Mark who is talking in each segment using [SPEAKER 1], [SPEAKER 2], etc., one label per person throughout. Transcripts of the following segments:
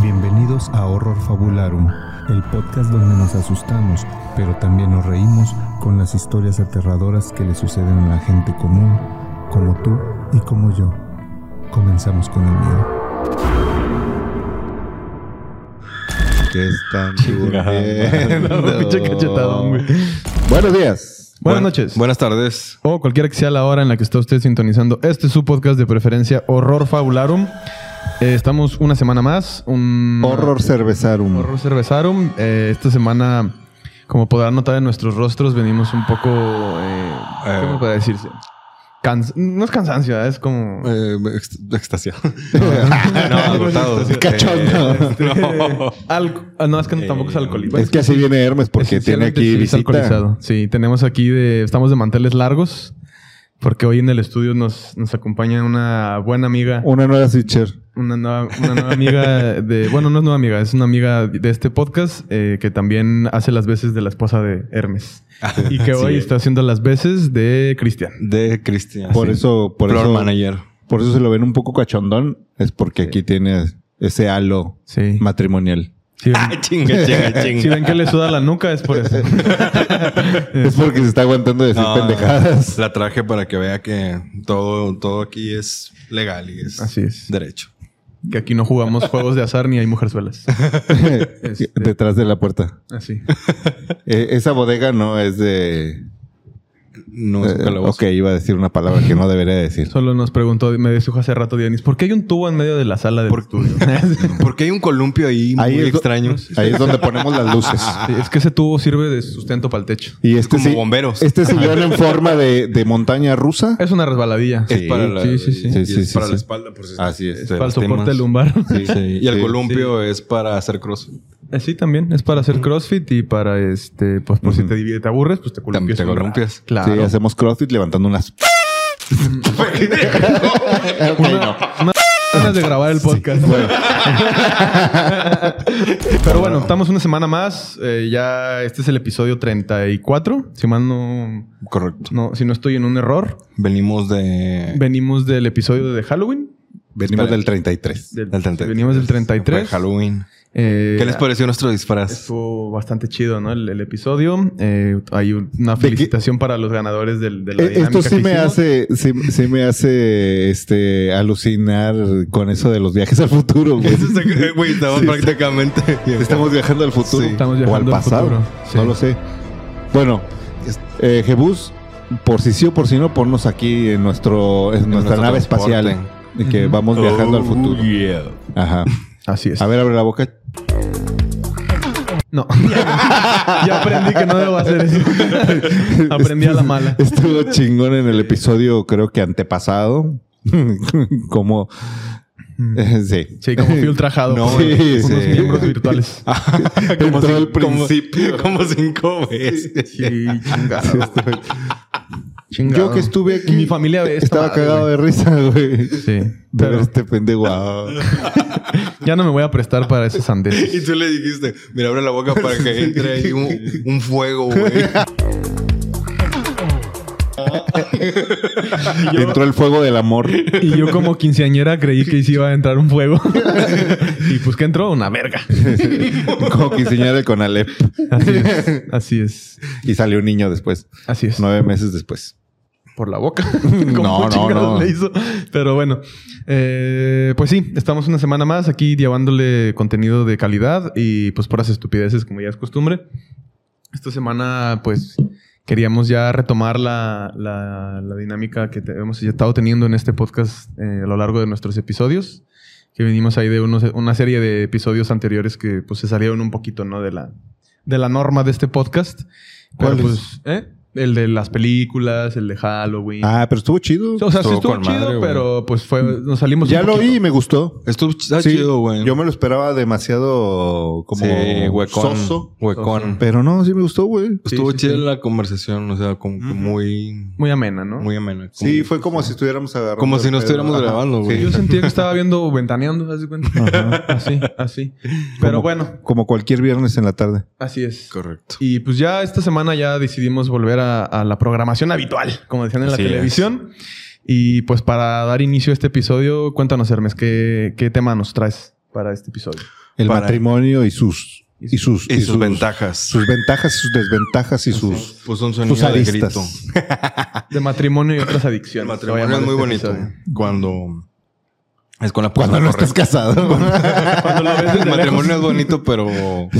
[SPEAKER 1] Bienvenidos a Horror Fabularum, el podcast donde nos asustamos, pero también nos reímos con las historias aterradoras que le suceden a la gente común, como tú y como yo. Comenzamos con el miedo.
[SPEAKER 2] que están
[SPEAKER 3] No, pinche cachetadón, güey.
[SPEAKER 2] Buenos días.
[SPEAKER 3] Buenas noches.
[SPEAKER 4] Buenas tardes.
[SPEAKER 3] O cualquiera que sea la hora en la que está usted sintonizando. Este es su podcast de preferencia, Horror Fabularum. Eh, estamos una semana más. Un
[SPEAKER 2] Horror Cervezarum.
[SPEAKER 3] Mm. Horror Cervezarum. Eh, esta semana, como podrán notar en nuestros rostros, venimos un poco. eh, ¿Cómo
[SPEAKER 4] Eh.
[SPEAKER 3] podría decirse? Cans- no es cansancio, ¿eh? es como.
[SPEAKER 4] Eh, ext- extasiado. no, este, agotado.
[SPEAKER 2] Cachondo.
[SPEAKER 4] no.
[SPEAKER 3] Alco- ah, no, es que no, tampoco es
[SPEAKER 4] Eh,
[SPEAKER 3] alcohólico.
[SPEAKER 2] Es que así viene Hermes porque tiene
[SPEAKER 3] Esencialmente
[SPEAKER 2] aquí
[SPEAKER 3] sí, está
[SPEAKER 2] visita.
[SPEAKER 3] alcoholizado. Sí, tenemos aquí de. Estamos de manteles largos. Porque hoy en el estudio nos, nos acompaña una buena amiga.
[SPEAKER 2] Una nueva switcher.
[SPEAKER 3] Una nueva, una nueva amiga de. Bueno, no es nueva amiga, es una amiga de este podcast eh, que también hace las veces de la esposa de Hermes. Y que hoy
[SPEAKER 4] Sí.
[SPEAKER 3] está haciendo las veces de Cristian.
[SPEAKER 4] De Cristian.
[SPEAKER 2] Por
[SPEAKER 4] Ah, sí.
[SPEAKER 2] eso, por
[SPEAKER 4] Floor
[SPEAKER 2] eso,
[SPEAKER 4] manager.
[SPEAKER 2] por eso se lo ven un poco cachondón. Es porque aquí tiene ese halo
[SPEAKER 3] Sí.
[SPEAKER 2] matrimonial.
[SPEAKER 3] Si ven,
[SPEAKER 4] Ah, chinga, chinga,
[SPEAKER 3] si
[SPEAKER 4] chinga.
[SPEAKER 3] ven que le suda la nuca, es por eso.
[SPEAKER 2] Es porque se está aguantando de decir
[SPEAKER 4] Eh. No,
[SPEAKER 2] pendejadas.
[SPEAKER 4] La traje para que vea que todo, todo aquí es legal y es
[SPEAKER 3] Así es.
[SPEAKER 4] derecho.
[SPEAKER 3] Que aquí no jugamos juegos de azar ni hay mujerzuelas. Este.
[SPEAKER 2] Detrás de la puerta.
[SPEAKER 3] Así.
[SPEAKER 2] Eh, esa bodega no es de.
[SPEAKER 4] No es un
[SPEAKER 2] eh,
[SPEAKER 4] calabozo.
[SPEAKER 2] ok, iba a decir una palabra que no debería decir.
[SPEAKER 3] Solo nos preguntó, me dijo hace rato Dianis, ¿por qué hay un tubo en medio de la sala del
[SPEAKER 4] ¿Por-
[SPEAKER 3] estudio?
[SPEAKER 4] ¿Por qué hay un columpio ahí,
[SPEAKER 2] Ahí
[SPEAKER 4] muy
[SPEAKER 2] es do-
[SPEAKER 4] extraño?
[SPEAKER 2] Ahí es donde ponemos las luces.
[SPEAKER 3] Sí, es que ese tubo sirve de sustento para el techo.
[SPEAKER 2] Y este,
[SPEAKER 4] Como
[SPEAKER 2] si-
[SPEAKER 4] bomberos.
[SPEAKER 2] este sillón en forma de, de montaña rusa.
[SPEAKER 3] Es una resbaladilla.
[SPEAKER 4] Es para la,
[SPEAKER 3] sí, sí, sí.
[SPEAKER 4] y
[SPEAKER 2] Sí,
[SPEAKER 4] es
[SPEAKER 2] sí, sí,
[SPEAKER 4] para
[SPEAKER 2] sí.
[SPEAKER 4] la espalda, por si
[SPEAKER 2] Así es.
[SPEAKER 4] te
[SPEAKER 3] Es para el
[SPEAKER 4] lastimas.
[SPEAKER 3] soporte lumbar.
[SPEAKER 2] Sí,
[SPEAKER 4] Sí, Y el
[SPEAKER 2] sí.
[SPEAKER 4] columpio es para hacer cross.
[SPEAKER 3] Eh, Sí, también. Es para hacer crossfit y para este, pues por si te, divide- te aburres, pues te columpias.
[SPEAKER 4] te
[SPEAKER 3] un rato.
[SPEAKER 4] columpias.
[SPEAKER 3] Claro.
[SPEAKER 2] Sí, hacemos crossfit levantando unas. Ok, no.
[SPEAKER 3] Una- ganas de grabar el podcast. Pero bueno, estamos una semana más. Eh, ya este es el episodio 34. Si mal no,
[SPEAKER 4] Correcto.
[SPEAKER 3] no, si no estoy en un error.
[SPEAKER 4] Venimos de...
[SPEAKER 3] Venimos del episodio de Halloween.
[SPEAKER 2] Venimos
[SPEAKER 4] Espera.
[SPEAKER 2] del 33.
[SPEAKER 3] Del-
[SPEAKER 4] Del 33.
[SPEAKER 3] Venimos del
[SPEAKER 4] Fue
[SPEAKER 3] 33.
[SPEAKER 4] Halloween.
[SPEAKER 3] Eh,
[SPEAKER 4] ¿Qué les pareció nuestro disfraz?
[SPEAKER 3] Estuvo bastante chido, ¿no? El, el episodio. Eh, hay una
[SPEAKER 2] ¿De qué?
[SPEAKER 3] felicitación para los ganadores del, de la
[SPEAKER 2] Eh,
[SPEAKER 3] dinámica
[SPEAKER 2] Esto sí
[SPEAKER 3] que
[SPEAKER 2] me
[SPEAKER 3] hicimos.
[SPEAKER 2] hace, sí, sí me hace este alucinar con eso de los viajes al futuro, güey.
[SPEAKER 4] Eso está- eh, Güey, estaba
[SPEAKER 2] Sí,
[SPEAKER 4] prácticamente.
[SPEAKER 2] Estamos viajando al futuro.
[SPEAKER 4] Sí,
[SPEAKER 3] estamos
[SPEAKER 2] o al
[SPEAKER 3] viajando al
[SPEAKER 2] pasado.
[SPEAKER 3] futuro. Sí.
[SPEAKER 2] No lo sé. Bueno, eh, Jebus, por si sí o por si no, ponnos aquí en nuestro, en
[SPEAKER 4] En
[SPEAKER 2] nuestra
[SPEAKER 4] nuestro
[SPEAKER 2] nave
[SPEAKER 4] transporte.
[SPEAKER 2] espacial. De que
[SPEAKER 3] Ujú.
[SPEAKER 2] vamos viajando al
[SPEAKER 4] Oh,
[SPEAKER 2] futuro.
[SPEAKER 4] yeah.
[SPEAKER 2] Ajá.
[SPEAKER 3] Así es.
[SPEAKER 2] A ver, abre la boca.
[SPEAKER 3] No. ya aprendí que no debo hacer eso. aprendí a la mala.
[SPEAKER 2] Estuvo chingón en el episodio, creo que antepasado. como. Sí.
[SPEAKER 3] Sí, como fui ultrajado
[SPEAKER 4] No,
[SPEAKER 3] por
[SPEAKER 2] sí, Ah.
[SPEAKER 3] unos
[SPEAKER 4] sí.
[SPEAKER 3] miembros virtuales.
[SPEAKER 4] Como,
[SPEAKER 2] Entró al
[SPEAKER 4] cin- como-
[SPEAKER 2] principio.
[SPEAKER 4] Como cinco veces.
[SPEAKER 3] Sí, chingado. Chingado.
[SPEAKER 2] Yo que estuve aquí.
[SPEAKER 3] Y mi familia ve esta
[SPEAKER 2] Estaba
[SPEAKER 3] madre,
[SPEAKER 2] cagado de risa, güey.
[SPEAKER 3] Sí.
[SPEAKER 2] De ver
[SPEAKER 3] Pero
[SPEAKER 2] este pendejo. Ah.
[SPEAKER 3] ya no me voy a prestar para esas andes.
[SPEAKER 4] Y tú le dijiste, mira, abre la boca para que entre ahí un, un fuego, güey.
[SPEAKER 2] Entró el fuego del amor.
[SPEAKER 3] Y yo como quinceañera creí que sí iba a entrar un fuego. y pues que entró una verga.
[SPEAKER 2] como quinceañera de Conalep.
[SPEAKER 3] Así es. Así es.
[SPEAKER 2] Y salió un niño después.
[SPEAKER 3] Así es.
[SPEAKER 2] Nueve meses después.
[SPEAKER 3] Por la boca. Como
[SPEAKER 2] No, no,
[SPEAKER 3] chingados
[SPEAKER 2] no.
[SPEAKER 3] le hizo. Pero bueno. eh, pues sí, estamos una semana más aquí llevándole contenido de calidad y pues puras estupideces como ya es costumbre. Esta semana pues queríamos ya retomar la, la- la dinámica que te- hemos estado teniendo en este podcast eh, a lo largo de nuestros episodios. Que venimos ahí de unos- una serie de episodios anteriores que pues se salieron un poquito, ¿no? De la, de la norma de este podcast. Pero,
[SPEAKER 2] ¿Cuáles?
[SPEAKER 3] pues, ¿eh? El de las películas, el de Halloween.
[SPEAKER 2] Ah, pero estuvo chido.
[SPEAKER 3] o sea, sí
[SPEAKER 4] estuvo
[SPEAKER 3] estuvo
[SPEAKER 4] con
[SPEAKER 3] chido,
[SPEAKER 4] madre, güey.
[SPEAKER 3] pero pues fue, nos salimos.
[SPEAKER 2] ya
[SPEAKER 3] un
[SPEAKER 2] lo
[SPEAKER 3] poquito.
[SPEAKER 2] oí y me gustó.
[SPEAKER 4] Estuvo está
[SPEAKER 2] Sí,
[SPEAKER 4] chido, güey.
[SPEAKER 2] Yo me lo esperaba demasiado como
[SPEAKER 4] Sí, huecón.
[SPEAKER 2] soso.
[SPEAKER 4] Huecón.
[SPEAKER 2] Pero no, sí me gustó, güey.
[SPEAKER 3] Sí,
[SPEAKER 4] Estuvo
[SPEAKER 3] sí,
[SPEAKER 4] chida
[SPEAKER 3] sí.
[SPEAKER 4] la conversación, o sea, como que muy,
[SPEAKER 3] Muy amena, ¿no?
[SPEAKER 4] muy amena.
[SPEAKER 2] Sí, fue como si estuviéramos agarrando.
[SPEAKER 4] Como si
[SPEAKER 2] el
[SPEAKER 4] no
[SPEAKER 2] pedo.
[SPEAKER 4] estuviéramos
[SPEAKER 2] Ajá.
[SPEAKER 4] grabando, güey.
[SPEAKER 3] Yo sentía que estaba viendo ventaneando, ¿haz de cuenta? Así, así. Pero
[SPEAKER 2] Como-
[SPEAKER 3] bueno,
[SPEAKER 2] Como cualquier viernes en la tarde.
[SPEAKER 3] así es.
[SPEAKER 4] Correcto.
[SPEAKER 3] Y pues ya esta semana ya decidimos volver a, a la programación habitual, como decían en la
[SPEAKER 4] Así es.
[SPEAKER 3] televisión. Y pues para dar inicio a este episodio, cuéntanos, Hermes, ¿qué, qué tema nos traes? para este episodio.
[SPEAKER 2] El
[SPEAKER 4] Para-
[SPEAKER 2] matrimonio y sus y sus
[SPEAKER 4] Y sus ventajas.
[SPEAKER 2] sus ventajas y sus desventajas y sus
[SPEAKER 4] Puso Pues un
[SPEAKER 2] sus
[SPEAKER 4] sonido de
[SPEAKER 2] aristas.
[SPEAKER 4] grito.
[SPEAKER 3] De matrimonio y otras adicciones.
[SPEAKER 4] El
[SPEAKER 3] Lo voy
[SPEAKER 4] matrimonio
[SPEAKER 3] a
[SPEAKER 4] es muy
[SPEAKER 3] llamar
[SPEAKER 4] bonito.
[SPEAKER 3] este
[SPEAKER 4] Cuando es con la
[SPEAKER 2] Cuando
[SPEAKER 4] persona
[SPEAKER 2] no estás
[SPEAKER 4] correcta.
[SPEAKER 2] casado,
[SPEAKER 3] Cuando lo ves desde
[SPEAKER 4] El matrimonio
[SPEAKER 3] lejos.
[SPEAKER 4] es bonito, pero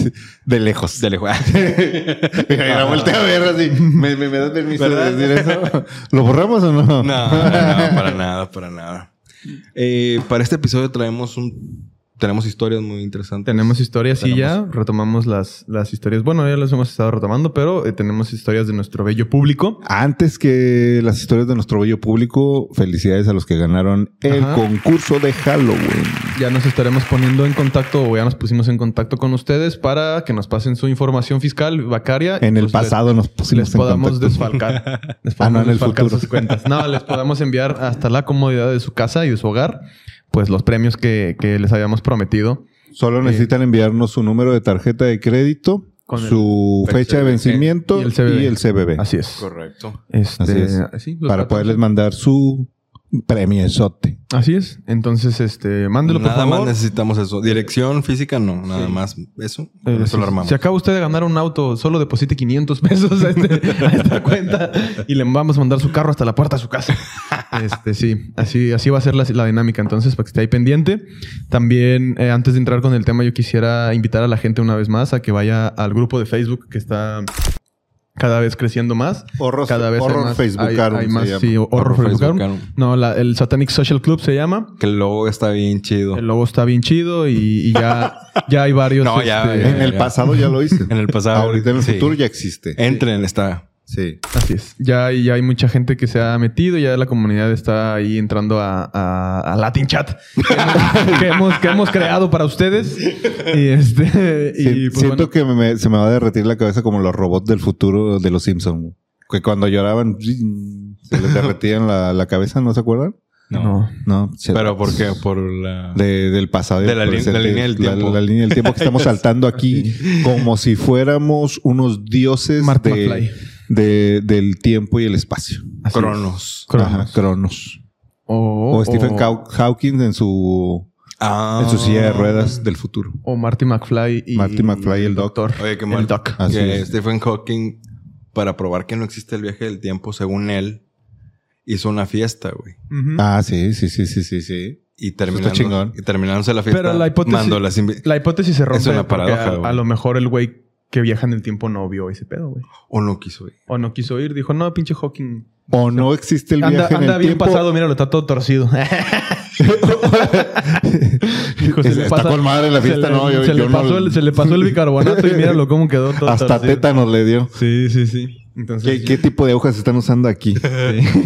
[SPEAKER 2] de lejos.
[SPEAKER 4] de lejos.
[SPEAKER 2] Mira, la voltea a ver así. ¿Me, me, me das permiso de decir eso? ¿Lo borramos o no?
[SPEAKER 4] No, no, no, para nada, para nada. Eh, para este episodio traemos un tenemos historias muy interesantes.
[SPEAKER 3] Tenemos historias y ya
[SPEAKER 4] Tenemos.
[SPEAKER 3] retomamos las, las historias. Bueno, ya las hemos estado retomando, pero eh, tenemos historias de nuestro bello público.
[SPEAKER 2] Antes que las historias de nuestro bello público, felicidades a los que ganaron el
[SPEAKER 3] Ajá. Pues
[SPEAKER 2] concurso de Halloween.
[SPEAKER 3] Ya nos estaremos poniendo en contacto o ya nos pusimos en contacto con ustedes para que nos pasen su información fiscal bancaria.
[SPEAKER 2] En el
[SPEAKER 3] Entonces,
[SPEAKER 2] pasado nos
[SPEAKER 3] Si les
[SPEAKER 2] pusimos en
[SPEAKER 3] podamos
[SPEAKER 2] contacto.
[SPEAKER 3] desfalcar. Les
[SPEAKER 2] Ah, no, en
[SPEAKER 3] podamos
[SPEAKER 2] el
[SPEAKER 3] desfalcar
[SPEAKER 2] futuro.
[SPEAKER 3] sus cuentas. No, les podamos enviar hasta la comodidad de su casa y de su hogar, pues los premios que, que les habíamos prometido.
[SPEAKER 2] Solo necesitan enviarnos su número de tarjeta de crédito,
[SPEAKER 3] Eh, Con el
[SPEAKER 2] su
[SPEAKER 3] eh,
[SPEAKER 4] fecha
[SPEAKER 2] fecha de
[SPEAKER 4] de
[SPEAKER 2] vencimiento y el CBB.
[SPEAKER 3] Así es.
[SPEAKER 4] Correcto.
[SPEAKER 3] Este,
[SPEAKER 2] Así es.
[SPEAKER 3] sí, los
[SPEAKER 2] para
[SPEAKER 3] tratamos.
[SPEAKER 2] poderles mandar su premiezote.
[SPEAKER 3] Así es. Entonces, este, mándelo por
[SPEAKER 4] nada más
[SPEAKER 3] favor.
[SPEAKER 4] necesitamos eso. Dirección física no, nada
[SPEAKER 3] Sí.
[SPEAKER 4] más eso.
[SPEAKER 3] Eh,
[SPEAKER 4] eso
[SPEAKER 3] si,
[SPEAKER 4] lo armamos.
[SPEAKER 3] si acaba usted de ganar un auto, solo deposite 500 pesos a, este- a esta cuenta y le vamos a mandar su carro hasta la puerta de su casa. Este, sí, así, así va a ser la, la dinámica. Entonces, para que esté ahí pendiente. También, eh, antes de entrar con el tema, yo quisiera invitar a la gente una vez más a que vaya al grupo de Facebook que está cada vez creciendo más.
[SPEAKER 2] Horror,
[SPEAKER 3] Cada vez hay más, hay-
[SPEAKER 2] Arum
[SPEAKER 3] hay
[SPEAKER 2] se
[SPEAKER 3] más,
[SPEAKER 2] llama.
[SPEAKER 3] sí, horror,
[SPEAKER 4] Horror
[SPEAKER 3] Facebook
[SPEAKER 4] Facebook
[SPEAKER 3] Arum.
[SPEAKER 4] Arum.
[SPEAKER 3] No, la- el Satanic Social Club se llama.
[SPEAKER 4] Que el logo está bien chido.
[SPEAKER 3] El logo está bien chido y, y ya, ya hay varios.
[SPEAKER 4] No, ya,
[SPEAKER 3] este,
[SPEAKER 4] ya,
[SPEAKER 2] En el pasado ya lo hice.
[SPEAKER 4] En el pasado.
[SPEAKER 2] Ahorita en el
[SPEAKER 4] sí.
[SPEAKER 2] futuro ya
[SPEAKER 3] Eh,
[SPEAKER 2] existe.
[SPEAKER 4] Entren, está.
[SPEAKER 2] Sí.
[SPEAKER 3] Así es. Ya hay, ya hay mucha gente que se ha metido, ya la comunidad está ahí entrando a, a- a Latin Chat que hemos, que hemos- que hemos creado para ustedes. Y este. Y
[SPEAKER 2] Si-
[SPEAKER 3] pues,
[SPEAKER 2] siento
[SPEAKER 3] bueno,
[SPEAKER 2] que me- me- se me va a derretir la cabeza como los robots del futuro de los Simpsons. Que cuando lloraban se les derretían la, la cabeza, ¿no se acuerdan?
[SPEAKER 4] No.
[SPEAKER 3] no.
[SPEAKER 2] No. se-
[SPEAKER 4] Pero ¿por qué? Por la...
[SPEAKER 2] de- del pasado. y
[SPEAKER 4] De
[SPEAKER 2] del
[SPEAKER 4] la lin-
[SPEAKER 2] presente.
[SPEAKER 4] la línea del
[SPEAKER 2] La-
[SPEAKER 4] tiempo.
[SPEAKER 2] La, línea del tiempo que estamos saltando aquí como si fuéramos unos dioses
[SPEAKER 3] Marty McFly.
[SPEAKER 2] de, de- del tiempo y el espacio.
[SPEAKER 3] Así es.
[SPEAKER 4] Cronos.
[SPEAKER 3] Cronos.
[SPEAKER 2] Ajá, Cronos.
[SPEAKER 4] Oh,
[SPEAKER 3] O,
[SPEAKER 2] o Stephen
[SPEAKER 3] o-
[SPEAKER 2] Haw- Hawking en su,
[SPEAKER 4] Ah.
[SPEAKER 2] en su silla de ruedas del futuro.
[SPEAKER 3] O Marty McFly y.
[SPEAKER 2] Marty McFly, el doc.
[SPEAKER 3] doctor.
[SPEAKER 4] Oye, qué
[SPEAKER 3] el
[SPEAKER 4] mal. Ah.
[SPEAKER 3] doc.
[SPEAKER 2] Así
[SPEAKER 4] que
[SPEAKER 2] es.
[SPEAKER 4] Stephen Hawking, para probar que no existe el viaje del tiempo, según él, hizo una fiesta, güey.
[SPEAKER 3] Ujú.
[SPEAKER 2] Ah, sí, sí, sí, sí, sí, sí.
[SPEAKER 4] Y
[SPEAKER 2] chingón.
[SPEAKER 4] terminando, y terminándose la fiesta,
[SPEAKER 3] Pero la hipótesis-
[SPEAKER 4] mandó las invi-
[SPEAKER 3] La hipótesis se rompe.
[SPEAKER 4] Es una
[SPEAKER 3] porque
[SPEAKER 4] paradoja,
[SPEAKER 3] a- A,
[SPEAKER 4] güey.
[SPEAKER 3] lo mejor el güey que viaja en el tiempo no vio ese pedo, güey.
[SPEAKER 4] o no quiso ir.
[SPEAKER 3] O no quiso ir. Dijo, no, pinche Hawking.
[SPEAKER 2] O no existe el viaje
[SPEAKER 3] Anda,
[SPEAKER 2] en
[SPEAKER 3] anda
[SPEAKER 2] el
[SPEAKER 3] bien
[SPEAKER 2] tiempo.
[SPEAKER 3] pasado, míralo, está todo torcido. Dijo, Pues se
[SPEAKER 2] Es-
[SPEAKER 3] le
[SPEAKER 2] está
[SPEAKER 3] pasa-
[SPEAKER 2] con madre la
[SPEAKER 3] se
[SPEAKER 2] fiesta,
[SPEAKER 3] le-
[SPEAKER 2] no, yo,
[SPEAKER 3] se,
[SPEAKER 2] yo
[SPEAKER 3] le
[SPEAKER 2] no-
[SPEAKER 3] pasó el, se le pasó el bicarbonato y míralo cómo quedó todo.
[SPEAKER 2] Hasta
[SPEAKER 3] torcido.
[SPEAKER 2] tétanos le dio.
[SPEAKER 3] Sí, sí, sí. Entonces,
[SPEAKER 2] ¿Qué, qué tipo de agujas están usando aquí?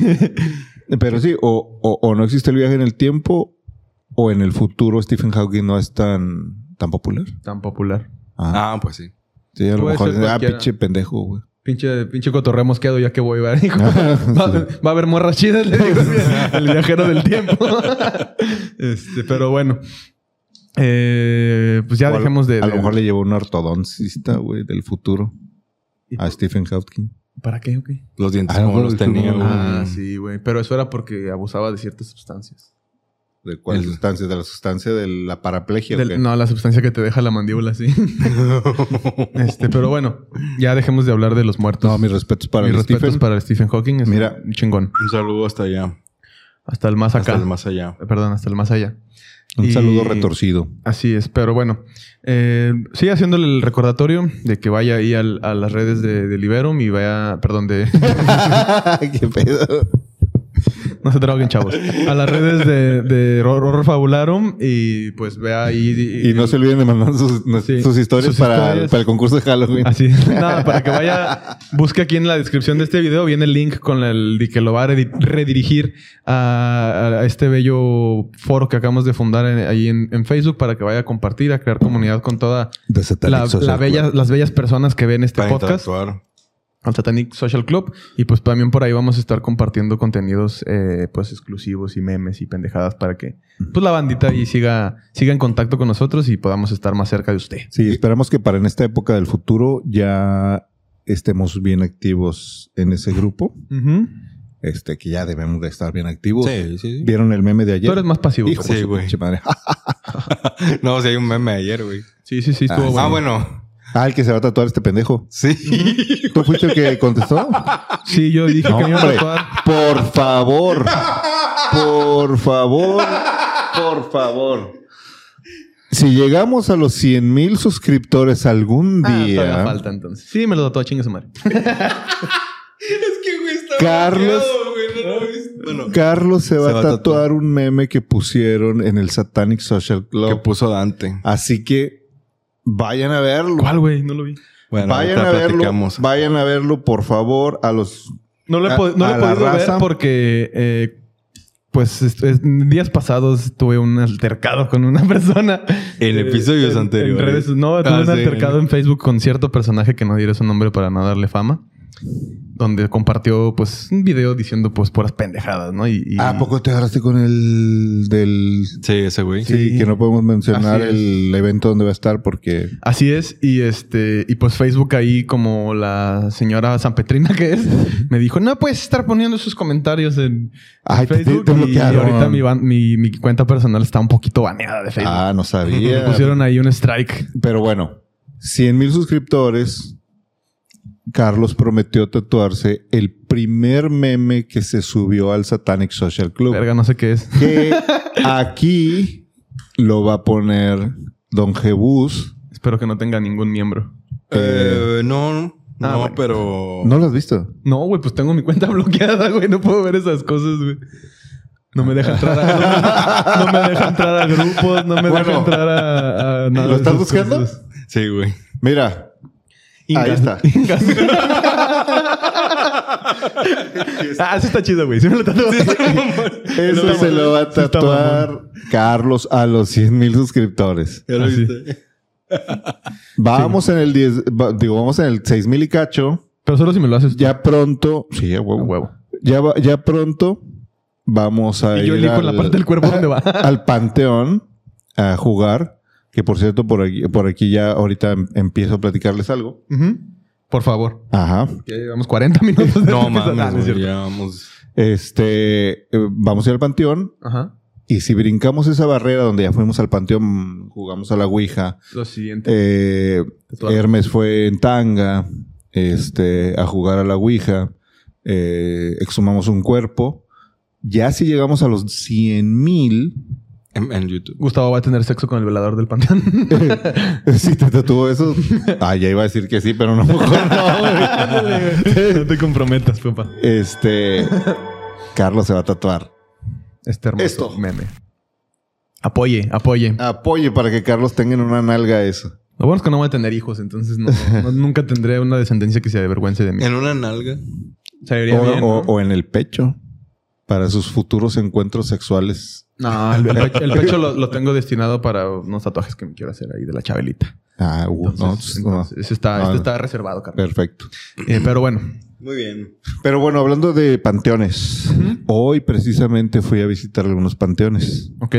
[SPEAKER 2] Pero sí, o, o- o no existe el viaje en el tiempo, o en el futuro Stephen Hawking no es tan, tan popular.
[SPEAKER 3] tan popular.
[SPEAKER 2] Ah,
[SPEAKER 4] Ah, pues sí.
[SPEAKER 2] sí, a lo
[SPEAKER 3] puede
[SPEAKER 2] mejor.
[SPEAKER 3] ser
[SPEAKER 2] Ah,
[SPEAKER 3] cualquiera.
[SPEAKER 2] pinche pendejo, güey.
[SPEAKER 3] Pinche, pinche cotorreo mosqueado ya que voy, va, Dijo,
[SPEAKER 2] Ah,
[SPEAKER 3] va, va a haber morras chidas, le digo, el viajero del tiempo. Este, pero bueno. Eh, pues ya
[SPEAKER 2] O a lo-
[SPEAKER 3] dejemos de...
[SPEAKER 2] A lo
[SPEAKER 3] de-
[SPEAKER 2] mejor le llevó un ortodoncista, güey, del futuro
[SPEAKER 3] ¿Y
[SPEAKER 2] a Stephen Hawking.
[SPEAKER 3] ¿Para qué? ok?
[SPEAKER 4] Los dientes
[SPEAKER 2] Ah,
[SPEAKER 4] como
[SPEAKER 2] güey,
[SPEAKER 4] los
[SPEAKER 2] tú-
[SPEAKER 4] tenía, güey.
[SPEAKER 3] Ah, sí, güey. Pero eso era porque abusaba de ciertas sustancias.
[SPEAKER 2] ¿De cuál
[SPEAKER 4] El-
[SPEAKER 2] sustancia? ¿De la sustancia de la paraplegia? o
[SPEAKER 3] Del-
[SPEAKER 2] qué?
[SPEAKER 3] no, la sustancia que te deja la mandíbula, sí. este, pero bueno, ya dejemos de hablar de los muertos.
[SPEAKER 2] No, mis respetos para
[SPEAKER 3] Mis
[SPEAKER 2] el
[SPEAKER 3] respetos
[SPEAKER 2] Stephen.
[SPEAKER 3] para Stephen Hawking. Es
[SPEAKER 2] Mira.
[SPEAKER 3] un chingón.
[SPEAKER 4] Un saludo hasta allá.
[SPEAKER 3] Hasta el más acá.
[SPEAKER 4] Hasta el más allá.
[SPEAKER 3] Perdón, hasta el más allá.
[SPEAKER 2] Un
[SPEAKER 3] Y-
[SPEAKER 2] saludo retorcido.
[SPEAKER 3] Así es, pero bueno. Eh, sigue haciéndole el recordatorio de que vaya ahí al- a las redes de, de Liberum y vaya, perdón, de...
[SPEAKER 2] ¿Qué pedo?
[SPEAKER 3] No se droguen, chavos. A las redes de, de Horror Fabularum y pues vea ahí...
[SPEAKER 2] Y no se olviden de mandar sus,
[SPEAKER 3] Sí.
[SPEAKER 2] sus historias,
[SPEAKER 3] Sus
[SPEAKER 2] para,
[SPEAKER 3] historias.
[SPEAKER 2] para el concurso de Halloween.
[SPEAKER 3] Así es. Nada, para que vaya, busque aquí en la descripción de este video, viene el link con el de que lo va a redi- redirigir a, a este bello foro que acabamos de fundar en- ahí en, en Facebook para que vaya a compartir, a crear comunidad con toda
[SPEAKER 2] De
[SPEAKER 3] la,
[SPEAKER 2] Satanic
[SPEAKER 3] la
[SPEAKER 2] Social
[SPEAKER 3] bella-
[SPEAKER 2] Club.
[SPEAKER 3] las bellas personas que ven este
[SPEAKER 4] Para
[SPEAKER 3] podcast,
[SPEAKER 4] interactuar.
[SPEAKER 3] al Satanic Social Club. Y pues también por ahí vamos a estar compartiendo contenidos eh, pues exclusivos y memes y pendejadas para que pues la bandita ahí siga, siga en contacto con nosotros y podamos estar más cerca de usted.
[SPEAKER 2] Sí, esperamos que para en esta época del futuro ya estemos bien activos en ese grupo.
[SPEAKER 3] Ujú.
[SPEAKER 2] este, que ya debemos de estar bien activos.
[SPEAKER 4] Sí, sí, sí.
[SPEAKER 2] ¿Vieron el meme de ayer?
[SPEAKER 3] Tú eres más pasivo.
[SPEAKER 2] Hijo
[SPEAKER 3] güey.
[SPEAKER 2] de su
[SPEAKER 4] güey.
[SPEAKER 2] pinche madre.
[SPEAKER 4] No, si hay un meme ayer, güey.
[SPEAKER 3] Sí, sí, sí, estuvo
[SPEAKER 2] Ah,
[SPEAKER 3] bueno.
[SPEAKER 4] Ah, bueno.
[SPEAKER 2] Ah, el que se va a tatuar este pendejo.
[SPEAKER 4] Sí.
[SPEAKER 2] ¿Tú fuiste el que contestó?
[SPEAKER 3] Sí, yo dije
[SPEAKER 2] No,
[SPEAKER 3] que me iba a
[SPEAKER 2] hombre.
[SPEAKER 3] tatuar.
[SPEAKER 2] Por favor. Por favor. Por favor. Si llegamos a los 100 mil suscriptores algún
[SPEAKER 3] Ah, todavía
[SPEAKER 2] día,
[SPEAKER 3] falta entonces. Sí, me lo tatuó, chingue su madre.
[SPEAKER 4] Es que, güey, está
[SPEAKER 2] Carlos-
[SPEAKER 4] bloqueado, güey, no lo he visto. Bueno,
[SPEAKER 2] Carlos se va,
[SPEAKER 4] va
[SPEAKER 2] a
[SPEAKER 4] a
[SPEAKER 2] tatuar, un meme que pusieron en el Satanic Social Club.
[SPEAKER 4] que puso Dante.
[SPEAKER 2] Así que vayan a verlo.
[SPEAKER 3] ¿Cuál, güey? No lo vi.
[SPEAKER 4] Bueno,
[SPEAKER 2] vayan
[SPEAKER 4] ahorita
[SPEAKER 2] a verlo.
[SPEAKER 4] platicamos.
[SPEAKER 2] Vayan a verlo, por favor, a los
[SPEAKER 3] No lo he,
[SPEAKER 2] A-
[SPEAKER 3] pod- no lo he
[SPEAKER 2] a la
[SPEAKER 3] podido ver
[SPEAKER 2] raza.
[SPEAKER 3] porque, eh, pues, est- es- días pasados tuve un altercado con una persona.
[SPEAKER 4] En
[SPEAKER 3] Eh,
[SPEAKER 4] episodios
[SPEAKER 3] en-
[SPEAKER 4] anteriores.
[SPEAKER 3] En redes, no, tuve
[SPEAKER 4] Ah,
[SPEAKER 3] un
[SPEAKER 4] sí,
[SPEAKER 3] altercado
[SPEAKER 4] en-
[SPEAKER 3] en Facebook con cierto personaje que no diré su nombre para no darle fama. Donde compartió, pues, un video diciendo, pues, puras pendejadas, ¿no? Y, y-
[SPEAKER 2] ¿A poco te agarraste con el del...
[SPEAKER 4] Sí, ese güey.
[SPEAKER 2] Sí, que no podemos mencionar
[SPEAKER 3] Así es.
[SPEAKER 2] el evento donde va a estar porque...
[SPEAKER 3] Así es, y este, y pues Facebook ahí, como la señora San Petrina que es, me dijo, no puedes estar poniendo sus comentarios en
[SPEAKER 2] Ay, te- te-
[SPEAKER 3] Facebook.
[SPEAKER 2] te
[SPEAKER 3] y
[SPEAKER 2] bloquearon.
[SPEAKER 3] ahorita mi, ban- mi, mi cuenta personal está un poquito baneada de Facebook.
[SPEAKER 2] Ah, no
[SPEAKER 3] Me
[SPEAKER 2] sabía.
[SPEAKER 3] pusieron ahí un strike.
[SPEAKER 2] Pero bueno, 100 mil suscriptores. Carlos prometió tatuarse el primer meme que se subió al Satanic Social Club.
[SPEAKER 3] Verga, no sé qué es.
[SPEAKER 2] Que aquí lo va a poner Don Jebus.
[SPEAKER 3] Espero que no tenga ningún miembro.
[SPEAKER 4] Eh, no, no,
[SPEAKER 3] Ah,
[SPEAKER 4] no,
[SPEAKER 3] bueno.
[SPEAKER 4] pero.
[SPEAKER 2] ¿No lo has visto?
[SPEAKER 3] No, güey, pues tengo mi cuenta bloqueada, güey. No puedo ver esas cosas, güey. No me deja entrar a, no me, deja entrar a grupos, no me deja
[SPEAKER 2] Bueno.
[SPEAKER 3] entrar a, a nada
[SPEAKER 2] ¿Lo
[SPEAKER 3] de
[SPEAKER 2] estás
[SPEAKER 3] esas
[SPEAKER 2] buscando?
[SPEAKER 3] cosas.
[SPEAKER 4] Sí, güey.
[SPEAKER 2] Mira, ahí
[SPEAKER 3] Ingas.
[SPEAKER 2] está.
[SPEAKER 3] Ingas. ah, eso está chido, güey. Sí me lo tatuó.
[SPEAKER 2] Eso se lo va a
[SPEAKER 3] Sí está
[SPEAKER 2] tatuar Carlos a los 100 mil suscriptores.
[SPEAKER 4] Ya lo
[SPEAKER 3] Ah, sí.
[SPEAKER 4] viste.
[SPEAKER 2] Vamos en el 10, va- digo, vamos en el 6 mil y cacho.
[SPEAKER 3] Pero solo si me lo haces
[SPEAKER 2] Ya pronto, sí, a
[SPEAKER 3] tú, a
[SPEAKER 2] huevo.
[SPEAKER 3] huevo.
[SPEAKER 2] Ya, va- ya pronto vamos a
[SPEAKER 3] Y yo
[SPEAKER 2] ir
[SPEAKER 3] elijo
[SPEAKER 2] al,
[SPEAKER 3] la parte del cuerpo donde va.
[SPEAKER 2] al panteón a jugar. Que por cierto, por aquí, por aquí ya ahorita em- empiezo a platicarles algo.
[SPEAKER 3] Ujú. Por favor.
[SPEAKER 2] Ajá.
[SPEAKER 3] Ya llevamos 40 minutos. de
[SPEAKER 4] No
[SPEAKER 3] este episodio. Ah,
[SPEAKER 4] mames,
[SPEAKER 3] no es
[SPEAKER 4] güey.
[SPEAKER 3] cierto.
[SPEAKER 4] Ya vamos.
[SPEAKER 2] Este, eh, vamos a ir al panteón.
[SPEAKER 3] Ajá.
[SPEAKER 2] Y si brincamos esa barrera donde ya fuimos al panteón, jugamos a la Ouija.
[SPEAKER 3] Lo siguiente.
[SPEAKER 2] eh,
[SPEAKER 3] tatuaje.
[SPEAKER 2] Hermes fue en tanga este, a jugar a la Ouija. eh, exhumamos un cuerpo. Ya si llegamos a los 100 mil,
[SPEAKER 4] En, en YouTube.
[SPEAKER 3] Gustavo va a tener sexo con el velador del panteón.
[SPEAKER 2] si te tatuó eso, ah, ya iba a decir que sí, pero no me acuerdo.
[SPEAKER 3] no te comprometas, papá.
[SPEAKER 2] Este, Carlos se va a tatuar.
[SPEAKER 3] Este hermoso
[SPEAKER 2] Esto. Ah.
[SPEAKER 3] meme. Apoye, apoye.
[SPEAKER 2] Apoye para que Carlos tenga en una nalga eso.
[SPEAKER 3] Lo bueno es que no voy a tener hijos, entonces no- no- nunca tendré una descendencia que se avergüence de mí.
[SPEAKER 4] En una nalga.
[SPEAKER 3] Se vería
[SPEAKER 2] O,
[SPEAKER 3] bien, ¿no?
[SPEAKER 2] o- o en el pecho para sus futuros encuentros sexuales.
[SPEAKER 3] No, el, el pecho, el pecho lo, lo tengo destinado para unos tatuajes que me quiero hacer ahí de la chabelita.
[SPEAKER 2] Ah, uh,
[SPEAKER 3] Entonces,
[SPEAKER 2] no, no.
[SPEAKER 3] entonces, ese está,
[SPEAKER 2] No,
[SPEAKER 3] este
[SPEAKER 2] no.
[SPEAKER 3] está reservado, carnal.
[SPEAKER 2] perfecto.
[SPEAKER 3] Eh, pero bueno,
[SPEAKER 4] Muy bien.
[SPEAKER 2] Pero bueno, hablando de panteones, hoy precisamente fui a visitar algunos panteones.
[SPEAKER 3] ok.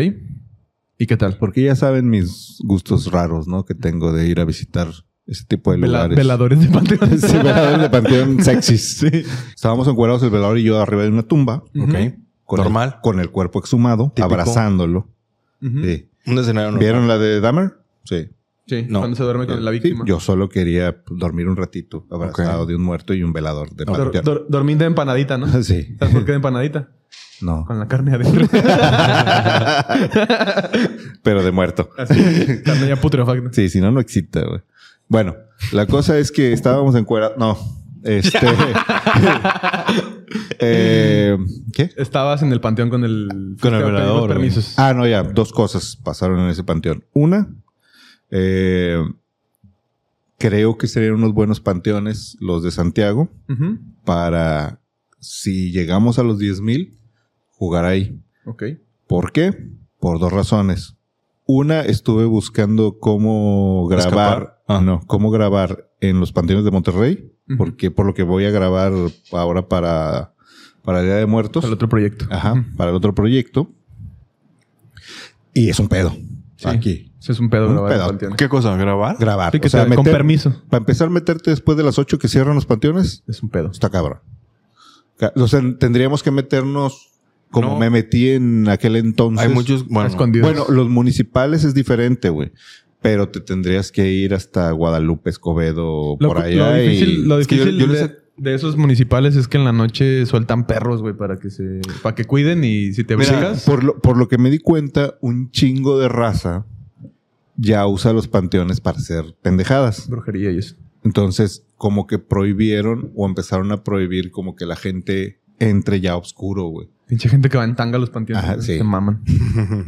[SPEAKER 3] ¿Y qué tal?
[SPEAKER 2] Porque ya saben mis gustos raros, ¿no? Que tengo de ir a visitar ese tipo de
[SPEAKER 3] Vela-
[SPEAKER 2] lugares.
[SPEAKER 3] veladores de panteones.
[SPEAKER 2] Sí, veladores de panteón sexys.
[SPEAKER 3] Sí.
[SPEAKER 2] Estábamos encuadrados el velador y yo arriba de una tumba.
[SPEAKER 3] Ujú.
[SPEAKER 4] Ok.
[SPEAKER 2] Con
[SPEAKER 4] Normal.
[SPEAKER 2] El, con el cuerpo exhumado,
[SPEAKER 4] Típico.
[SPEAKER 2] abrazándolo.
[SPEAKER 3] Ujú. sí.
[SPEAKER 2] Sí.
[SPEAKER 4] Un escenario normal.
[SPEAKER 2] ¿Vieron la de Dahmer? Sí.
[SPEAKER 4] No.
[SPEAKER 3] Cuando se duerme con la
[SPEAKER 2] Sí,
[SPEAKER 3] víctima.
[SPEAKER 2] yo solo quería dormir un ratito abrazado
[SPEAKER 4] Ok.
[SPEAKER 2] de un muerto y un velador de
[SPEAKER 3] Dor-
[SPEAKER 2] panteón.
[SPEAKER 3] dor- dormí de empanadita, ¿no?
[SPEAKER 2] Sí.
[SPEAKER 3] ¿Sabes por qué de empanadita?
[SPEAKER 2] No.
[SPEAKER 3] Con la carne adentro.
[SPEAKER 2] Pero de muerto.
[SPEAKER 3] Así, carne ya putrefacta.
[SPEAKER 2] Sí, si no, no excita, güey. Bueno, la cosa es que estábamos en cuera. No. Este. Eh, ¿Qué?
[SPEAKER 3] Estabas en el panteón con el...
[SPEAKER 4] Con el
[SPEAKER 3] pedimos
[SPEAKER 4] velador, güey.
[SPEAKER 3] permisos.
[SPEAKER 2] Ah, no, ya. Dos cosas pasaron en ese panteón. Una, eh, creo que serían unos buenos panteones los de Santiago
[SPEAKER 3] Ujú.
[SPEAKER 2] para si llegamos a los 10.000, jugar ahí.
[SPEAKER 3] Ok.
[SPEAKER 2] ¿Por qué? Por dos razones. Una, estuve buscando cómo grabar,
[SPEAKER 4] Escapar. Ah.
[SPEAKER 2] no, cómo grabar en los panteones de Monterrey,
[SPEAKER 3] Ujú.
[SPEAKER 2] porque por lo que voy a grabar ahora para, para Día de Muertos,
[SPEAKER 3] Al otro proyecto.
[SPEAKER 2] ajá, para el otro proyecto. Y es un pedo
[SPEAKER 3] Sí.
[SPEAKER 2] aquí
[SPEAKER 3] Eso es un pedo
[SPEAKER 2] Un
[SPEAKER 3] grabar en
[SPEAKER 2] pedo.
[SPEAKER 3] panteones.
[SPEAKER 4] ¿Qué cosa? ¿Grabar?
[SPEAKER 2] grabar.
[SPEAKER 3] Sí, que
[SPEAKER 2] O sea,
[SPEAKER 3] te- con
[SPEAKER 2] meter-
[SPEAKER 3] permiso.
[SPEAKER 2] Para empezar a meterte después de las 8 que cierran los panteones,
[SPEAKER 3] Es un pedo.
[SPEAKER 2] está cabrón. Ca- O sea, tendríamos que meternos como
[SPEAKER 4] No.
[SPEAKER 2] me metí en aquel entonces.
[SPEAKER 4] Hay muchos. Bueno,
[SPEAKER 3] escondido.
[SPEAKER 2] Bueno, los municipales es diferente, güey. Pero te tendrías que ir hasta Guadalupe, Escobedo,
[SPEAKER 3] Lo,
[SPEAKER 2] por
[SPEAKER 3] cu-
[SPEAKER 2] allá.
[SPEAKER 3] lo difícil,
[SPEAKER 2] y-
[SPEAKER 3] lo
[SPEAKER 4] es que yo-
[SPEAKER 3] difícil
[SPEAKER 4] yo les
[SPEAKER 3] de,
[SPEAKER 4] he-
[SPEAKER 3] de esos municipales es que en la noche sueltan perros, güey, para que se, para que cuiden y si te
[SPEAKER 2] Mira,
[SPEAKER 3] brincas.
[SPEAKER 2] por, lo, por lo que me di cuenta, un chingo de raza ya usa los panteones para hacer pendejadas.
[SPEAKER 3] brujería y eso.
[SPEAKER 2] Entonces, como que prohibieron o empezaron a prohibir como que la gente entre ya oscuro, güey.
[SPEAKER 3] Pinche gente que va en tanga a los panteones.
[SPEAKER 2] Ajá,
[SPEAKER 3] güey,
[SPEAKER 2] sí.
[SPEAKER 3] Se maman.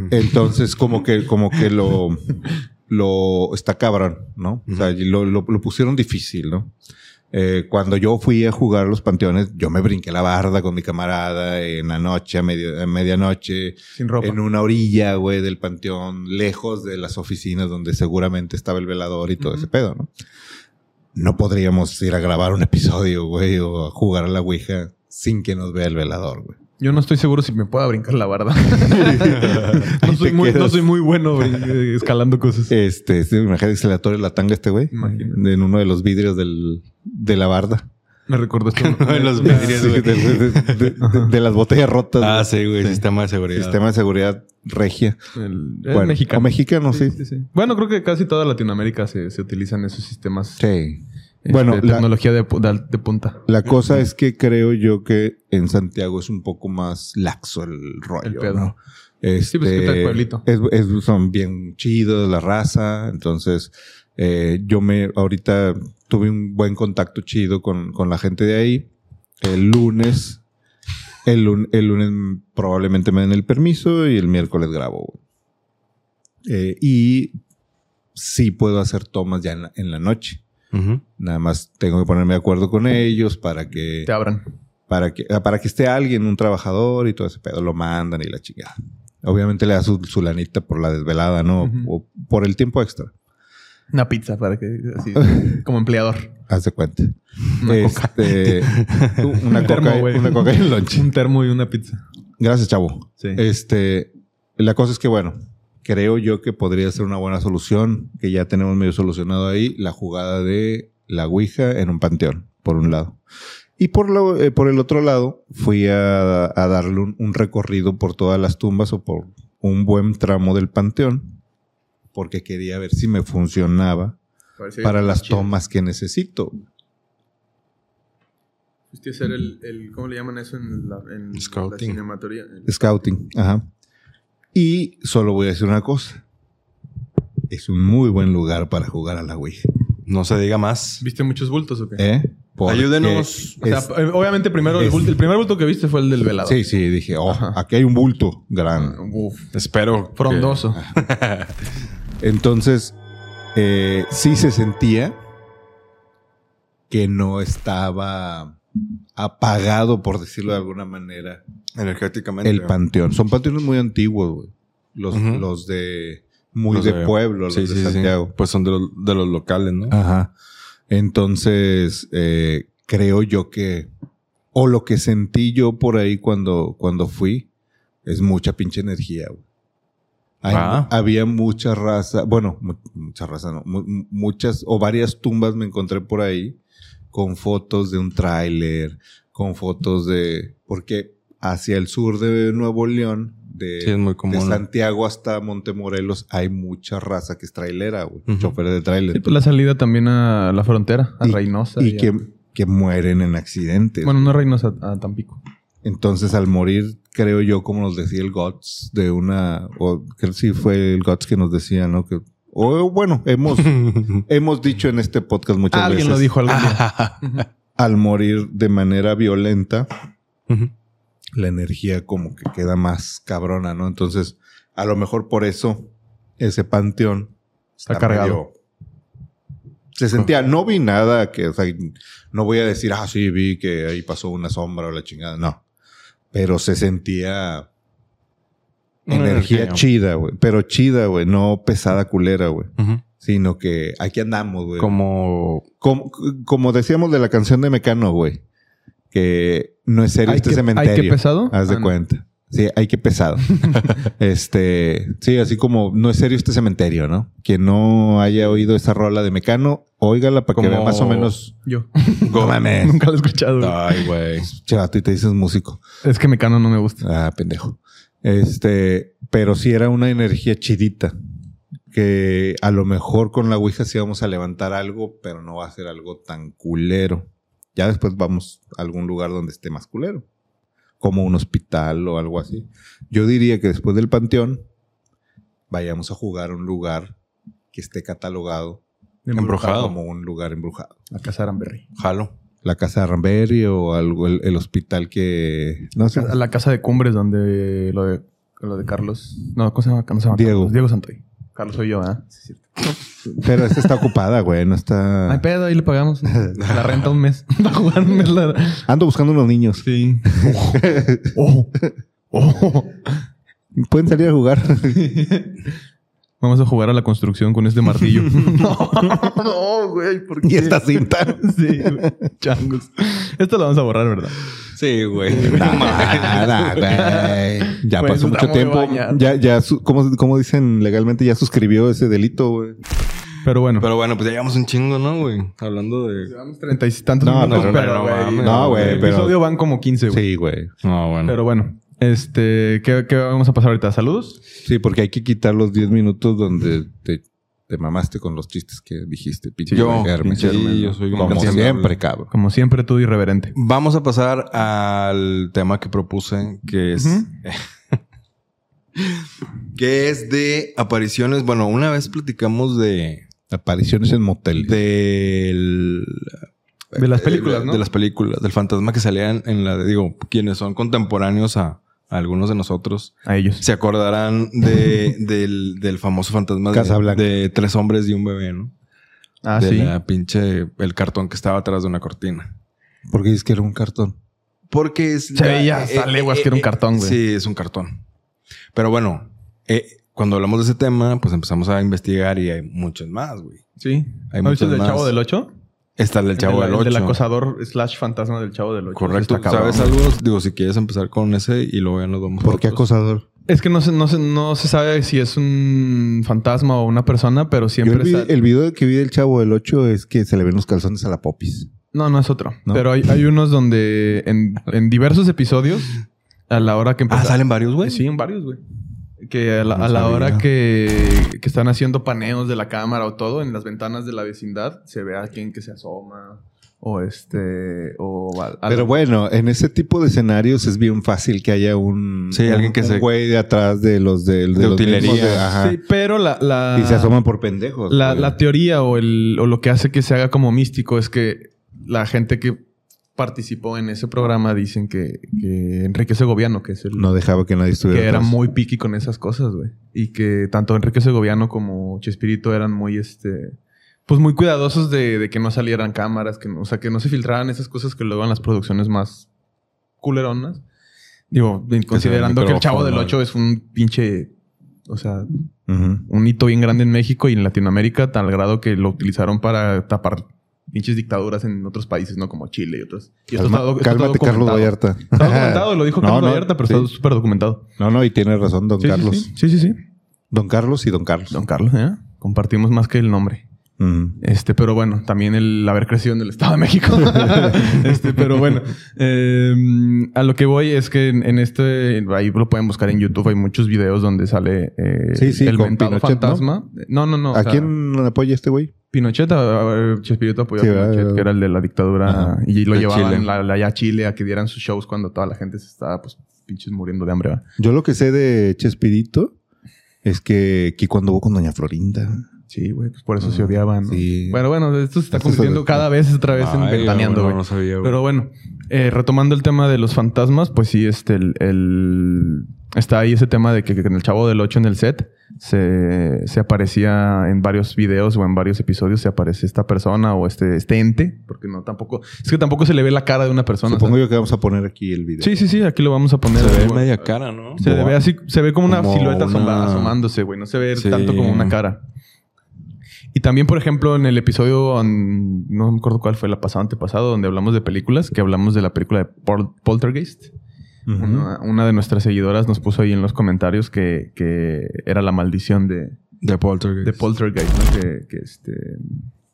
[SPEAKER 2] Entonces, como que, como que lo, lo está cabrón, ¿no? O sea, y lo, lo- lo pusieron difícil, ¿no? Eh, cuando yo fui a jugar a los panteones, yo me brinqué la barda con mi camarada en la noche, a, media- a medianoche,
[SPEAKER 3] Sin ropa.
[SPEAKER 2] en una orilla, güey, del panteón, lejos de las oficinas donde seguramente estaba el velador y todo
[SPEAKER 3] Ujú.
[SPEAKER 2] ese pedo, ¿no? No podríamos ir a grabar un episodio, güey, o a jugar a la Ouija sin que nos vea el velador, güey.
[SPEAKER 3] Yo no estoy seguro si me pueda brincar la barda. no,
[SPEAKER 2] Ahí
[SPEAKER 3] soy
[SPEAKER 2] te
[SPEAKER 3] muy, no
[SPEAKER 2] quedas.
[SPEAKER 3] soy muy bueno brin- escalando cosas.
[SPEAKER 2] Este, sí, imagínate que se le atore la tanga a este güey.
[SPEAKER 3] Imagínate.
[SPEAKER 2] En uno de los vidrios del, de la barda.
[SPEAKER 3] Me recuerdo esto.
[SPEAKER 4] de los
[SPEAKER 3] una-
[SPEAKER 4] vidrios.
[SPEAKER 2] Sí,
[SPEAKER 4] güey.
[SPEAKER 2] de, de- de- de- de las botellas rotas.
[SPEAKER 4] Ah,
[SPEAKER 2] güey.
[SPEAKER 4] sí, güey. Sistema de seguridad.
[SPEAKER 2] Sistema de seguridad regia.
[SPEAKER 3] el- el
[SPEAKER 2] Bueno,
[SPEAKER 3] mexicano.
[SPEAKER 2] O mexicano, sí.
[SPEAKER 3] Sí, sí. Bueno, creo que casi toda Latinoamérica se, se utilizan esos sistemas.
[SPEAKER 2] Sí.
[SPEAKER 3] este,
[SPEAKER 2] Bueno, la-
[SPEAKER 3] tecnología de, pu- de- de punta.
[SPEAKER 2] La cosa es que creo yo que en Santiago es un poco más laxo el rollo,
[SPEAKER 3] El pedo.
[SPEAKER 2] ¿no? Este,
[SPEAKER 3] Sí, pues, ¿qué tal el pueblito?
[SPEAKER 2] es- es- son bien chidos la raza, entonces eh, yo me ahorita tuve un buen contacto chido con, con la gente de ahí. El lunes, el, lun- el lunes probablemente me den el permiso y el miércoles grabo. güey. Eh, y sí puedo hacer tomas ya en la- en la noche.
[SPEAKER 4] Ujú.
[SPEAKER 2] Nada más tengo que ponerme de acuerdo con ellos para que,
[SPEAKER 3] Te abran.
[SPEAKER 2] para que, ah, para que esté alguien, un trabajador y todo ese pedo. Lo mandan y la chingada. Obviamente le da su, su lanita por la desvelada, ¿no?
[SPEAKER 3] Ujú.
[SPEAKER 2] O por el tiempo extra.
[SPEAKER 3] Una pizza para que así como empleador.
[SPEAKER 2] Haz de cuenta.
[SPEAKER 3] Una coca.
[SPEAKER 2] Este, una,
[SPEAKER 3] Un termo,
[SPEAKER 2] coca,
[SPEAKER 3] güey.
[SPEAKER 2] una coca y un lonche.
[SPEAKER 3] Un termo y una pizza.
[SPEAKER 2] Gracias, chavo.
[SPEAKER 3] Sí.
[SPEAKER 2] Este, la cosa es que, bueno, creo yo que podría ser una buena solución, que ya tenemos medio solucionado ahí, la jugada de la Ouija en un panteón, por un lado. Y por, lo- eh, por el otro lado, fui a, a darle un, un recorrido por todas las tumbas o por un buen tramo del panteón, porque quería ver si me funcionaba para las tomas que necesito.
[SPEAKER 3] Fuiste a hacer el, el- ¿cómo le llaman eso en la, en la
[SPEAKER 4] Scouting.
[SPEAKER 3] cinematoría? El-
[SPEAKER 2] Scouting, ajá. Y solo voy a decir una cosa. Es un muy buen lugar para jugar a la Ouija.
[SPEAKER 4] No se diga más.
[SPEAKER 3] ¿Viste muchos bultos o qué?
[SPEAKER 2] ¿eh? Porque
[SPEAKER 4] Ayúdenos.
[SPEAKER 3] O sea,
[SPEAKER 2] es-
[SPEAKER 3] eh, obviamente primero el,
[SPEAKER 2] es-
[SPEAKER 3] bulto- el primer bulto que viste fue el del velado.
[SPEAKER 2] sí, sí, dije, oh,
[SPEAKER 3] Ajá.
[SPEAKER 2] aquí hay un bulto grande.
[SPEAKER 3] Uf.
[SPEAKER 4] Espero. que-
[SPEAKER 3] Frondoso.
[SPEAKER 2] Ah, Entonces, eh, sí se sentía que no estaba apagado, por decirlo de alguna manera,
[SPEAKER 4] Energéticamente.
[SPEAKER 2] el panteón. Son panteones muy antiguos, güey. Los,
[SPEAKER 4] Ujú.
[SPEAKER 2] los de muy
[SPEAKER 4] Los
[SPEAKER 2] de, pueblo, los
[SPEAKER 4] Sí,
[SPEAKER 2] de
[SPEAKER 4] sí, sí.
[SPEAKER 2] Santiago.
[SPEAKER 4] Pues son de los, de los locales, ¿no?
[SPEAKER 2] Ajá. Entonces, eh, creo yo que, o lo que sentí yo por ahí cuando, cuando fui, es mucha pinche energía. güey. Hay-
[SPEAKER 4] Ah.
[SPEAKER 2] Había mucha raza, bueno, mu- mucha raza no, mu- mu- muchas o varias tumbas me encontré por ahí con fotos de un tráiler, con fotos de, porque hacia el sur de Nuevo León, de,
[SPEAKER 4] Sí, es muy
[SPEAKER 2] de
[SPEAKER 4] común.
[SPEAKER 2] Santiago hasta Montemorelos, hay mucha raza que es trailera, güey,
[SPEAKER 4] Ujú.
[SPEAKER 2] choferes de tráiler
[SPEAKER 3] Sí, pues la salida también a la frontera, a
[SPEAKER 2] Y-
[SPEAKER 3] Reynosa.
[SPEAKER 2] y
[SPEAKER 3] a-
[SPEAKER 2] que, que mueren en accidentes.
[SPEAKER 3] Bueno, no a Reynosa, a Tampico.
[SPEAKER 2] Entonces, al morir, creo yo, como nos decía el Gots de una, o creo que sí fue el Gots que nos decía, ¿no? Que, o bueno, hemos, hemos dicho en este podcast muchas
[SPEAKER 3] Alguien
[SPEAKER 2] veces, Ah,
[SPEAKER 3] lo dijo algún día.
[SPEAKER 2] al morir de manera violenta, la energía como que queda más cabrona, ¿no? Entonces, a lo mejor por eso ese panteón
[SPEAKER 3] Está cargado.
[SPEAKER 2] medio- se sentía, no vi nada que, o sea, no voy a decir, ah, sí, vi que ahí pasó una sombra o la chingada, no. Pero se sentía energía, chida, güey. Pero chida, güey, no pesada culera, güey.
[SPEAKER 4] Ujú.
[SPEAKER 2] Sino que aquí andamos, güey.
[SPEAKER 4] Como.
[SPEAKER 2] Como, como decíamos de la canción de Mecano, güey. Que no es serio
[SPEAKER 3] Ay,
[SPEAKER 2] este
[SPEAKER 3] qué- ay,
[SPEAKER 2] cementerio.
[SPEAKER 3] qué pesado.
[SPEAKER 2] Haz de
[SPEAKER 3] Ah, no.
[SPEAKER 2] cuenta. Sí, hay que pesado. este, sí, así como no es serio este cementerio, ¿no? Quien no haya oído esa rola de Mecano, óigala para que
[SPEAKER 4] Como-
[SPEAKER 2] vea más o menos.
[SPEAKER 3] Yo.
[SPEAKER 2] No mames.
[SPEAKER 3] Nunca lo he escuchado. güey.
[SPEAKER 4] Ay, güey.
[SPEAKER 2] Chavato, y te dices músico.
[SPEAKER 3] Es que Mecano no me gusta.
[SPEAKER 2] Ah, pendejo. Este, pero sí era una energía chidita. Que a lo mejor con la Ouija sí vamos a levantar algo, pero no va a ser algo tan culero. Ya después vamos a algún lugar donde esté más culero. Como un hospital o algo así. Yo diría que después del panteón vayamos a jugar a un lugar que esté catalogado
[SPEAKER 4] Embrujado.
[SPEAKER 2] como un lugar embrujado.
[SPEAKER 3] A casa Aramberry.
[SPEAKER 4] Jalo.
[SPEAKER 2] La casa de Ramberry o algo, el, el hospital que... No sé.
[SPEAKER 3] A la casa de cumbres donde lo de, lo de Carlos. No, ¿cómo se llama? ¿Cómo se llama?
[SPEAKER 2] Diego.
[SPEAKER 3] Carlos, Diego Santoy. Carlos soy yo, ¿ah? Sí, cierto.
[SPEAKER 2] Pero esta está ocupada, güey. No
[SPEAKER 3] No
[SPEAKER 2] está...
[SPEAKER 3] hay pedo, ahí le pagamos. La renta un mes. Va a jugar un mes la.
[SPEAKER 2] Ando buscando unos niños.
[SPEAKER 3] Sí. Oh. Oh.
[SPEAKER 2] Pueden salir a jugar.
[SPEAKER 3] Vamos a jugar a la construcción con este martillo. no, no, güey. ¿por
[SPEAKER 2] y
[SPEAKER 3] qué?
[SPEAKER 2] esta cinta.
[SPEAKER 3] Sí, güey, changos. Esto lo vamos a borrar, ¿verdad?
[SPEAKER 4] Sí, güey.
[SPEAKER 2] Nah, nah, güey. Ya
[SPEAKER 3] Pues, está
[SPEAKER 2] pasó mucho
[SPEAKER 3] muy
[SPEAKER 2] tiempo.
[SPEAKER 3] bañado.
[SPEAKER 2] Ya, ya, su- ¿cómo, cómo dicen legalmente? Ya suscribió ese delito, güey.
[SPEAKER 3] Pero bueno.
[SPEAKER 4] Pero bueno, pues ya llevamos un chingo, ¿no, güey? Hablando de.
[SPEAKER 3] Llevamos treinta y tantos
[SPEAKER 2] No,
[SPEAKER 3] minutos,
[SPEAKER 2] pero-
[SPEAKER 3] pero,
[SPEAKER 4] no
[SPEAKER 3] güey,
[SPEAKER 4] mames.
[SPEAKER 2] No, güey,
[SPEAKER 3] El
[SPEAKER 2] pero-
[SPEAKER 3] episodio van como 15, güey.
[SPEAKER 2] Sí, güey.
[SPEAKER 4] No, bueno.
[SPEAKER 3] Pero bueno, este, ¿qué, qué vamos a pasar ahorita? ¿Saludos?
[SPEAKER 2] Sí, porque hay que quitar los 10 minutos donde te, te mamaste con los chistes que dijiste, pinche
[SPEAKER 4] yo,
[SPEAKER 2] Germen.
[SPEAKER 4] pinche
[SPEAKER 2] Sí,
[SPEAKER 4] Germen.
[SPEAKER 2] yo soy bien
[SPEAKER 4] Como
[SPEAKER 2] incansable.
[SPEAKER 4] siempre,
[SPEAKER 2] cabrón.
[SPEAKER 3] Como siempre, tú irreverente.
[SPEAKER 4] Vamos a pasar al tema que propuse, que es.
[SPEAKER 3] Ujú.
[SPEAKER 4] que es de apariciones. Bueno, una vez platicamos de.
[SPEAKER 2] Apariciones en motel.
[SPEAKER 4] del-
[SPEAKER 3] De las
[SPEAKER 4] eh,
[SPEAKER 3] películas,
[SPEAKER 4] de,
[SPEAKER 3] ¿no?
[SPEAKER 4] de las películas, del fantasma que salía en, en la. Digo, quienes son contemporáneos a, a algunos de nosotros.
[SPEAKER 3] A ellos.
[SPEAKER 4] Se acordarán de, del, del famoso fantasma de,
[SPEAKER 2] Casablanca.
[SPEAKER 4] de tres hombres y un bebé, ¿no?
[SPEAKER 3] Ah,
[SPEAKER 4] de
[SPEAKER 3] sí.
[SPEAKER 4] la pinche el cartón que estaba atrás de una cortina.
[SPEAKER 2] Porque dices que era un cartón.
[SPEAKER 4] Porque es eh,
[SPEAKER 3] Se veía hasta leguas que era un cartón, güey.
[SPEAKER 4] Sí, es un cartón. Pero bueno, eh, cuando hablamos de ese tema, pues empezamos a investigar y hay muchos más, güey.
[SPEAKER 3] Sí.
[SPEAKER 4] Hay
[SPEAKER 3] ¿No viste
[SPEAKER 4] muchas
[SPEAKER 3] el del
[SPEAKER 4] más.
[SPEAKER 3] Chavo del 8?
[SPEAKER 4] Está el del chavo del 8.
[SPEAKER 3] Del acosador slash fantasma del Chavo del 8.
[SPEAKER 4] Correcto.
[SPEAKER 3] Está cabrón.
[SPEAKER 4] ¿Sabes algo? Digo, si quieres empezar con ese y luego ya nos vamos.
[SPEAKER 2] ¿Por qué
[SPEAKER 4] a otros.
[SPEAKER 2] acosador?
[SPEAKER 3] Es que no se, no, se, no se sabe si es un fantasma o una persona, pero
[SPEAKER 2] Yo el,
[SPEAKER 3] siempre
[SPEAKER 2] vi-
[SPEAKER 3] sale-
[SPEAKER 2] el video que vi del chavo del 8 es que se le ven los calzones a la popis.
[SPEAKER 3] No, no es otro.
[SPEAKER 2] ¿No?
[SPEAKER 3] Pero hay, hay unos donde en, en diversos episodios, a la hora que
[SPEAKER 4] Ah,
[SPEAKER 3] empieza...
[SPEAKER 4] salen varios, güey.
[SPEAKER 3] Sí, en varios, güey. Que a la,
[SPEAKER 2] No
[SPEAKER 3] a la
[SPEAKER 2] sabía.
[SPEAKER 3] hora que, que están haciendo paneos de la cámara o todo, en las ventanas de la vecindad, se ve a quien que se asoma o este... O a- a-
[SPEAKER 2] Pero bueno, en ese tipo de escenarios es bien fácil que haya un,
[SPEAKER 4] Sí,
[SPEAKER 2] un-
[SPEAKER 4] alguien que
[SPEAKER 2] un
[SPEAKER 4] se-
[SPEAKER 2] güey de atrás de los de, de los
[SPEAKER 4] De
[SPEAKER 2] mismos
[SPEAKER 4] utilería.
[SPEAKER 2] de- ajá.
[SPEAKER 3] Sí, pero la... la
[SPEAKER 2] Y se asoman por pendejos.
[SPEAKER 3] La,
[SPEAKER 2] güey.
[SPEAKER 3] la teoría o, el, o lo que hace que se haga como místico es que la gente que participó en ese programa dicen que, que Enrique Segoviano, que es el...
[SPEAKER 2] no dejaba que nadie estuviera.
[SPEAKER 3] que era
[SPEAKER 2] atrás.
[SPEAKER 3] muy picky con esas cosas, güey. Y que tanto Enrique Segoviano como Chespirito eran muy, este... Pues muy cuidadosos de, de que no salieran cámaras, que no, o sea, que no se filtraran esas cosas que luego en las producciones más culeronas. Digo, considerando que el Chavo del
[SPEAKER 4] micrófono.
[SPEAKER 3] 8 es un pinche... O sea,
[SPEAKER 2] Ujú.
[SPEAKER 3] un hito bien grande en México y en Latinoamérica, tal grado que lo utilizaron para tapar pinches dictaduras en otros países, ¿no? Como Chile y otros. Y esto
[SPEAKER 2] Calma-
[SPEAKER 3] está do- esto está
[SPEAKER 2] cálmate, Carlos
[SPEAKER 3] documentado.
[SPEAKER 2] Vallarta.
[SPEAKER 3] Está documentado, lo dijo
[SPEAKER 2] No,
[SPEAKER 3] Carlos
[SPEAKER 2] no,
[SPEAKER 3] Vallarta, pero
[SPEAKER 2] sí.
[SPEAKER 3] está súper documentado.
[SPEAKER 2] No, no, y tiene razón, don
[SPEAKER 3] Sí, sí,
[SPEAKER 2] Carlos.
[SPEAKER 3] Sí, sí, sí, sí.
[SPEAKER 2] Don Carlos y don Carlos.
[SPEAKER 3] Don Carlos, ¿eh? Compartimos más que el nombre.
[SPEAKER 2] Ujú.
[SPEAKER 3] Este, pero bueno, también el haber crecido en el Estado de México. este, pero bueno, eh, a lo que voy es que en, en este, ahí lo pueden buscar en YouTube, hay muchos videos donde sale eh,
[SPEAKER 2] Sí, sí,
[SPEAKER 3] el
[SPEAKER 2] con
[SPEAKER 3] mentado
[SPEAKER 2] Pinochet, ¿no?
[SPEAKER 3] fantasma. No, no, no. o
[SPEAKER 2] ¿A
[SPEAKER 3] sea,
[SPEAKER 2] quién apoya este güey?
[SPEAKER 3] Pinochet, a- a- a- Chespirito apoyó
[SPEAKER 2] Sí,
[SPEAKER 3] a
[SPEAKER 2] ¿verdad?
[SPEAKER 3] Pinochet, que era el de la dictadura,
[SPEAKER 2] Ajá.
[SPEAKER 3] y lo
[SPEAKER 4] De
[SPEAKER 3] llevaban
[SPEAKER 4] Chile.
[SPEAKER 3] la- la- allá a Chile a que dieran sus shows cuando toda la gente se estaba, pues, pinches muriendo de hambre. ¿va?
[SPEAKER 2] Yo lo que sé de Chespirito es que, que cuando hubo con Doña Florinda.
[SPEAKER 3] Sí, güey, pues por eso
[SPEAKER 2] Ah,
[SPEAKER 3] se odiaban. ¿no?
[SPEAKER 2] sí.
[SPEAKER 3] Bueno, bueno, esto se está
[SPEAKER 2] Esto se
[SPEAKER 3] convirtiendo
[SPEAKER 2] ve-
[SPEAKER 3] cada vez otra vez en
[SPEAKER 4] Ay,
[SPEAKER 3] ventaneando,
[SPEAKER 4] bueno,
[SPEAKER 3] güey.
[SPEAKER 4] No sabía, güey.
[SPEAKER 3] Pero bueno, eh, retomando el tema de los fantasmas, pues sí, este, el, el- está ahí ese tema de que, que en el Chavo del 8 en el set se, se aparecía en varios videos o en varios episodios, se aparece esta persona o este, este ente, porque no tampoco, es que tampoco se le ve la cara de una persona.
[SPEAKER 2] Supongo yo que vamos a poner aquí el video.
[SPEAKER 3] ¿sabes? Sí, sí, sí, aquí lo vamos a poner.
[SPEAKER 4] se ve
[SPEAKER 3] güey.
[SPEAKER 4] media cara, ¿no?
[SPEAKER 3] eh, Se le ve así, se ve como una
[SPEAKER 4] Como
[SPEAKER 3] silueta asoma-
[SPEAKER 4] una-
[SPEAKER 3] asomándose, güey. No se ve
[SPEAKER 4] Sí.
[SPEAKER 3] tanto como una cara. Y también, por ejemplo, en el episodio, mm, no me acuerdo cuál fue la pasada antepasado, donde hablamos de películas, que hablamos de la película de Pol- Poltergeist.
[SPEAKER 2] Ujú.
[SPEAKER 3] Una, una de nuestras seguidoras nos puso ahí en los comentarios que, que era la maldición de,
[SPEAKER 4] De Poltergeist.
[SPEAKER 3] de Poltergeist, ¿no? Que, que, este,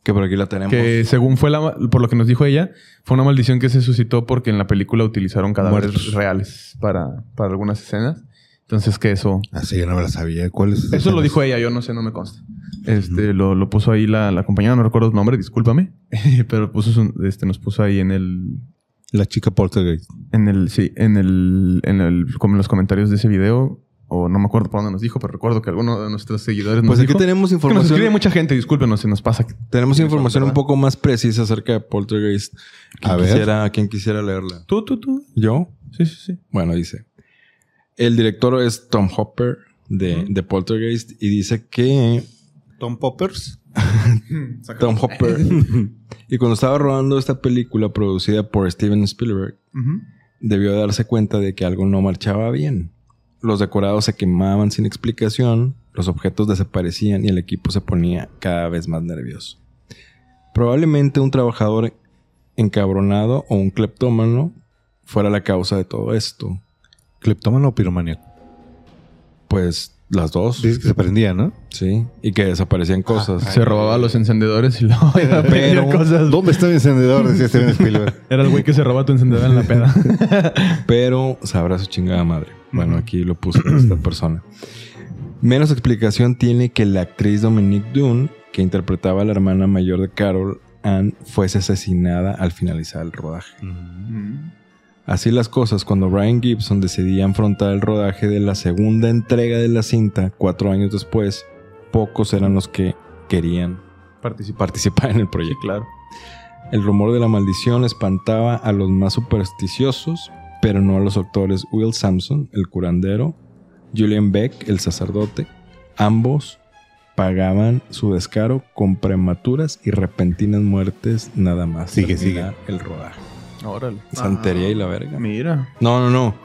[SPEAKER 4] Que por aquí la tenemos.
[SPEAKER 3] que según fue la, por lo que nos dijo ella, fue una maldición que se suscitó porque en la película utilizaron cadáveres
[SPEAKER 2] Muertos.
[SPEAKER 3] reales para, para algunas escenas. Entonces que eso...
[SPEAKER 2] Así Ah, yo no me la sabía. ¿Cuál es?
[SPEAKER 3] Eso lo dijo ella, yo no sé, no me consta. Este, lo, lo puso ahí la, la compañera, no recuerdo su nombre, discúlpame, pero puso su- este, nos puso ahí en el,
[SPEAKER 2] La chica Poltergeist.
[SPEAKER 3] en el, sí, en el, en el, como en los comentarios de ese video, o no me acuerdo por dónde nos dijo, pero recuerdo que alguno de nuestros seguidores nos
[SPEAKER 4] Pues aquí
[SPEAKER 3] dijo
[SPEAKER 4] tenemos
[SPEAKER 3] que nos escribe
[SPEAKER 4] información.
[SPEAKER 3] mucha gente, discúlpenos, se nos pasa.
[SPEAKER 4] Tenemos
[SPEAKER 3] Mejor,
[SPEAKER 4] información un
[SPEAKER 3] ¿verdad?
[SPEAKER 4] poco más precisa acerca de Poltergeist. ¿Quién
[SPEAKER 2] A ver.
[SPEAKER 4] quisiera, ¿Quién quisiera leerla?
[SPEAKER 3] Tú, tú, tú.
[SPEAKER 4] ¿Yo?
[SPEAKER 3] Sí, sí, sí.
[SPEAKER 4] Bueno, dice. El director es Tom Hopper de,
[SPEAKER 3] Ujú.
[SPEAKER 4] de Poltergeist y dice que
[SPEAKER 2] Tom Poppers.
[SPEAKER 4] Tom Hopper. y cuando estaba rodando esta película producida por Steven Spielberg,
[SPEAKER 3] Ujú.
[SPEAKER 4] debió darse cuenta de que algo no marchaba bien. Los decorados se quemaban sin explicación, los objetos desaparecían y el equipo se ponía cada vez más nervioso. Probablemente un trabajador encabronado o un cleptómano fuera la causa de todo esto.
[SPEAKER 2] Cleptómano o piromaníaco.
[SPEAKER 4] Pues las dos.
[SPEAKER 2] Dices que se prendía, ¿no?
[SPEAKER 4] Sí, y que desaparecían cosas.
[SPEAKER 3] Se robaba los encendedores y luego iba a pedir
[SPEAKER 2] Pero,
[SPEAKER 3] cosas.
[SPEAKER 2] ¿dónde está mi encendedor? Decía Steven Spielberg.
[SPEAKER 3] Era el güey que se roba tu encendedor en la peda.
[SPEAKER 4] Pero sabrá su chingada madre. Bueno,
[SPEAKER 3] Ujú.
[SPEAKER 4] aquí lo puso esta persona. Menos explicación tiene que la actriz Dominique Dunn, que interpretaba a la hermana mayor de Carol Ann, fuese asesinada al finalizar el rodaje. Así las cosas, cuando Brian Gibson decidía afrontar el rodaje de la segunda entrega de la cinta, cuatro años después, pocos eran los que querían
[SPEAKER 3] Participar.
[SPEAKER 4] participar en el
[SPEAKER 3] Sí,
[SPEAKER 4] proyecto.
[SPEAKER 3] claro.
[SPEAKER 4] El rumor de la maldición espantaba a los más supersticiosos, pero no a los doctores Will Sampson, el curandero, Julian Beck, el sacerdote. Ambos pagaban su descaro con prematuras y repentinas muertes nada más.
[SPEAKER 2] Sigue,
[SPEAKER 4] terminar El rodaje.
[SPEAKER 3] Órale.
[SPEAKER 4] Santería y la verga.
[SPEAKER 3] Mira.
[SPEAKER 4] No, no, no.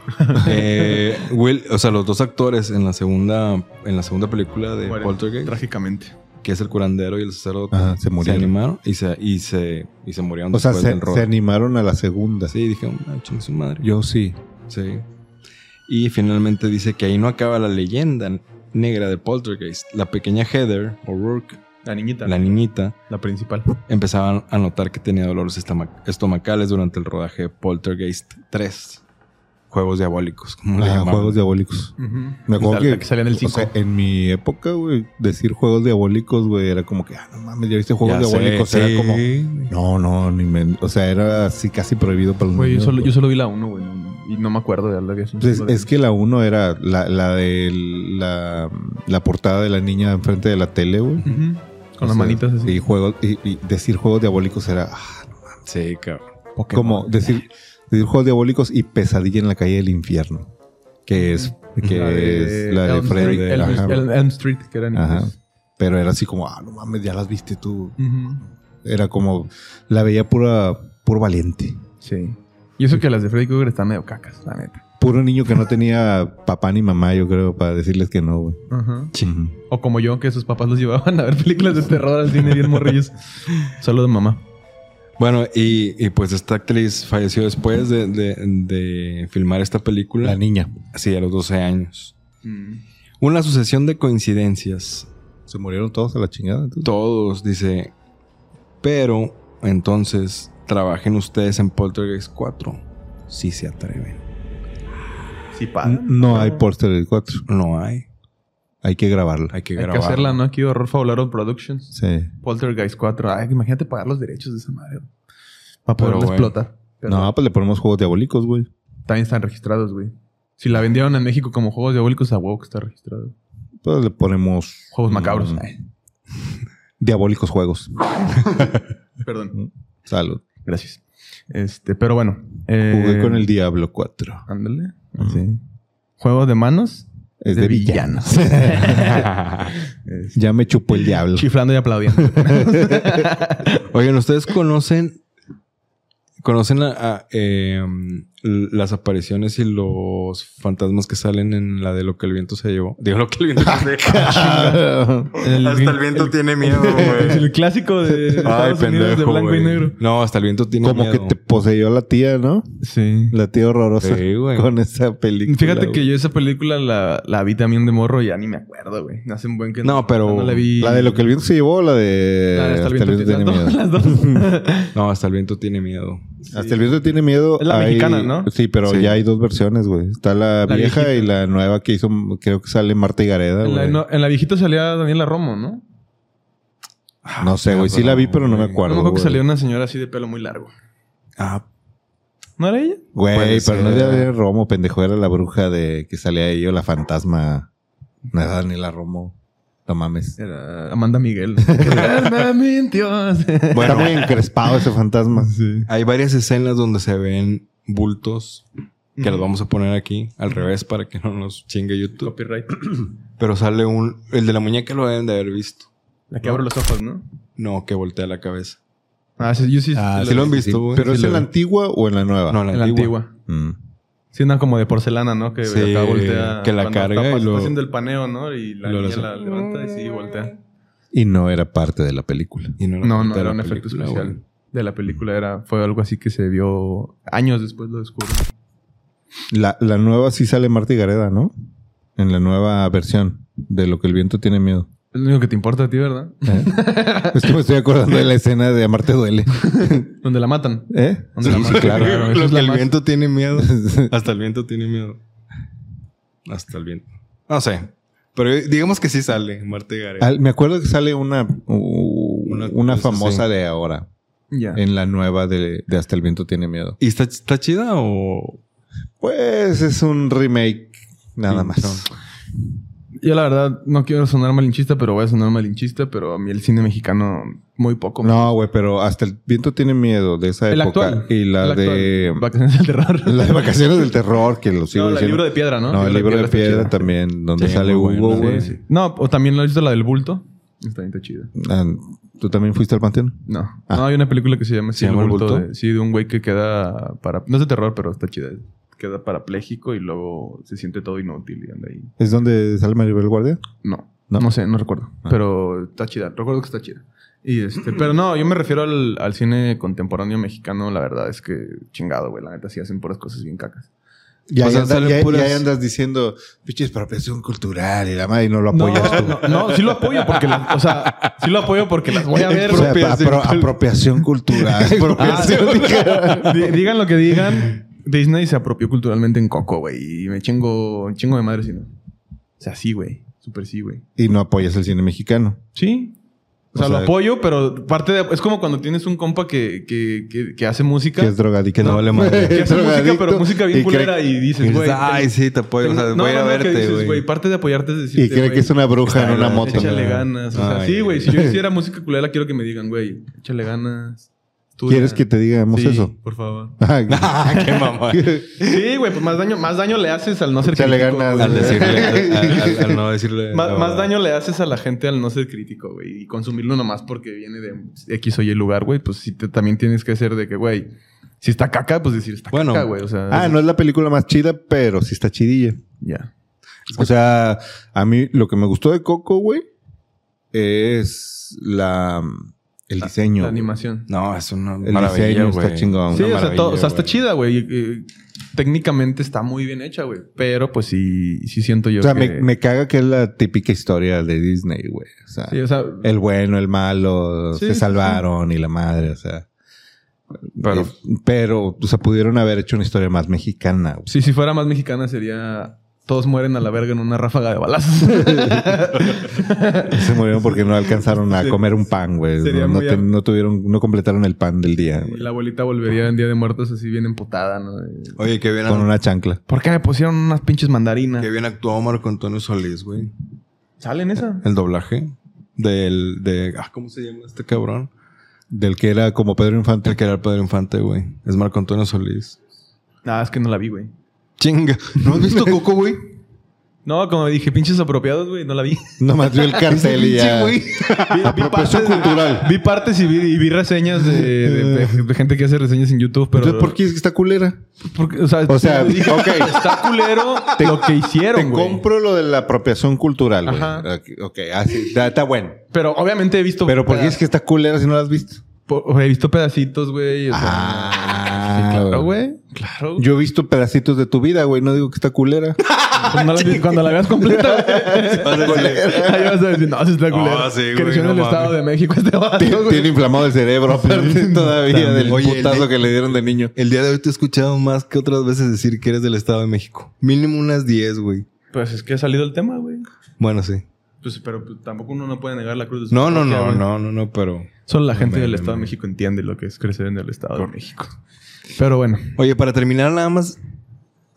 [SPEAKER 4] Eh, Will, o sea, los dos actores en la segunda, en la segunda película
[SPEAKER 2] este,
[SPEAKER 4] de
[SPEAKER 3] Mueren.
[SPEAKER 4] Poltergeist,
[SPEAKER 3] Trágicamente.
[SPEAKER 4] que es el curandero y el sacerdote,
[SPEAKER 2] Ajá, se
[SPEAKER 4] se
[SPEAKER 2] murieron.
[SPEAKER 4] animaron y se, y se, y se murieron
[SPEAKER 2] o sea,
[SPEAKER 4] después
[SPEAKER 2] se,
[SPEAKER 4] del rodaje.
[SPEAKER 2] se animaron a la segunda.
[SPEAKER 4] Sí, dije, "Ah, chingue su madre.
[SPEAKER 2] Yo sí.
[SPEAKER 4] Sí. Y finalmente dice que ahí no acaba la leyenda negra de Poltergeist. La pequeña Heather O'Rourke,
[SPEAKER 3] La niñita.
[SPEAKER 4] la niñita,
[SPEAKER 3] La principal.
[SPEAKER 4] empezaba a notar que tenía dolores estoma- estomacales durante el rodaje de Poltergeist 3. Juegos diabólicos, como le
[SPEAKER 2] Ah,
[SPEAKER 4] llamaban.
[SPEAKER 2] juegos diabólicos. Me acuerdo
[SPEAKER 3] La- la
[SPEAKER 2] que-
[SPEAKER 3] que salía en el
[SPEAKER 2] O sea,
[SPEAKER 3] 5.
[SPEAKER 2] en mi época, güey, decir juegos diabólicos, güey, era como que, ah, no mames, ya viste juegos
[SPEAKER 4] Ya sé,
[SPEAKER 2] diabólicos.
[SPEAKER 4] sí.
[SPEAKER 2] Era como, no, no, ni me- o sea, era así casi prohibido para los
[SPEAKER 3] Güey, yo
[SPEAKER 2] niños,
[SPEAKER 3] solo,
[SPEAKER 2] güey.
[SPEAKER 3] yo solo vi la 1, güey. no- Y no me acuerdo de la que
[SPEAKER 2] Pues es, es que la uno era la, la de la, la portada de la niña enfrente de la tele, güey.
[SPEAKER 3] Ujú. Con
[SPEAKER 2] O
[SPEAKER 3] las
[SPEAKER 2] sea,
[SPEAKER 3] manitas así.
[SPEAKER 2] Y, juegos, y, y decir juegos diabólicos era ah,
[SPEAKER 4] Sí, cabrón.
[SPEAKER 2] como decir, decir juegos diabólicos y pesadilla en la calle del infierno. Que es, que
[SPEAKER 3] La de
[SPEAKER 2] es la de
[SPEAKER 3] Elm
[SPEAKER 2] Freddy.
[SPEAKER 3] Street, Elm,
[SPEAKER 2] ajá,
[SPEAKER 3] Elm- Elm Street, que era en
[SPEAKER 2] Ajá.
[SPEAKER 3] inglés.
[SPEAKER 2] Pero era así como, ah, no mames, ya las viste tú.
[SPEAKER 3] Ujú.
[SPEAKER 2] Era como, la veía pura, puro valiente.
[SPEAKER 3] Sí. Y eso que las de Freddy Krueger están medio cacas, la neta.
[SPEAKER 2] Puro niño que no tenía papá ni mamá, yo creo, para decirles que no, güey.
[SPEAKER 3] Ajá.
[SPEAKER 2] Ujú.
[SPEAKER 3] O como yo, que sus papás los llevaban a ver películas de terror al cine bien morrillos. Solo de mamá.
[SPEAKER 4] Bueno, y, y pues esta actriz falleció después de, de- de filmar esta película.
[SPEAKER 2] La niña.
[SPEAKER 4] Sí, a los 12 años.
[SPEAKER 3] Mm.
[SPEAKER 4] Una sucesión de coincidencias
[SPEAKER 2] Se murieron todos a la chingada. entonces.
[SPEAKER 4] Todos, dice. Pero, entonces, trabajen ustedes en Poltergeist 4. Si se atreven.
[SPEAKER 3] Sí,
[SPEAKER 2] N- No hay póster del 4.
[SPEAKER 4] No hay.
[SPEAKER 2] Hay que grabarlo.
[SPEAKER 4] Hay que
[SPEAKER 3] Hay
[SPEAKER 4] grabar.
[SPEAKER 3] que hacerla, ¿no? Aquí Horror Fabularo Productions.
[SPEAKER 2] Sí.
[SPEAKER 3] Poltergeist 4. Ay, imagínate pagar los derechos de esa madre. güey. Para
[SPEAKER 4] Pero,
[SPEAKER 3] poderla
[SPEAKER 4] güey.
[SPEAKER 3] explotar. Pero
[SPEAKER 2] No, pues le ponemos juegos diabólicos, güey.
[SPEAKER 3] También están registrados, güey. Si la vendieron en México como juegos diabólicos, a huevo que está registrado.
[SPEAKER 2] Pues le ponemos.
[SPEAKER 3] Juegos macabros.
[SPEAKER 2] mm,
[SPEAKER 3] Ay,
[SPEAKER 2] diabólicos juegos.
[SPEAKER 3] perdón.
[SPEAKER 2] Salud.
[SPEAKER 3] Gracias. Este, pero bueno. eh,
[SPEAKER 2] Jugué con el Diablo 4.
[SPEAKER 3] Ándale.
[SPEAKER 2] Ujú.
[SPEAKER 3] Sí. Juego de manos.
[SPEAKER 2] Es de,
[SPEAKER 3] de
[SPEAKER 2] villanos.
[SPEAKER 3] Es-
[SPEAKER 2] ya me chupó el diablo.
[SPEAKER 3] Chiflando y aplaudiendo.
[SPEAKER 4] Oigan, ¿ustedes conocen. Conocen a, a, eh, ah, l- las apariciones y los fantasmas que salen en la de lo que el viento se llevó. Digo lo que el viento se
[SPEAKER 2] Ah,
[SPEAKER 5] Hasta el viento tiene miedo, güey.
[SPEAKER 3] el clásico de
[SPEAKER 4] Ay,
[SPEAKER 3] Estados Unidos de
[SPEAKER 4] pendejo,
[SPEAKER 3] blanco y
[SPEAKER 4] güey.
[SPEAKER 3] negro.
[SPEAKER 4] No, hasta el viento tiene
[SPEAKER 2] Como que
[SPEAKER 4] miedo.
[SPEAKER 2] te poseyó la tía, ¿no?
[SPEAKER 3] Sí.
[SPEAKER 2] La tía horrorosa.
[SPEAKER 4] Sí, güey.
[SPEAKER 2] con esa película.
[SPEAKER 3] Fíjate
[SPEAKER 2] güey.
[SPEAKER 3] que yo esa película la, la vi también de morro y ya ni me acuerdo, güey. Hace un buen que
[SPEAKER 4] No, pero
[SPEAKER 3] la vi.
[SPEAKER 2] ¿La de lo que el viento se llevó o la de.
[SPEAKER 3] La de Hasta el viento tiene
[SPEAKER 2] miedo?
[SPEAKER 3] miedo. Las dos.
[SPEAKER 4] No, hasta el viento tiene miedo.
[SPEAKER 2] Hasta el viento tiene miedo.
[SPEAKER 3] Es la
[SPEAKER 2] hay-
[SPEAKER 3] mexicana, ¿no?
[SPEAKER 2] Sí, pero
[SPEAKER 4] Sí.
[SPEAKER 2] ya hay dos versiones, güey. Está la,
[SPEAKER 3] La
[SPEAKER 2] vieja
[SPEAKER 3] viejita.
[SPEAKER 2] y la nueva que hizo, creo que sale Marta y Gareda,
[SPEAKER 3] en, la,
[SPEAKER 2] güey.
[SPEAKER 3] no, en la viejita salía Daniela Romo, ¿no?
[SPEAKER 2] No
[SPEAKER 4] Ah,
[SPEAKER 2] sé, güey. Sí la vi, pero no me
[SPEAKER 3] No me
[SPEAKER 2] acuerdo.
[SPEAKER 3] acuerdo que
[SPEAKER 2] güey.
[SPEAKER 3] salió una señora así de pelo muy largo.
[SPEAKER 4] Ah,
[SPEAKER 3] ¿No era ella?
[SPEAKER 2] Güey,
[SPEAKER 4] Puede
[SPEAKER 2] pero no
[SPEAKER 4] ser.
[SPEAKER 2] era de Romo, pendejo. Era la bruja de que salía ahí o la fantasma. No era Daniela Romo. No mames.
[SPEAKER 3] Era Amanda Miguel. Amanda mintió.
[SPEAKER 2] Bueno, Está muy encrespado ese fantasma.
[SPEAKER 3] Sí.
[SPEAKER 4] hay varias escenas donde se ven bultos que
[SPEAKER 3] Ujú.
[SPEAKER 4] los vamos a poner aquí al revés para que no nos chingue YouTube.
[SPEAKER 3] Copyright.
[SPEAKER 4] Pero sale un. El de la muñeca lo deben de haber visto.
[SPEAKER 3] La que abre los ojos, ¿no?
[SPEAKER 4] No, que voltea la cabeza.
[SPEAKER 3] Ah, sí, yo sí.
[SPEAKER 4] Ah,
[SPEAKER 3] lo
[SPEAKER 4] sí lo han
[SPEAKER 3] vi.
[SPEAKER 4] visto, güey.
[SPEAKER 2] ¿Pero
[SPEAKER 4] Sí
[SPEAKER 2] es
[SPEAKER 4] lo
[SPEAKER 2] en la
[SPEAKER 4] vi.
[SPEAKER 2] antigua o en la nueva?
[SPEAKER 4] No, en la
[SPEAKER 3] En la
[SPEAKER 4] antigua.
[SPEAKER 3] antigua.
[SPEAKER 2] Mm.
[SPEAKER 3] Sí, una como de porcelana, ¿no? Que
[SPEAKER 4] Sí,
[SPEAKER 3] acá voltea.
[SPEAKER 4] que la
[SPEAKER 3] cuando
[SPEAKER 4] carga y lo-
[SPEAKER 3] Está haciendo el paneo, ¿no? Y la
[SPEAKER 4] lo
[SPEAKER 3] niña
[SPEAKER 4] hace.
[SPEAKER 3] la levanta y sí, voltea.
[SPEAKER 2] Y no era parte de la película.
[SPEAKER 4] Y no, era
[SPEAKER 3] No,
[SPEAKER 4] parte
[SPEAKER 3] no,
[SPEAKER 4] de
[SPEAKER 3] era
[SPEAKER 4] la
[SPEAKER 3] un efecto
[SPEAKER 4] película,
[SPEAKER 3] especial
[SPEAKER 4] güey.
[SPEAKER 3] de la película. Era, fue algo así que se vio años después lo descubrí.
[SPEAKER 2] La, la nueva sí sale Marta y Gareda, ¿no? En la nueva versión de lo que el viento tiene miedo.
[SPEAKER 3] Es lo único que te importa a ti, ¿verdad?
[SPEAKER 2] ¿Eh? es que me estoy acordando de la escena de Amarte Duele.
[SPEAKER 3] Donde la matan.
[SPEAKER 2] ¿Eh?
[SPEAKER 3] Donde la
[SPEAKER 2] Sí, sí,
[SPEAKER 3] matan.
[SPEAKER 2] claro.
[SPEAKER 3] Claro, esa
[SPEAKER 4] Lo
[SPEAKER 3] es
[SPEAKER 4] que
[SPEAKER 3] la
[SPEAKER 4] el
[SPEAKER 3] más-
[SPEAKER 4] viento tiene miedo. Hasta el viento tiene miedo. Hasta el viento. No sé. Pero digamos que sí sale Marte Gareda.
[SPEAKER 2] Al- me acuerdo que sale una, u-
[SPEAKER 4] Una
[SPEAKER 2] una,
[SPEAKER 4] cosa
[SPEAKER 2] famosa
[SPEAKER 4] así.
[SPEAKER 2] de ahora.
[SPEAKER 3] Ya.
[SPEAKER 2] En la nueva de, de Hasta el viento tiene miedo.
[SPEAKER 4] ¿Y está, está chida o...?
[SPEAKER 2] Pues es un remake. Nada más.
[SPEAKER 4] Pinchón.
[SPEAKER 3] Yo la verdad no quiero sonar malinchista, pero voy a sonar malinchista, pero a mí el cine mexicano muy poco.
[SPEAKER 2] No, güey, pero Hasta el viento tiene miedo de esa
[SPEAKER 3] el
[SPEAKER 2] época.
[SPEAKER 3] actual.
[SPEAKER 2] Y la
[SPEAKER 3] El actual.
[SPEAKER 2] de...
[SPEAKER 3] Vacaciones del terror.
[SPEAKER 2] La de Vacaciones del Terror, que lo sigo
[SPEAKER 3] no, el
[SPEAKER 2] diciendo.
[SPEAKER 3] libro de piedra, ¿no?
[SPEAKER 2] No, el libro de
[SPEAKER 3] está
[SPEAKER 2] piedra
[SPEAKER 3] chida.
[SPEAKER 2] también, donde
[SPEAKER 4] Sí,
[SPEAKER 2] sale
[SPEAKER 4] muy
[SPEAKER 2] Hugo,
[SPEAKER 4] buena,
[SPEAKER 2] güey.
[SPEAKER 4] sí, sí.
[SPEAKER 3] No, o también lo has visto la del bulto. Está bien está chida.
[SPEAKER 2] Ah, ¿Tú también fuiste al panteón?
[SPEAKER 3] No.
[SPEAKER 2] Ah.
[SPEAKER 3] No, hay una película que se llama,
[SPEAKER 4] ¿Se
[SPEAKER 3] así,
[SPEAKER 4] llama El
[SPEAKER 3] el bulto.
[SPEAKER 4] Bulto?
[SPEAKER 3] de- sí, de un güey que queda para... No es de terror, pero está chida. Queda parapléjico y luego se siente todo inútil y anda ahí.
[SPEAKER 2] ¿Es donde sale Maribel Guardia?
[SPEAKER 3] No.
[SPEAKER 2] ¿No?
[SPEAKER 3] No, sé, no recuerdo.
[SPEAKER 2] Ah.
[SPEAKER 3] Pero está chida. Recuerdo que está chida. Y este, pero no, yo me refiero al, al cine contemporáneo mexicano. La verdad es que chingado, güey. La neta sí hacen puras cosas bien cacas.
[SPEAKER 2] Y ahí,
[SPEAKER 4] O sea,
[SPEAKER 2] andas,
[SPEAKER 4] salen
[SPEAKER 2] y ahí-
[SPEAKER 4] puras-
[SPEAKER 2] y ahí andas diciendo, pinche expropiación cultural y la madre, y no lo apoyas tú.
[SPEAKER 3] no, no, no, sí lo apoyo porque las, o sea, sí lo apoyo porque las voy a ver.
[SPEAKER 2] O sea, apro- apropiación cultural.
[SPEAKER 3] Ah.
[SPEAKER 2] Expropiación.
[SPEAKER 3] Di- digan lo que digan, Disney se apropió culturalmente en Coco, güey. Y me chingo, chingo de madre si no. O sea, sí, güey. Súper sí, güey.
[SPEAKER 2] y no apoyas el cine mexicano.
[SPEAKER 3] Sí. O sea,
[SPEAKER 2] O sea,
[SPEAKER 3] lo apoyo, pero parte de... Es como cuando tienes un compa que, que, que, que hace música.
[SPEAKER 2] Que es drogadicto.
[SPEAKER 4] No vale madre.
[SPEAKER 3] Que hace música, pero
[SPEAKER 2] Drogadicto.
[SPEAKER 3] música bien
[SPEAKER 2] Y cree-
[SPEAKER 3] culera y dices,
[SPEAKER 4] Dices,
[SPEAKER 3] güey...
[SPEAKER 4] Ay,
[SPEAKER 3] tengo-
[SPEAKER 4] sí, te apoyo. O sea,
[SPEAKER 3] tengo- no,
[SPEAKER 4] voy a
[SPEAKER 3] no, no, que
[SPEAKER 4] verte,
[SPEAKER 3] dices,
[SPEAKER 4] güey.
[SPEAKER 3] Parte de apoyarte es decirte,
[SPEAKER 2] Y cree
[SPEAKER 3] güey,
[SPEAKER 2] que es una bruja en
[SPEAKER 4] Ay,
[SPEAKER 2] una
[SPEAKER 4] la-
[SPEAKER 2] moto.
[SPEAKER 3] Échale ganas. O sea,
[SPEAKER 4] Ay.
[SPEAKER 3] sí, güey. Si yo hiciera música culera, quiero que me digan, güey, échale ganas. estudia.
[SPEAKER 2] ¿Quieres que te digamos
[SPEAKER 3] Sí,
[SPEAKER 2] eso?
[SPEAKER 3] por favor.
[SPEAKER 4] Ah, qué mamá.
[SPEAKER 3] Sí, güey, pues más daño, más daño le haces al no ser
[SPEAKER 2] Échale
[SPEAKER 3] crítico.
[SPEAKER 2] ganas.
[SPEAKER 3] güey.
[SPEAKER 4] Al decirle... Al, al- al no decirle...
[SPEAKER 3] Más,
[SPEAKER 4] la
[SPEAKER 3] más
[SPEAKER 4] verdad.
[SPEAKER 3] daño le haces a la gente al no ser crítico, güey. Y consumirlo nomás porque viene de X o Y lugar, güey. Pues sí, te- también tienes que ser de que, güey, si está caca, pues decir está
[SPEAKER 4] Bueno.
[SPEAKER 3] caca, güey. O sea,
[SPEAKER 2] Ah, no es la película más chida, pero sí está chidilla.
[SPEAKER 3] Ya.
[SPEAKER 2] O sea, a mí lo que me gustó de Coco, güey, es la el diseño.
[SPEAKER 3] La
[SPEAKER 2] güey.
[SPEAKER 3] animación.
[SPEAKER 4] No, es una
[SPEAKER 2] el
[SPEAKER 4] maravilla,
[SPEAKER 2] diseño está
[SPEAKER 4] güey.
[SPEAKER 2] chingón.
[SPEAKER 3] Sí,
[SPEAKER 2] güey.
[SPEAKER 3] o sea, todo- o sea, está
[SPEAKER 4] güey.
[SPEAKER 3] chida, güey. Y, eh, técnicamente está muy bien hecha, güey. Pero pues sí, sí siento yo
[SPEAKER 2] O sea,
[SPEAKER 3] que...
[SPEAKER 2] me, me caga que es la típica historia de Disney, güey. O sea,
[SPEAKER 3] Sí, o sea,
[SPEAKER 2] el bueno, el malo,
[SPEAKER 3] Sí,
[SPEAKER 2] se
[SPEAKER 3] sí,
[SPEAKER 2] salvaron y la madre, o sea.
[SPEAKER 4] Pero-
[SPEAKER 2] Pero, pero, o sea, pudieron haber hecho una historia más mexicana, güey.
[SPEAKER 3] sí, si fuera más mexicana sería... Todos mueren a la verga en una ráfaga de balazos.
[SPEAKER 2] Se murieron porque no alcanzaron a
[SPEAKER 3] Sí.
[SPEAKER 2] comer un pan, güey.
[SPEAKER 3] Sería
[SPEAKER 2] No, no
[SPEAKER 3] muy
[SPEAKER 2] te-
[SPEAKER 3] ab-
[SPEAKER 2] no tuvieron, no completaron el pan del día,
[SPEAKER 3] Y
[SPEAKER 2] güey.
[SPEAKER 3] la abuelita volvería en Día de Muertos así bien emputada, ¿no?
[SPEAKER 4] Oye, qué bien,
[SPEAKER 2] Con una chancla.
[SPEAKER 3] ¿Por qué me pusieron unas pinches mandarinas?
[SPEAKER 4] qué bien actuó Marco Antonio Solís, güey.
[SPEAKER 3] ¿Salen esa?
[SPEAKER 4] El doblaje del... De, ah, ¿cómo se llama este cabrón?
[SPEAKER 2] Del que era como Pedro Infante.
[SPEAKER 4] El que era el Pedro Infante, güey. Es Marco Antonio Solís.
[SPEAKER 2] Eh.
[SPEAKER 3] Ah, es que no la vi, güey.
[SPEAKER 4] Chinga. ¿No has visto Coco, güey?
[SPEAKER 3] No, como dije, pinches apropiados, güey, no la vi.
[SPEAKER 2] Nomás vio el cartel y ya.
[SPEAKER 3] güey. Vi, vi
[SPEAKER 2] Apropiación cultural. Eh.
[SPEAKER 3] vi partes y vi, y vi reseñas de, de- de- de gente que hace reseñas en YouTube, pero...
[SPEAKER 2] Entonces, ¿por qué es que está culera?
[SPEAKER 3] porque, o sea,
[SPEAKER 2] O sea,
[SPEAKER 3] dije,
[SPEAKER 2] ok.
[SPEAKER 3] está culero lo que hicieron,
[SPEAKER 2] Te
[SPEAKER 3] güey.
[SPEAKER 2] compro lo de la apropiación cultural, güey.
[SPEAKER 3] Ajá.
[SPEAKER 2] Ok, Ok, así, está, está bueno.
[SPEAKER 3] Pero obviamente he visto...
[SPEAKER 2] Pero ¿por qué
[SPEAKER 3] peda-
[SPEAKER 2] es que está culera si no la has visto?
[SPEAKER 3] po- He visto pedacitos, güey. o sea,
[SPEAKER 2] Ah,
[SPEAKER 3] sí, claro, güey. Claro.
[SPEAKER 2] Yo he visto pedacitos de tu vida, güey. No digo que está culera.
[SPEAKER 3] Pues
[SPEAKER 4] Ah,
[SPEAKER 3] no la vi- cuando la veas completa, güey,
[SPEAKER 5] Vas a decir,
[SPEAKER 3] ahí vas a decir, no, sí está culero.
[SPEAKER 5] Ah, sí, güey,
[SPEAKER 3] Creció
[SPEAKER 5] no
[SPEAKER 3] en el
[SPEAKER 5] mames.
[SPEAKER 3] Estado de México este vato,
[SPEAKER 2] Tiene,
[SPEAKER 3] güey.
[SPEAKER 2] tiene inflamado el cerebro aparte todavía del
[SPEAKER 4] Oye, el
[SPEAKER 2] putazo
[SPEAKER 4] de-
[SPEAKER 2] que le dieron de niño.
[SPEAKER 4] El día de hoy te he escuchado más que otras veces decir que eres del Estado de México. Mínimo unas 10, güey.
[SPEAKER 3] Pues es que ha salido el tema, güey.
[SPEAKER 4] Bueno, sí.
[SPEAKER 3] Pues, pero pues, tampoco uno no puede negar la cruz de su
[SPEAKER 4] No, no,
[SPEAKER 3] parroquia,
[SPEAKER 4] no,
[SPEAKER 3] güey.
[SPEAKER 4] no, no, no, pero.
[SPEAKER 3] Solo la gente
[SPEAKER 4] me-
[SPEAKER 3] del
[SPEAKER 4] me-
[SPEAKER 3] Estado de
[SPEAKER 4] me-
[SPEAKER 3] México entiende lo que es crecer en el Estado de México. Pero bueno,
[SPEAKER 4] Oye, para terminar nada más,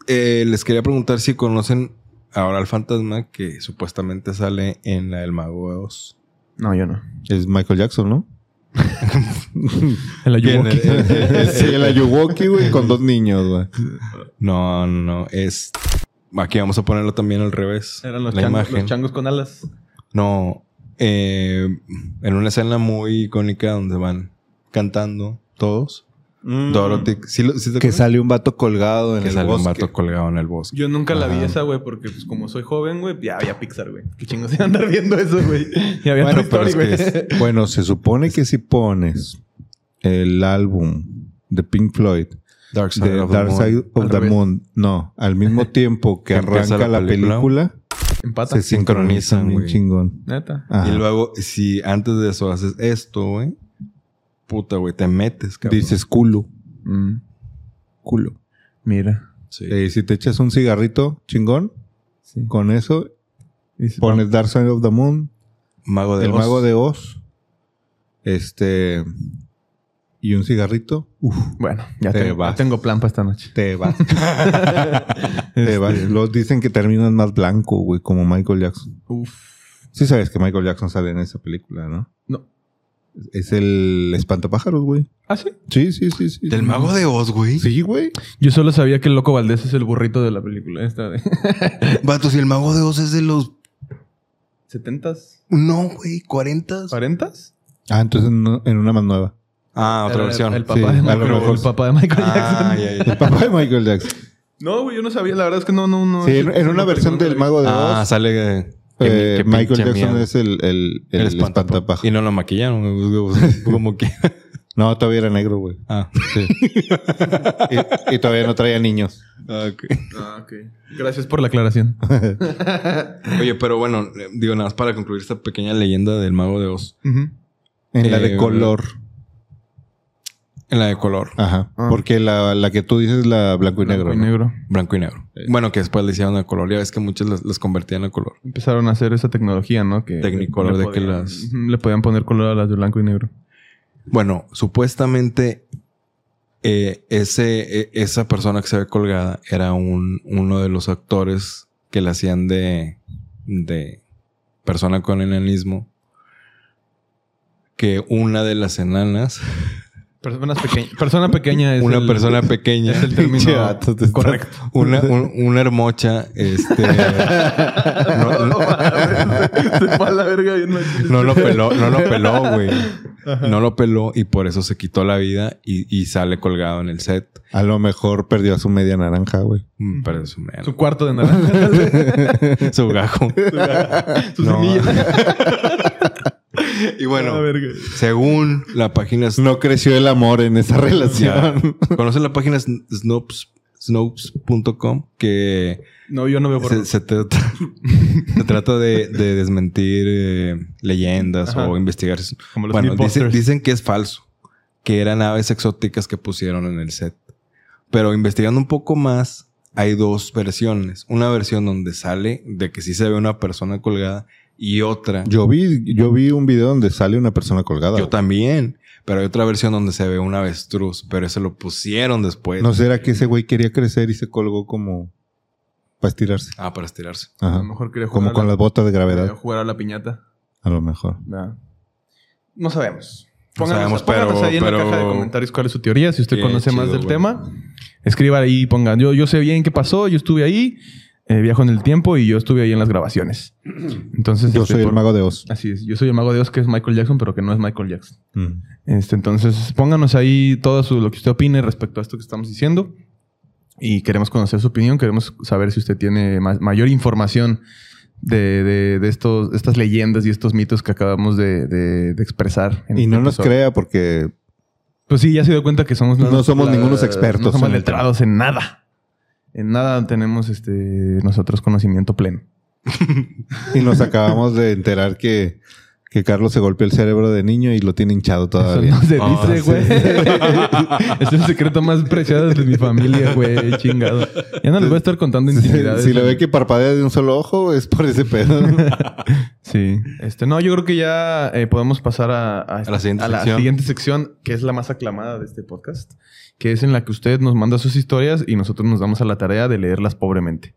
[SPEAKER 4] eh, les quería preguntar si conocen ahora al fantasma que supuestamente sale en la del Mago de Oz.
[SPEAKER 3] no, yo no.
[SPEAKER 2] Es Michael Jackson, ¿no?
[SPEAKER 3] En la
[SPEAKER 4] Bien,
[SPEAKER 3] Yuwoki.
[SPEAKER 4] el- el- el-
[SPEAKER 2] Sí, el Ayuwoki, güey, con dos niños, güey.
[SPEAKER 4] No, no, es... Aquí vamos a ponerlo también al revés.
[SPEAKER 3] Eran los,
[SPEAKER 4] la
[SPEAKER 3] changos,
[SPEAKER 4] imagen.
[SPEAKER 3] los changos con alas.
[SPEAKER 4] No, eh, en una escena muy icónica donde van cantando todos. Dorothy, ¿sí lo- sí te
[SPEAKER 2] Mm. Que
[SPEAKER 4] acuerdas?
[SPEAKER 2] sale un vato colgado en
[SPEAKER 4] Que
[SPEAKER 2] el
[SPEAKER 4] sale un
[SPEAKER 2] bosque.
[SPEAKER 4] vato colgado en el bosque.
[SPEAKER 3] Yo nunca la vi
[SPEAKER 4] Ajá.
[SPEAKER 3] esa, güey, porque pues como soy joven, güey, ya había Pixar, güey. Qué chingos se andar viendo eso, güey. Ya había
[SPEAKER 4] Bueno,
[SPEAKER 3] Toy
[SPEAKER 4] pero
[SPEAKER 3] Story,
[SPEAKER 4] es que
[SPEAKER 3] güey.
[SPEAKER 2] Bueno, se supone que si pones el álbum de Pink Floyd,
[SPEAKER 4] Pues Dark
[SPEAKER 2] de Dark Side of
[SPEAKER 3] Al
[SPEAKER 2] the
[SPEAKER 3] revés.
[SPEAKER 2] Moon, no, al mismo tiempo que
[SPEAKER 4] Que empieza
[SPEAKER 2] arranca la,
[SPEAKER 4] la
[SPEAKER 2] película,
[SPEAKER 3] Empata.
[SPEAKER 2] se
[SPEAKER 4] Sincronizan,
[SPEAKER 2] sincronizan, bien
[SPEAKER 4] güey.
[SPEAKER 2] chingón.
[SPEAKER 3] Neta.
[SPEAKER 2] Ajá.
[SPEAKER 4] Y luego, si antes de eso haces esto, güey. Puta, güey, te metes, cabrón.
[SPEAKER 2] dices culo,
[SPEAKER 3] Mm,
[SPEAKER 2] culo.
[SPEAKER 3] mira.
[SPEAKER 4] Sí.
[SPEAKER 2] Y Eh, si te echas un cigarrito chingón,
[SPEAKER 3] Sí.
[SPEAKER 2] con eso
[SPEAKER 3] Y se-
[SPEAKER 2] pones Dark Side of the Moon,
[SPEAKER 4] Mago de
[SPEAKER 2] el
[SPEAKER 4] Oz.
[SPEAKER 2] mago de Oz, este, y un cigarrito, uf,
[SPEAKER 3] Bueno, ya,
[SPEAKER 2] Te
[SPEAKER 3] tengo, ya
[SPEAKER 2] vas.
[SPEAKER 3] tengo plan para esta noche.
[SPEAKER 2] te vas. te
[SPEAKER 3] Este,
[SPEAKER 2] vas. Los dicen que terminas más blanco, güey, como Michael Jackson.
[SPEAKER 3] Uf.
[SPEAKER 2] Sí sabes que Michael Jackson sale en esa película, ¿no?
[SPEAKER 3] No.
[SPEAKER 2] Es el espantapájaros, güey.
[SPEAKER 3] ¿Ah, sí?
[SPEAKER 2] Sí, sí, sí, sí.
[SPEAKER 4] Del Mago de Oz, güey.
[SPEAKER 2] Sí, güey.
[SPEAKER 3] Yo solo sabía que el Loco Valdés es el burrito de la película esta de...
[SPEAKER 4] Vatos, y el Mago de Oz es de los.
[SPEAKER 3] ¿70s?
[SPEAKER 4] No, güey, 40.
[SPEAKER 3] ¿40s?
[SPEAKER 2] Ah, entonces no- en una más nueva.
[SPEAKER 4] Ah, otra
[SPEAKER 3] Era
[SPEAKER 4] versión.
[SPEAKER 3] El, papá
[SPEAKER 2] Sí,
[SPEAKER 3] de
[SPEAKER 2] a lo
[SPEAKER 3] Michael,
[SPEAKER 2] mejor.
[SPEAKER 3] el papá de Michael
[SPEAKER 4] Ah,
[SPEAKER 3] Jackson.
[SPEAKER 4] ya, ya.
[SPEAKER 2] El papá de Michael Jackson.
[SPEAKER 3] No, güey, yo no sabía. La verdad es que no, no, no.
[SPEAKER 2] Sí, en, en una versión del Mago de
[SPEAKER 4] Ah,
[SPEAKER 2] Oz,
[SPEAKER 4] sale. eh, qué-
[SPEAKER 2] eh,
[SPEAKER 4] qué
[SPEAKER 2] Michael
[SPEAKER 4] pinche
[SPEAKER 2] Jackson
[SPEAKER 4] miedo.
[SPEAKER 2] es el, el, el,
[SPEAKER 4] El
[SPEAKER 2] espantapájaros.
[SPEAKER 4] Y no lo maquillaron, güey, pues, como que.
[SPEAKER 2] No, todavía era negro, güey.
[SPEAKER 4] Ah,
[SPEAKER 2] Sí. y, y todavía no traía niños.
[SPEAKER 3] Ah, ok. Gracias por la aclaración.
[SPEAKER 4] Oye, pero bueno, eh, digo nada más para concluir esta pequeña leyenda del Mago de Oz.
[SPEAKER 3] Ujú.
[SPEAKER 2] En la
[SPEAKER 4] Eh,
[SPEAKER 2] de color.
[SPEAKER 4] En la de color,
[SPEAKER 2] Ajá.
[SPEAKER 3] Ah.
[SPEAKER 2] Porque la, la que tú dices es la blanco y negro.
[SPEAKER 3] Blanco y
[SPEAKER 2] ¿no?
[SPEAKER 3] negro.
[SPEAKER 4] blanco y negro. Bueno, que después le hicieron a color. Ya ves que muchas las, las convertían a color.
[SPEAKER 3] Empezaron a hacer esa tecnología, ¿no? Que
[SPEAKER 4] Technicolor,
[SPEAKER 3] le
[SPEAKER 4] de que
[SPEAKER 3] podían-
[SPEAKER 4] las-
[SPEAKER 3] Ujú, Le podían poner color a las de blanco y negro.
[SPEAKER 4] Bueno, supuestamente eh, ese, e- esa persona que se ve colgada era un, uno de los actores que la hacían de, de persona con enanismo. Que una de las enanas,
[SPEAKER 3] Personas peque- persona pequeña es
[SPEAKER 4] una
[SPEAKER 3] el-
[SPEAKER 4] persona pequeña,
[SPEAKER 3] es el término
[SPEAKER 2] Pinche vato, te ah, está-
[SPEAKER 3] correcto.
[SPEAKER 4] una, un- una hermocha, este, no, no,
[SPEAKER 3] Se fue a la verga bien machín.
[SPEAKER 4] no lo peló, no lo peló, güey. No lo peló y por eso se quitó la vida y, y sale colgado en el set.
[SPEAKER 2] A lo mejor perdió a su media naranja, güey.
[SPEAKER 4] Mm, Pero es un-
[SPEAKER 3] Su cuarto de naranja.
[SPEAKER 4] su gajo.
[SPEAKER 3] Su
[SPEAKER 4] No.
[SPEAKER 3] semilla.
[SPEAKER 4] y
[SPEAKER 3] A la
[SPEAKER 4] bueno,
[SPEAKER 3] verga.
[SPEAKER 4] según la página
[SPEAKER 2] No creció el amor en esa relación.
[SPEAKER 4] conoce la página sn- Snopes snopes.com que
[SPEAKER 3] No, yo no veo por
[SPEAKER 4] se, se trata, se trata de, de desmentir eh, leyendas
[SPEAKER 3] Ajá.
[SPEAKER 4] o investigar. eso.
[SPEAKER 3] Como los
[SPEAKER 4] Bueno, dice-
[SPEAKER 3] Mythbusters.
[SPEAKER 4] dicen que es falso, que eran aves exóticas que pusieron en el set. Pero investigando un poco más, hay dos versiones. Una versión donde sale de que sí se ve una persona colgada y otra
[SPEAKER 2] Yo vi, yo vi un video donde sale una persona colgada.
[SPEAKER 4] Yo
[SPEAKER 2] güey.
[SPEAKER 4] también. Pero hay otra versión donde se ve un avestruz, pero ese lo pusieron después.
[SPEAKER 2] ¿No será que ese güey quería crecer y se colgó como para estirarse?
[SPEAKER 4] Ah, para estirarse.
[SPEAKER 3] A lo
[SPEAKER 2] Ajá.
[SPEAKER 3] mejor quería jugar,
[SPEAKER 2] Como
[SPEAKER 3] a
[SPEAKER 2] con
[SPEAKER 3] la,
[SPEAKER 2] las botas de
[SPEAKER 3] quería
[SPEAKER 2] gravedad.
[SPEAKER 3] jugar a la piñata.
[SPEAKER 2] A lo mejor.
[SPEAKER 3] No, sabemos.
[SPEAKER 4] No
[SPEAKER 3] Pónganos,
[SPEAKER 4] sabemos,
[SPEAKER 3] pónganos
[SPEAKER 4] pero-
[SPEAKER 3] ahí en la
[SPEAKER 4] pero-
[SPEAKER 3] caja de comentarios cuál es su teoría. Si usted
[SPEAKER 4] Qué
[SPEAKER 3] conoce más
[SPEAKER 4] chido,
[SPEAKER 3] del
[SPEAKER 4] güey.
[SPEAKER 3] tema, escriba ahí y pongan. Yo, yo sé bien qué pasó, yo estuve ahí. eh, viajo en el tiempo y yo estuve ahí en las grabaciones. Entonces,
[SPEAKER 2] Yo
[SPEAKER 3] este,
[SPEAKER 2] soy el
[SPEAKER 3] por-
[SPEAKER 2] mago de Oz.
[SPEAKER 3] Así es, yo soy el mago de Dios que es Michael Jackson, pero que no es Michael Jackson.
[SPEAKER 2] Mm.
[SPEAKER 3] Este, entonces, pónganos ahí todo su, lo que usted opine respecto a esto que estamos diciendo. Y queremos conocer su opinión, queremos saber si usted tiene ma- mayor información de, de- de estos, de estas leyendas y estos mitos que acabamos de, de- de expresar. en
[SPEAKER 2] Y
[SPEAKER 3] este
[SPEAKER 2] no nos
[SPEAKER 3] episodio.
[SPEAKER 2] crea porque
[SPEAKER 3] Pues sí, ya se dio cuenta que somos...
[SPEAKER 2] No
[SPEAKER 3] unos-
[SPEAKER 2] somos ningunos expertos
[SPEAKER 3] No somos
[SPEAKER 2] en el
[SPEAKER 3] letrados en nada. En nada tenemos este, nosotros conocimiento pleno.
[SPEAKER 2] y nos acabamos de enterar que, que Carlos se golpeó el cerebro de niño y lo tiene hinchado todavía.
[SPEAKER 3] Eso no se
[SPEAKER 5] Ah,
[SPEAKER 3] dice,
[SPEAKER 5] sí.
[SPEAKER 3] güey. es el secreto más preciado de mi familia, güey. Chingado. Ya no les voy a estar contando
[SPEAKER 2] Si,
[SPEAKER 3] intimidades.
[SPEAKER 2] si lo ve que parpadea de un solo ojo, es por ese pedo.
[SPEAKER 3] Sí. Este, no, yo creo que ya eh, podemos pasar a, a-
[SPEAKER 4] la siguiente
[SPEAKER 3] a la
[SPEAKER 4] sección.
[SPEAKER 3] siguiente sección, que es la más aclamada de este podcast, que es en la que usted nos manda sus historias y nosotros nos damos a la tarea de leerlas pobremente.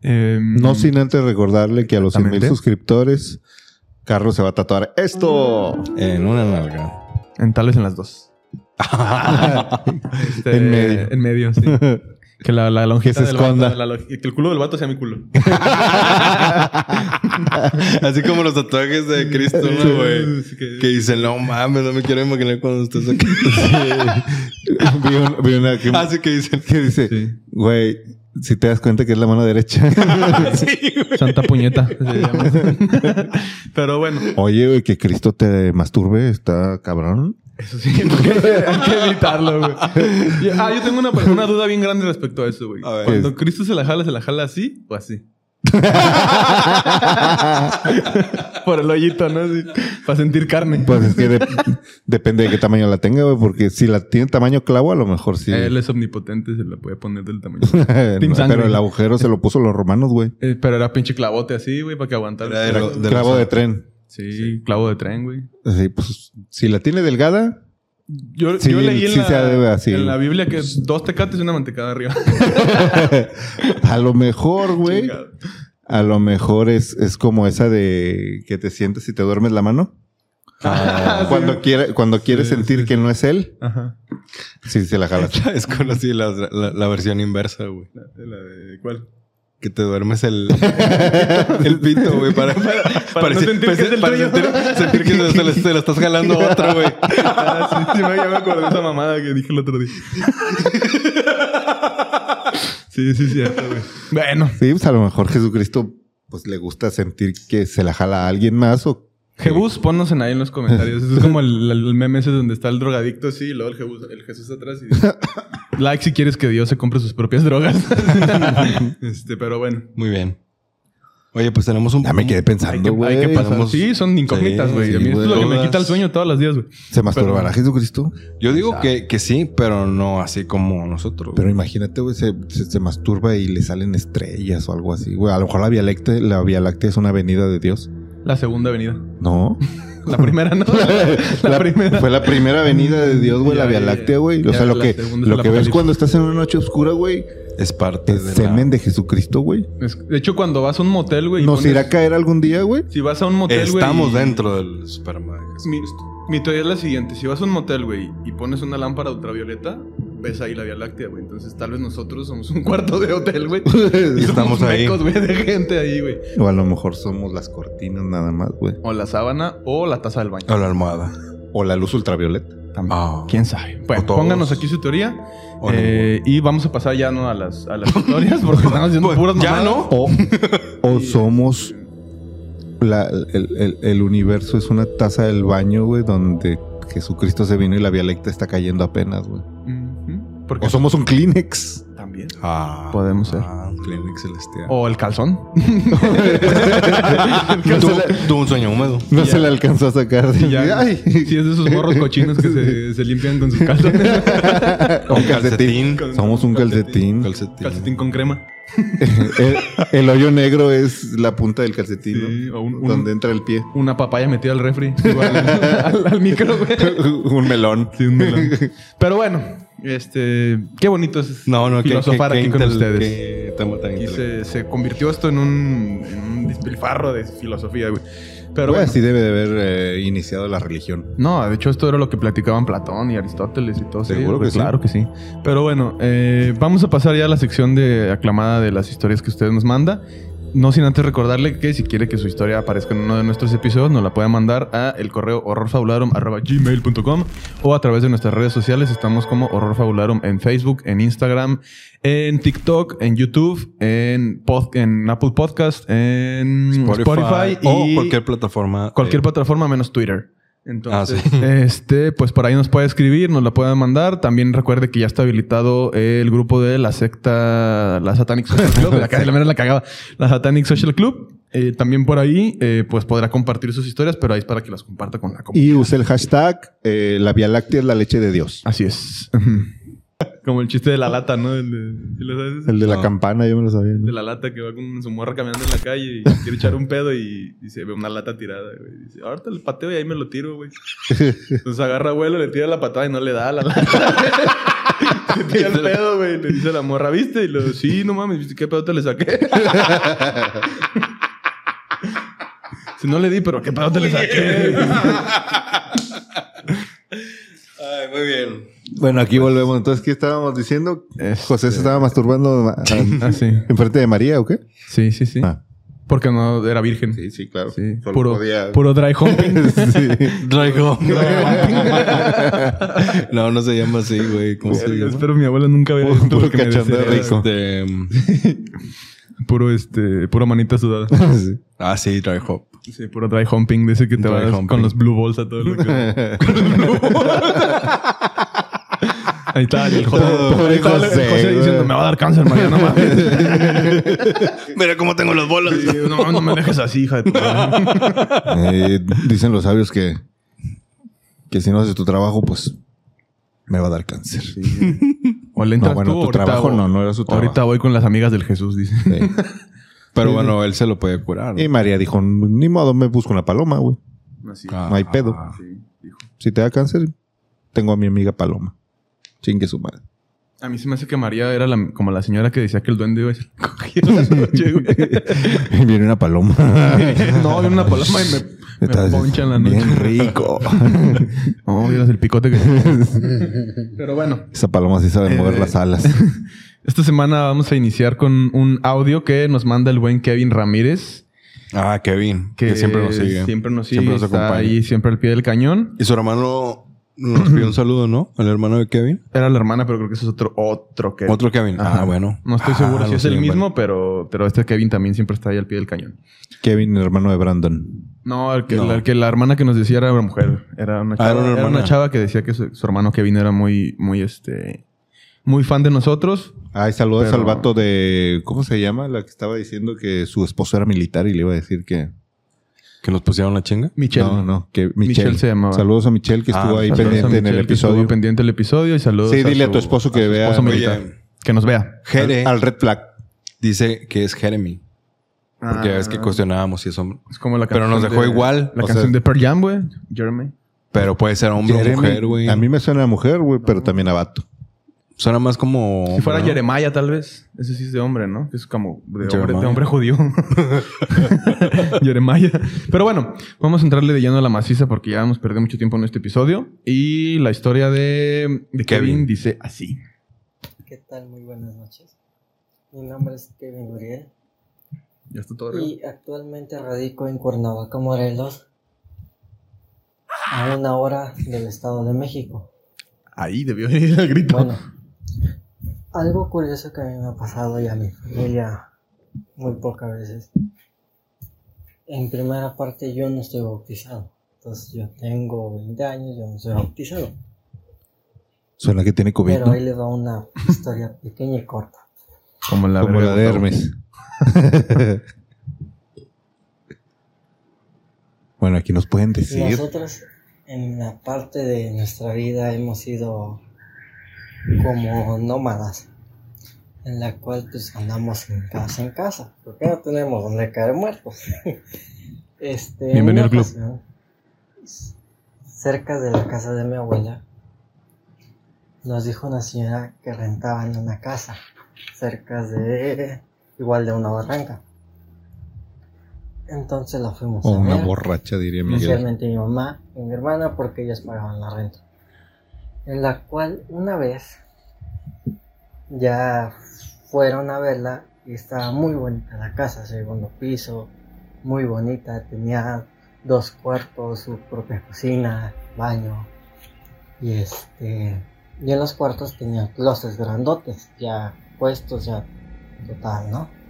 [SPEAKER 3] Em,
[SPEAKER 2] No sin antes recordarle que a los 100 mil
[SPEAKER 3] Exactamente.
[SPEAKER 2] suscriptores, Carlos se va a tatuar esto
[SPEAKER 4] En una nalga.
[SPEAKER 3] En tal vez en las dos. Este,
[SPEAKER 2] En medio.
[SPEAKER 3] En medio, sí. Que la, la lonjita
[SPEAKER 2] Que se
[SPEAKER 3] del vato-
[SPEAKER 2] esconda.
[SPEAKER 3] la lo- que el culo del vato sea mi culo.
[SPEAKER 4] Así como los tatuajes de Cristo, ¿no, güey? Que dicen, no mames, no me quiero imaginar cuando estés aquí.
[SPEAKER 2] vi, un- vi una que,
[SPEAKER 4] Así que dicen.
[SPEAKER 2] que dice,
[SPEAKER 3] Ah, Sí.
[SPEAKER 2] güey, si te das cuenta que es la mano derecha.
[SPEAKER 4] Sí, güey.
[SPEAKER 3] Santa puñeta. se llama. Pero bueno,
[SPEAKER 2] Oye, güey, que Cristo te masturbe, está cabrón.
[SPEAKER 3] eso sí, hay que evitarlo, güey. Y- Ah, yo tengo una, una duda bien grande respecto a eso, güey.
[SPEAKER 4] A ver.
[SPEAKER 2] Pues-
[SPEAKER 3] Cuando Cristo se la jala, ¿se la jala así o así? Por el hoyito, ¿no? Para sentir carne.
[SPEAKER 2] Pues es que de- depende de qué tamaño la tenga, güey, porque si la tiene tamaño clavo, a lo mejor sí.
[SPEAKER 3] Él es omnipotente, se la puede poner del tamaño. Eh, Team Sangre.
[SPEAKER 2] Pero el agujero se lo puso los romanos, güey.
[SPEAKER 3] Eh, pero era pinche clavote así, güey, para que aguantara.
[SPEAKER 4] Era de lo- de
[SPEAKER 2] clavo
[SPEAKER 4] los-
[SPEAKER 2] de tren.
[SPEAKER 3] sí, clavo de tren, güey.
[SPEAKER 2] Así, pues, si la tiene delgada,
[SPEAKER 3] Yo,
[SPEAKER 2] Sí,
[SPEAKER 3] yo leí en,
[SPEAKER 2] sí
[SPEAKER 3] la,
[SPEAKER 2] se ha de- así.
[SPEAKER 3] en la Biblia que dos tecates y una mantecada arriba.
[SPEAKER 2] a lo mejor, güey,
[SPEAKER 3] Chingado.
[SPEAKER 2] a lo mejor es, es como esa de que te sientes y te duermes la mano.
[SPEAKER 3] Ah, sí.
[SPEAKER 2] cuando quiere, cuando quieres
[SPEAKER 3] Sí,
[SPEAKER 2] sentir
[SPEAKER 3] sí.
[SPEAKER 2] que no es él,
[SPEAKER 3] Ajá.
[SPEAKER 2] sí se la jalas.
[SPEAKER 4] Es como así la, la- la versión inversa, güey.
[SPEAKER 3] ¿La de Eh, cuál?
[SPEAKER 4] Que te duermes el, el pito, güey. Para, para,
[SPEAKER 3] no sentir que es el
[SPEAKER 4] para
[SPEAKER 3] tuyo.
[SPEAKER 4] sentir- sentir que se, lo- se lo estás jalando a otro, güey.
[SPEAKER 3] Ah, sí, sí, me- ya me acordé de esa mamada que dije el otro día. sí, sí, cierto, güey. Bueno,
[SPEAKER 2] Sí, pues a lo mejor Jesucristo pues le gusta sentir que se la jala a alguien más o
[SPEAKER 3] Jebus, ponnos en ahí en los comentarios. Eso es como el, el meme ese donde está el drogadicto así y luego el, Jebus, el Jesús atrás y dice, like si quieres que Dios se compre sus propias drogas. este, pero bueno.
[SPEAKER 4] Muy bien. Oye, pues tenemos un.
[SPEAKER 2] ya me quedé
[SPEAKER 3] Hay que,
[SPEAKER 2] pensando,
[SPEAKER 3] hay que
[SPEAKER 2] güey.
[SPEAKER 3] pasar.
[SPEAKER 4] vamos-
[SPEAKER 3] Sí, son incógnitas,
[SPEAKER 4] Sí,
[SPEAKER 3] güey.
[SPEAKER 4] sí,
[SPEAKER 3] A mí esto es lo que me
[SPEAKER 4] dudas.
[SPEAKER 3] quita el sueño todos los días, güey.
[SPEAKER 2] ¿Se masturbará Jesucristo?
[SPEAKER 4] Yo digo que, que sí, pero no así como nosotros.
[SPEAKER 2] Pero imagínate, güey, se, se- se masturba y le salen estrellas o algo así. Güey, a lo mejor la Vía Láctea, la Vía Láctea es una avenida de Dios.
[SPEAKER 3] La segunda avenida.
[SPEAKER 2] No.
[SPEAKER 3] La primera, ¿no? La,
[SPEAKER 2] La-
[SPEAKER 3] primera.
[SPEAKER 2] Fue la primera avenida de Dios, güey,
[SPEAKER 3] Ya,
[SPEAKER 2] la Vía
[SPEAKER 3] ya,
[SPEAKER 2] Láctea,
[SPEAKER 3] ya.
[SPEAKER 2] güey. O
[SPEAKER 3] Ya,
[SPEAKER 2] sea, lo
[SPEAKER 3] la
[SPEAKER 2] que,
[SPEAKER 3] segunda es
[SPEAKER 2] lo
[SPEAKER 3] el
[SPEAKER 2] que ves
[SPEAKER 3] Apocalipsis.
[SPEAKER 2] cuando estás en una noche oscura, güey,
[SPEAKER 4] es parte
[SPEAKER 2] el
[SPEAKER 4] de.
[SPEAKER 2] semen
[SPEAKER 4] la...
[SPEAKER 2] de Jesucristo, güey.
[SPEAKER 3] Es- De hecho, cuando vas a un motel, güey. y
[SPEAKER 2] ¿Nos
[SPEAKER 3] pones-
[SPEAKER 2] irá a caer algún día, güey?
[SPEAKER 3] Si vas a un motel, güey.
[SPEAKER 4] Estamos
[SPEAKER 3] y-
[SPEAKER 4] dentro del esperma de
[SPEAKER 3] Mi,
[SPEAKER 4] Jesucristo.
[SPEAKER 3] mi teoría es la siguiente: si vas a un motel, güey, y pones una lámpara ultravioleta, ves ahí la Vía Láctea, güey. Entonces, tal vez nosotros somos un cuarto de hotel, güey.
[SPEAKER 4] Y estamos ahí.
[SPEAKER 3] Mecos, güey, de gente ahí, güey.
[SPEAKER 2] O a lo mejor somos las cortinas nada más, güey.
[SPEAKER 3] O la sábana o la taza del baño.
[SPEAKER 4] O la almohada.
[SPEAKER 2] O la luz ultravioleta.
[SPEAKER 3] También.
[SPEAKER 4] Ah.
[SPEAKER 3] ¿Quién sabe?
[SPEAKER 4] O
[SPEAKER 3] Bueno,
[SPEAKER 4] todos.
[SPEAKER 3] pónganos aquí su teoría.
[SPEAKER 4] O
[SPEAKER 3] eh, y vamos a pasar ya ¿no? a, las, a las historias porque estamos haciendo
[SPEAKER 4] Pues,
[SPEAKER 3] puras
[SPEAKER 4] ya
[SPEAKER 3] mamadas.
[SPEAKER 4] no.
[SPEAKER 2] O, o somos... la- el, el- el universo es una taza del baño, güey, donde Jesucristo se vino y la Vía Láctea está cayendo apenas, güey.
[SPEAKER 3] Ujú, Porque
[SPEAKER 2] O somos un Kleenex.
[SPEAKER 3] también.
[SPEAKER 4] Ah,
[SPEAKER 3] Podemos ser.
[SPEAKER 4] Ah, un clinic celestial.
[SPEAKER 3] O el calzón.
[SPEAKER 4] Tuvo un sueño húmedo.
[SPEAKER 2] No se le alcanzó a sacar.
[SPEAKER 3] Y ya,
[SPEAKER 2] Ay.
[SPEAKER 3] Si es de esos morros cochinos que se, se limpian con sus calzones.
[SPEAKER 2] Un calcetín.
[SPEAKER 4] Calcetín.
[SPEAKER 2] Somos un calcetín.
[SPEAKER 4] Calcetín.
[SPEAKER 3] Calcetín con crema.
[SPEAKER 2] el, el hoyo negro es la punta del calcetín,
[SPEAKER 3] Sí,
[SPEAKER 2] ¿no?
[SPEAKER 3] o un- un-
[SPEAKER 2] donde entra el pie.
[SPEAKER 3] Una papaya metida al refri. Igual, al, al micro, güey.
[SPEAKER 2] un melón.
[SPEAKER 3] Sí, un melón. Pero bueno, este... Qué bonito es
[SPEAKER 4] No, no, que
[SPEAKER 3] filosofar aquí con ustedes.
[SPEAKER 4] tema tan
[SPEAKER 3] Y se,
[SPEAKER 4] intelectual.
[SPEAKER 3] se convirtió esto en un, en un despilfarro de filosofía, güey. Pero
[SPEAKER 2] Pero
[SPEAKER 3] bueno.
[SPEAKER 2] así debe de haber eh, iniciado la religión.
[SPEAKER 3] No, de hecho esto era lo que platicaban Platón y Aristóteles y todo.
[SPEAKER 2] Seguro que sí.
[SPEAKER 3] Claro que sí. Pero bueno, eh, vamos a pasar ya a la sección de aclamada de las historias que usted nos manda. No sin antes recordarle que si quiere que su historia aparezca en uno de nuestros episodios, nos la puede mandar a el correo horrorfabularum.gmail.com o a través de nuestras redes sociales. Estamos como horrorfabularum en Facebook, en Instagram, en TikTok, en YouTube, en, pod- en Apple Podcast, en Mm, Spotify, y
[SPEAKER 4] o cualquier plataforma.
[SPEAKER 3] Cualquier
[SPEAKER 4] eh,
[SPEAKER 3] plataforma menos Twitter. Entonces,
[SPEAKER 4] Ah, sí.
[SPEAKER 3] este, pues por ahí nos puede escribir, nos la puede mandar. También recuerde que ya está habilitado el grupo de la secta, la Satanic Social Club. La, la, mera la cagaba. La Satanic Social Club. Eh, también por ahí, eh, pues podrá compartir sus historias, pero ahí es para que las comparta con la comunidad.
[SPEAKER 2] Y usé el hashtag eh, la Vía Láctea es la leche de Dios.
[SPEAKER 3] Así es. Como el chiste de la lata, ¿no? El de, ¿sí lo sabes?
[SPEAKER 2] El de la
[SPEAKER 4] No.
[SPEAKER 2] campana, yo me lo sabía. ¿no?
[SPEAKER 3] de la lata que va con su morra caminando en la calle y quiere echar un pedo y, y se ve una lata tirada, güey. Dice, ahorita le pateo y ahí me lo tiro, güey. Entonces agarra abuelo, le tira la patada y no le da a la lata. le tira el pedo, güey. Le dice a la morra, ¿viste? Y le dice, sí, no mames, ¿viste qué pedo te le saqué? si no le di, pero qué pedo te le saqué.
[SPEAKER 5] Ay, muy bien.
[SPEAKER 2] Bueno, aquí volvemos. Entonces, ¿qué estábamos diciendo?
[SPEAKER 3] Este-
[SPEAKER 2] José se estaba masturbando ah,
[SPEAKER 3] ah, sí.
[SPEAKER 2] enfrente de María, ¿o qué?
[SPEAKER 3] Sí, sí, sí.
[SPEAKER 2] Ah.
[SPEAKER 3] Porque no era virgen. Sí.
[SPEAKER 2] sí, claro. Solo
[SPEAKER 3] Puro,
[SPEAKER 2] podía-
[SPEAKER 3] puro dry humping.
[SPEAKER 4] Draigo. no, no se llama así, güey. ¿Cómo se
[SPEAKER 3] Verga,
[SPEAKER 4] llama?
[SPEAKER 3] Espero mi abuela nunca vea
[SPEAKER 2] Puro-
[SPEAKER 3] esto
[SPEAKER 2] puro
[SPEAKER 3] porque me
[SPEAKER 2] cachondeo
[SPEAKER 3] desea-
[SPEAKER 2] rico.
[SPEAKER 4] Este,
[SPEAKER 3] Puro este, puro manita sudada.
[SPEAKER 4] ah, sí, dry hop.
[SPEAKER 3] Sí, puro dry humping de ese que te
[SPEAKER 4] Dry
[SPEAKER 3] vas
[SPEAKER 4] humping.
[SPEAKER 3] con los blue balls a todo lo que. con los blue balls. Ahí está el José,
[SPEAKER 2] Pobre
[SPEAKER 3] ahí está el- el
[SPEAKER 2] José,
[SPEAKER 3] José
[SPEAKER 2] güey.
[SPEAKER 3] diciendo me va a dar cáncer, María, no mames.
[SPEAKER 4] Mira cómo tengo los bolos.
[SPEAKER 3] Sí, No, mames, no me dejes así, hija de tu madre.
[SPEAKER 2] Eh, dicen los sabios que, que si no haces tu trabajo, pues me va a dar cáncer.
[SPEAKER 3] O le entras
[SPEAKER 2] No, bueno,
[SPEAKER 3] Ah, tú,
[SPEAKER 2] tu
[SPEAKER 3] ahorita
[SPEAKER 2] trabajo
[SPEAKER 3] voy-
[SPEAKER 2] no, no era su trabajo.
[SPEAKER 3] Ahorita voy con las amigas del Jesús, dice.
[SPEAKER 2] Sí.
[SPEAKER 4] Pero bueno, él se lo puede curar. ¿no?
[SPEAKER 2] Y María dijo, ni modo, me busco una paloma, güey.
[SPEAKER 4] Ah,
[SPEAKER 2] No hay pedo.
[SPEAKER 3] Ah.
[SPEAKER 2] Si te da cáncer, tengo a mi amiga paloma. Chingue su madre.
[SPEAKER 3] A mí se me hace que María era la- como la señora que decía que el duende iba a ser cogido en la noche, güey.
[SPEAKER 2] Y viene una paloma.
[SPEAKER 3] No, viene una paloma y me, me
[SPEAKER 2] Estás
[SPEAKER 3] poncha en la noche.
[SPEAKER 2] Bien rico.
[SPEAKER 3] No, vieras el picote que. Pero bueno,
[SPEAKER 2] Esa paloma sí sabe mover
[SPEAKER 3] Eh,
[SPEAKER 2] las alas.
[SPEAKER 3] esta semana vamos a iniciar con un audio que nos manda el buen Kevin Ramírez.
[SPEAKER 4] Ah, Kevin, que, siempre nos sigue.
[SPEAKER 3] Siempre nos sigue.
[SPEAKER 4] Siempre nos
[SPEAKER 3] está
[SPEAKER 4] acompaña.
[SPEAKER 3] ahí, siempre al pie del cañón.
[SPEAKER 4] Y su hermano nos pidió un saludo, ¿no? El hermano de Kevin.
[SPEAKER 3] Era la hermana, pero creo que ese es otro, otro Kevin.
[SPEAKER 4] Otro Kevin.
[SPEAKER 3] Ajá.
[SPEAKER 4] Ah, bueno.
[SPEAKER 3] No estoy
[SPEAKER 4] Ah,
[SPEAKER 3] seguro si
[SPEAKER 4] lo
[SPEAKER 3] es el
[SPEAKER 4] siguen,
[SPEAKER 3] mismo,
[SPEAKER 4] vale.
[SPEAKER 3] pero, pero este Kevin también siempre está ahí al pie del cañón.
[SPEAKER 2] Kevin, hermano de Brandon.
[SPEAKER 3] No, el que,
[SPEAKER 4] No.
[SPEAKER 3] La, que la hermana que nos decía era una mujer. Era una
[SPEAKER 4] Ah,
[SPEAKER 3] chava,
[SPEAKER 4] era una
[SPEAKER 3] era
[SPEAKER 4] hermana.
[SPEAKER 3] una chava que decía que su, su hermano Kevin era muy, muy, este, muy fan de nosotros.
[SPEAKER 2] Ay, saludos
[SPEAKER 3] Pero-
[SPEAKER 2] al vato de. ¿Cómo se llama? La que estaba diciendo que su esposo era militar y le iba a decir que.
[SPEAKER 4] Que nos pusieron la chinga.
[SPEAKER 3] Michelle.
[SPEAKER 2] No, no, que Michelle.
[SPEAKER 3] Michelle se llamaba.
[SPEAKER 2] Saludos a Michelle que
[SPEAKER 4] Ah,
[SPEAKER 2] estuvo ahí
[SPEAKER 3] Saludos a
[SPEAKER 2] pendiente en el
[SPEAKER 3] Michelle, que estuvo
[SPEAKER 2] episodio.
[SPEAKER 3] pendiente el episodio y saludos.
[SPEAKER 2] Sí, dile a
[SPEAKER 3] su-
[SPEAKER 2] tu esposo que
[SPEAKER 3] su
[SPEAKER 2] vea-
[SPEAKER 3] esposo
[SPEAKER 2] Oye,
[SPEAKER 3] militar. que nos vea.
[SPEAKER 4] Jere
[SPEAKER 2] Al Red Flag.
[SPEAKER 4] dice que es Jeremy. Porque ya ves
[SPEAKER 2] Ah.
[SPEAKER 4] que cuestionábamos si es hombre.
[SPEAKER 3] Es como la
[SPEAKER 4] Pero
[SPEAKER 3] canción
[SPEAKER 4] nos dejó
[SPEAKER 3] de-
[SPEAKER 4] igual.
[SPEAKER 3] La
[SPEAKER 2] o
[SPEAKER 3] canción
[SPEAKER 2] sea-
[SPEAKER 3] de Pearl Jam, güey. Jeremy.
[SPEAKER 4] Pero puede ser hombre
[SPEAKER 2] Jeremy,
[SPEAKER 4] o mujer, güey.
[SPEAKER 2] A mí me suena a mujer, güey, pero también a vato.
[SPEAKER 4] Suena más como.
[SPEAKER 3] Si fuera
[SPEAKER 4] ¿no?
[SPEAKER 3] Jeremiah, tal vez. Ese sí es de hombre, ¿no? Que es como de hombre, de
[SPEAKER 4] Jeremiah.
[SPEAKER 3] hombre judío. Jeremiah. Pero bueno, vamos a entrarle de lleno a la maciza porque ya hemos perdido mucho tiempo en este episodio. Y la historia de, de Kevin.
[SPEAKER 4] Kevin.
[SPEAKER 3] dice así.
[SPEAKER 6] ¿Qué tal? Muy buenas noches. Mi nombre es Kevin Uriel
[SPEAKER 3] Ya está todo
[SPEAKER 6] y actualmente radico en Cuernavaca, Morelos, a una hora del Estado de México.
[SPEAKER 3] Ahí debió ir el grito.
[SPEAKER 6] Bueno, algo curioso que a mí me ha pasado y a mi familia muy pocas veces. En primera parte yo no estoy bautizado. Entonces yo tengo 20 años, yo no soy bautizado.
[SPEAKER 2] Suena que tiene COVID,
[SPEAKER 6] Pero
[SPEAKER 2] ¿no?
[SPEAKER 6] ahí le va una historia pequeña y corta.
[SPEAKER 3] como la,
[SPEAKER 2] Como
[SPEAKER 3] verga
[SPEAKER 2] la de
[SPEAKER 3] Gustavo.
[SPEAKER 2] Hermes. bueno, aquí nos pueden decir.
[SPEAKER 6] Nosotros en la parte de nuestra vida hemos sido como nómadas, en la cual pues andamos en casa en casa, porque no tenemos donde caer muertos. este, en
[SPEAKER 3] Bienvenido
[SPEAKER 6] una
[SPEAKER 3] al club.
[SPEAKER 6] ocasión, cerca de la casa de mi abuela, nos dijo una señora que rentaban una casa, cerca de igual de una barranca. Entonces la fuimos
[SPEAKER 3] Oh,
[SPEAKER 2] O
[SPEAKER 6] a
[SPEAKER 2] una
[SPEAKER 6] ver,
[SPEAKER 2] borracha, diría Miguel.
[SPEAKER 6] Especialmente mi mamá y mi hermana porque ellas pagaban la renta. En la cual una vez ya fueron a verla y estaba muy bonita la casa, segundo piso, muy bonita, tenía dos cuartos, su propia cocina, baño y este y en los cuartos tenía closets grandotes, ya puestos, ya total, ¿no?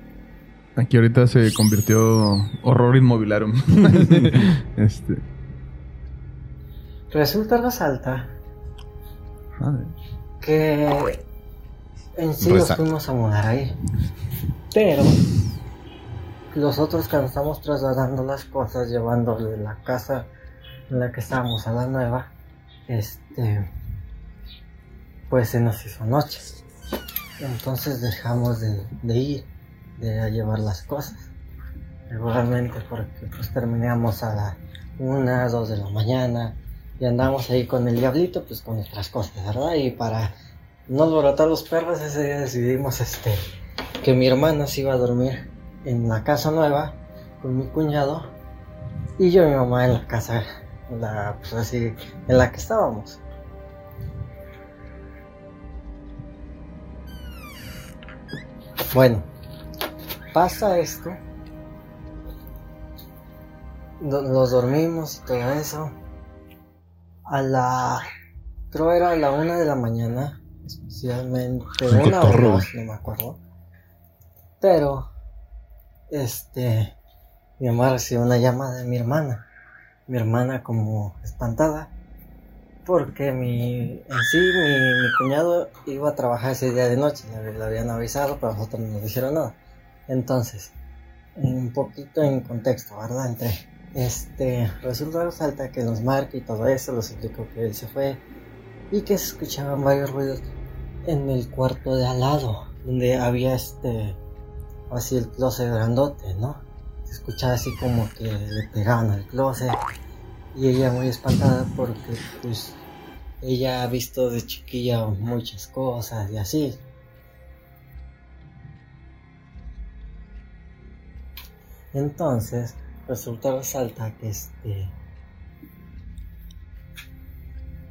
[SPEAKER 3] Aquí ahorita se convirtió horror inmobiliario. este.
[SPEAKER 6] Resulta resalta
[SPEAKER 3] Madre.
[SPEAKER 6] que en sí nos
[SPEAKER 2] Resalta.
[SPEAKER 6] fuimos a mudar ahí. Pero nosotros cuando estamos trasladando las cosas, llevando de la casa en la que estábamos a la nueva, este pues se nos hizo noche. Entonces dejamos de, de ir, de a llevar las cosas. Regularmente porque pues terminamos a las una, dos de la mañana y andamos ahí con el diablito, pues con nuestras cosas, ¿verdad? Y para no alborotar los perros, ese día decidimos este, que mi hermana se iba a dormir en la casa nueva con mi cuñado y yo y mi mamá en la casa, la, pues así, en la que estábamos. Bueno, pasa esto. no- Nos dormimos y todo eso. A la. Creo era a la una de la mañana. Especialmente.
[SPEAKER 2] Un
[SPEAKER 6] Una o
[SPEAKER 2] cotorro,
[SPEAKER 6] dos, no me acuerdo. Pero. Este. Mi mamá recibió una llamada de mi hermana. Mi hermana, como espantada. Porque mi, en sí, mi, mi cuñado iba a trabajar ese día de noche, le, le habían avisado, pero nosotros no nos dijeron nada. Entonces, un poquito en contexto, ¿verdad? Entre, este, resulta resalta que los marca y todo eso, los explicó que él se fue y que se escuchaban varios ruidos en el cuarto de al lado, donde había este, así el closet grandote, ¿no? Se escuchaba así como que le pegaban al closet y ella muy espantada porque pues ella ha visto de chiquilla muchas cosas y así. Entonces, resulta resalta que este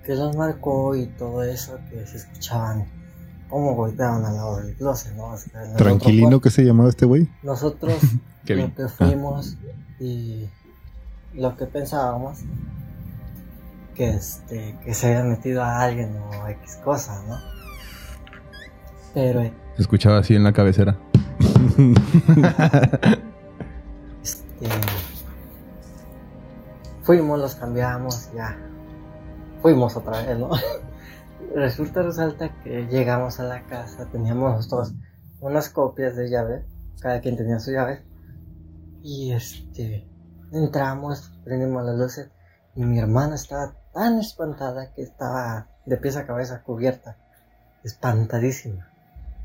[SPEAKER 6] que los marcó y todo eso que se escuchaban como golpeaban al lado del closet, ¿no? O sea, en el otro
[SPEAKER 2] Tranquilino que se llamaba este güey.
[SPEAKER 6] nosotros
[SPEAKER 2] Kevin.
[SPEAKER 6] lo que fuimos y lo que pensábamos que este que se había metido a alguien o X cosa, ¿no? Pero
[SPEAKER 3] Se escuchaba así en la cabecera.
[SPEAKER 6] este fuimos, los cambiamos, ya. Fuimos otra vez, ¿no? Resulta resalta que llegamos a la casa, teníamos nosotros unas copias de llave, cada quien tenía su llave. Y este, entramos, prendimos las luces y mi hermana estaba tan espantada que estaba de pies a cabeza cubierta, espantadísima.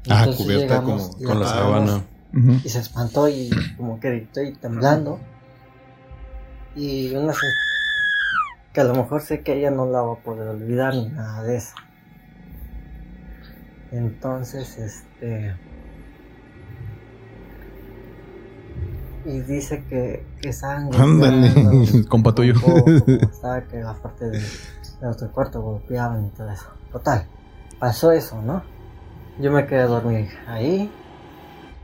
[SPEAKER 2] Ah,
[SPEAKER 6] Entonces
[SPEAKER 2] cubierta
[SPEAKER 6] llegamos
[SPEAKER 2] como-
[SPEAKER 6] y
[SPEAKER 2] con la
[SPEAKER 6] apagamos
[SPEAKER 2] sábana.
[SPEAKER 3] Ujú.
[SPEAKER 6] y se espantó y como que gritó y temblando. Y una sen- que a lo mejor sé que ella no la va a poder olvidar ni nada de eso. Entonces, este... Y dice que, que estaban
[SPEAKER 2] Ándale,
[SPEAKER 6] golpeando,
[SPEAKER 3] compa tuyo.
[SPEAKER 6] como- como Estaba que la parte de- del otro cuarto golpeaban y todo eso. Total, pasó eso, ¿no? Yo me quedé a dormir ahí.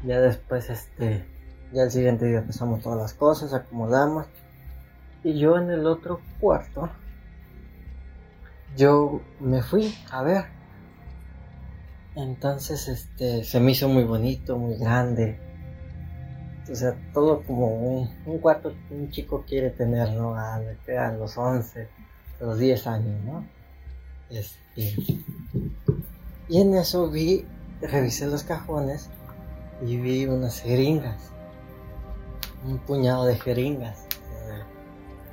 [SPEAKER 6] Ya después, este, ya el siguiente día pasamos todas las cosas, acomodamos. Y yo en el otro cuarto, yo me fui a ver. Entonces, este, se me hizo muy bonito, muy grande. O sea, todo como un, un cuarto que un chico quiere tener, ¿no? A, a los 11, a los 10 años, ¿no? Este, y en eso vi, revisé los cajones y vi unas jeringas. Un puñado de jeringas.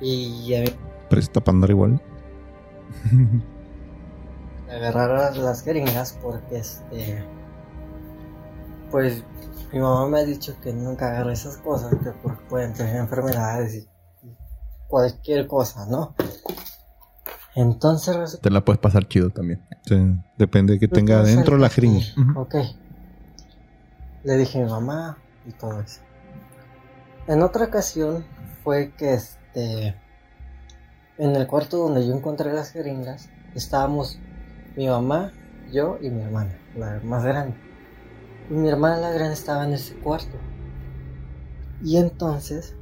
[SPEAKER 6] eh, Y a mí
[SPEAKER 2] Pero está pandar igual.
[SPEAKER 6] agarrar las jeringas porque este pues mi mamá me ha dicho que nunca agarre esas cosas que porque pueden tener enfermedades y cualquier cosa, ¿no? Entonces resulta
[SPEAKER 3] Te la puedes pasar chido también.
[SPEAKER 2] Sí, Depende de que tenga
[SPEAKER 6] Entonces,
[SPEAKER 2] adentro la jeringa.
[SPEAKER 6] Ok. Le dije a mi mamá y todo eso. En otra ocasión fue que este en el cuarto donde yo encontré las jeringas estábamos mi mamá, yo y mi hermana, la más grande. Y mi hermana la grande estaba en ese cuarto. Y entonces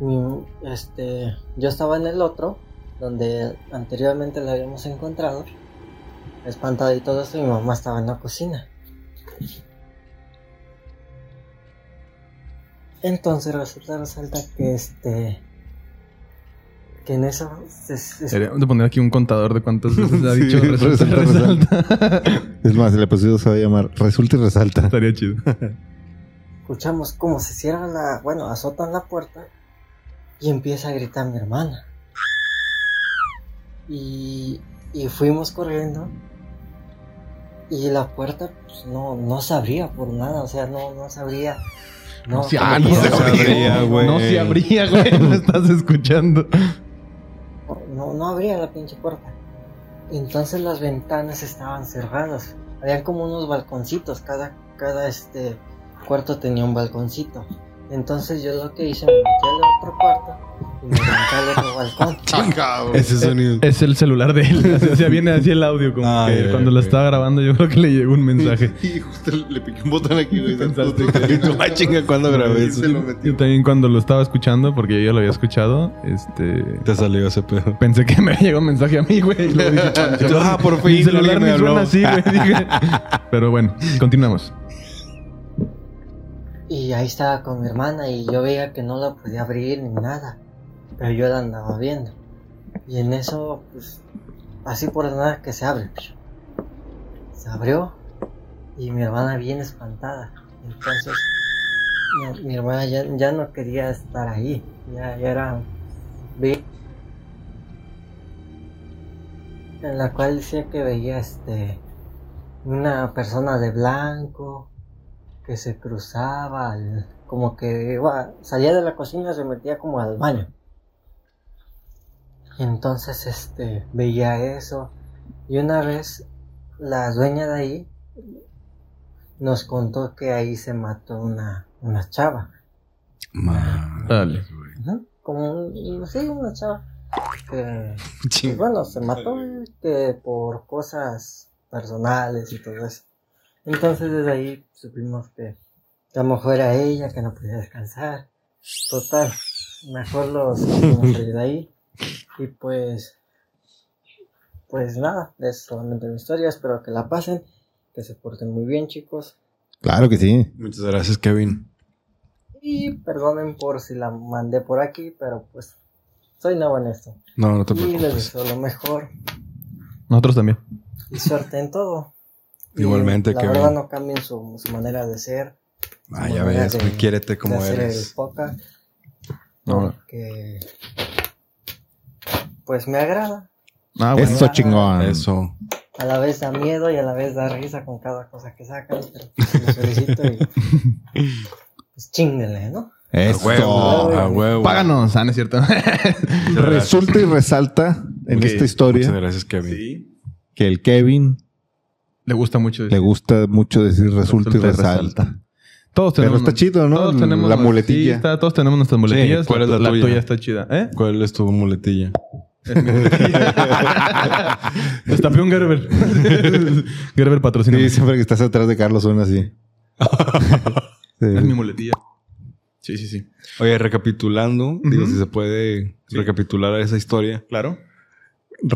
[SPEAKER 6] mi- este yo estaba en el otro donde anteriormente la habíamos encontrado espantada y todo eso y mi mamá estaba en la cocina. Entonces resulta resalta que este que en eso se, se-
[SPEAKER 3] Deberíamos de poner aquí un contador de cuántas veces ha
[SPEAKER 2] Sí,
[SPEAKER 3] dicho resulta,
[SPEAKER 2] resulta,
[SPEAKER 3] resalta.
[SPEAKER 2] Es más, el episodio se va a llamar Resulta y Resalta.
[SPEAKER 3] Estaría chido.
[SPEAKER 6] escuchamos cómo se cierra la, bueno, azotan la puerta y empieza a gritar mi hermana. Y, y fuimos corriendo y la puerta pues, no, no se abría por nada, o sea, no, no se abría. No,
[SPEAKER 3] se
[SPEAKER 6] como
[SPEAKER 3] abría,
[SPEAKER 6] que
[SPEAKER 3] no se
[SPEAKER 6] cerró.
[SPEAKER 2] abría,
[SPEAKER 4] Pues-
[SPEAKER 2] güey.
[SPEAKER 3] No se abría, güey. No estás escuchando.
[SPEAKER 6] No, no abría la pinche puerta. Entonces las ventanas estaban cerradas. Habían como unos balconcitos. Cada, cada este cuarto tenía un balconcito. Entonces yo lo que hice, me metí al otro cuarto y me aventé al otro balcón.
[SPEAKER 4] Ese sonido.
[SPEAKER 3] Es el celular de él. O sea, viene así el audio. Como
[SPEAKER 4] Ah,
[SPEAKER 3] que
[SPEAKER 4] ya,
[SPEAKER 3] cuando
[SPEAKER 4] ya,
[SPEAKER 3] lo
[SPEAKER 4] ya.
[SPEAKER 3] estaba grabando, yo creo que le llegó un mensaje.
[SPEAKER 2] Y justo le piqué un botón aquí, güey.
[SPEAKER 3] Pensaste
[SPEAKER 2] No, ay, chinga, ¿cuándo grabé eso?
[SPEAKER 3] Yo también cuando lo estaba escuchando, porque yo ya lo había escuchado, este...
[SPEAKER 4] Te salió ese pedo.
[SPEAKER 3] Pensé que me llegó un mensaje a mí, güey. y luego dije,
[SPEAKER 4] Yo, ah, por
[SPEAKER 3] Mi
[SPEAKER 4] fin,
[SPEAKER 3] celular
[SPEAKER 4] alguien me
[SPEAKER 3] me suena
[SPEAKER 4] habló.
[SPEAKER 3] así, güey. dije. Pero bueno, continuamos.
[SPEAKER 6] Y ahí estaba con mi hermana y yo veía que no la podía abrir ni nada. Pero yo la andaba viendo. Y en eso, pues, así por la nada que se abre. pues. Se abrió y mi hermana bien espantada. Entonces, mi, mi hermana ya, ya no quería estar ahí. Ya, ya era... ve- En la cual decía que veía este... Una persona de blanco, que se cruzaba, al- como que iba, salía de la cocina y se metía como al baño. Y entonces este veía eso. Y una vez la dueña de ahí nos contó que ahí se mató una, una chava.
[SPEAKER 3] Dale.
[SPEAKER 6] Ujú, Como un, sí, una chava. Que, que, bueno, se mató que por cosas personales y todo eso. Entonces desde ahí supimos que que a lo mejor era ella, que no podía descansar. Total, mejor los hicimos salir de ahí. Y pues, pues nada, es solamente mi historia. Espero que la pasen, que se porten muy bien, chicos.
[SPEAKER 2] Claro que sí.
[SPEAKER 4] Muchas gracias, Kevin.
[SPEAKER 6] Y perdonen por si la mandé por aquí, pero pues soy nuevo en esto.
[SPEAKER 4] No, no te
[SPEAKER 6] Y les
[SPEAKER 4] preocupes.
[SPEAKER 6] deseo lo mejor
[SPEAKER 3] Nosotros también.
[SPEAKER 6] y suerte en todo. Y
[SPEAKER 4] Igualmente,
[SPEAKER 6] la
[SPEAKER 4] que
[SPEAKER 6] verdad
[SPEAKER 4] bien.
[SPEAKER 6] no cambien su, su manera de ser.
[SPEAKER 4] Ah, ya ves, güey, quiérete como
[SPEAKER 6] de hacer el
[SPEAKER 4] eres.
[SPEAKER 6] podcast,
[SPEAKER 3] No.
[SPEAKER 6] que pues me agrada.
[SPEAKER 3] Ah, bueno.
[SPEAKER 2] Eso chingón.
[SPEAKER 4] Eso.
[SPEAKER 6] A la vez da miedo y a la vez da risa con cada cosa que sacan. Pero pues, los felicito y pues chingale, ¿no?
[SPEAKER 2] Eso.
[SPEAKER 4] Huevo,
[SPEAKER 6] Ah,
[SPEAKER 4] a huevo.
[SPEAKER 3] Páganos. Ah, no es cierto.
[SPEAKER 2] Resulta y resalta en
[SPEAKER 3] Ok.
[SPEAKER 2] esta
[SPEAKER 4] Muchas
[SPEAKER 2] historia
[SPEAKER 4] gracias, Kevin.
[SPEAKER 2] que el Kevin
[SPEAKER 3] Le gusta mucho.
[SPEAKER 2] le gusta mucho decir resulta, y resalta.
[SPEAKER 3] Todos
[SPEAKER 2] Pero
[SPEAKER 3] tenemos...
[SPEAKER 2] está chido, ¿no?
[SPEAKER 3] Todos tenemos
[SPEAKER 2] la
[SPEAKER 3] nuestras-
[SPEAKER 2] muletilla.
[SPEAKER 3] sí, está- todos tenemos nuestras muletillas.
[SPEAKER 4] ¿cuál es la tuya?
[SPEAKER 3] está chida. ¿Eh?
[SPEAKER 4] ¿Cuál es tu muletilla?
[SPEAKER 3] Destapé un Gerber. Gerber patrocina.
[SPEAKER 2] Sí, siempre que estás atrás de Carlos suena así. Sí.
[SPEAKER 3] Es mi muletilla. Sí, sí, sí.
[SPEAKER 4] Oye, recapitulando, digo,
[SPEAKER 3] Ujú.
[SPEAKER 4] si se puede recapitular esa historia.
[SPEAKER 3] Claro.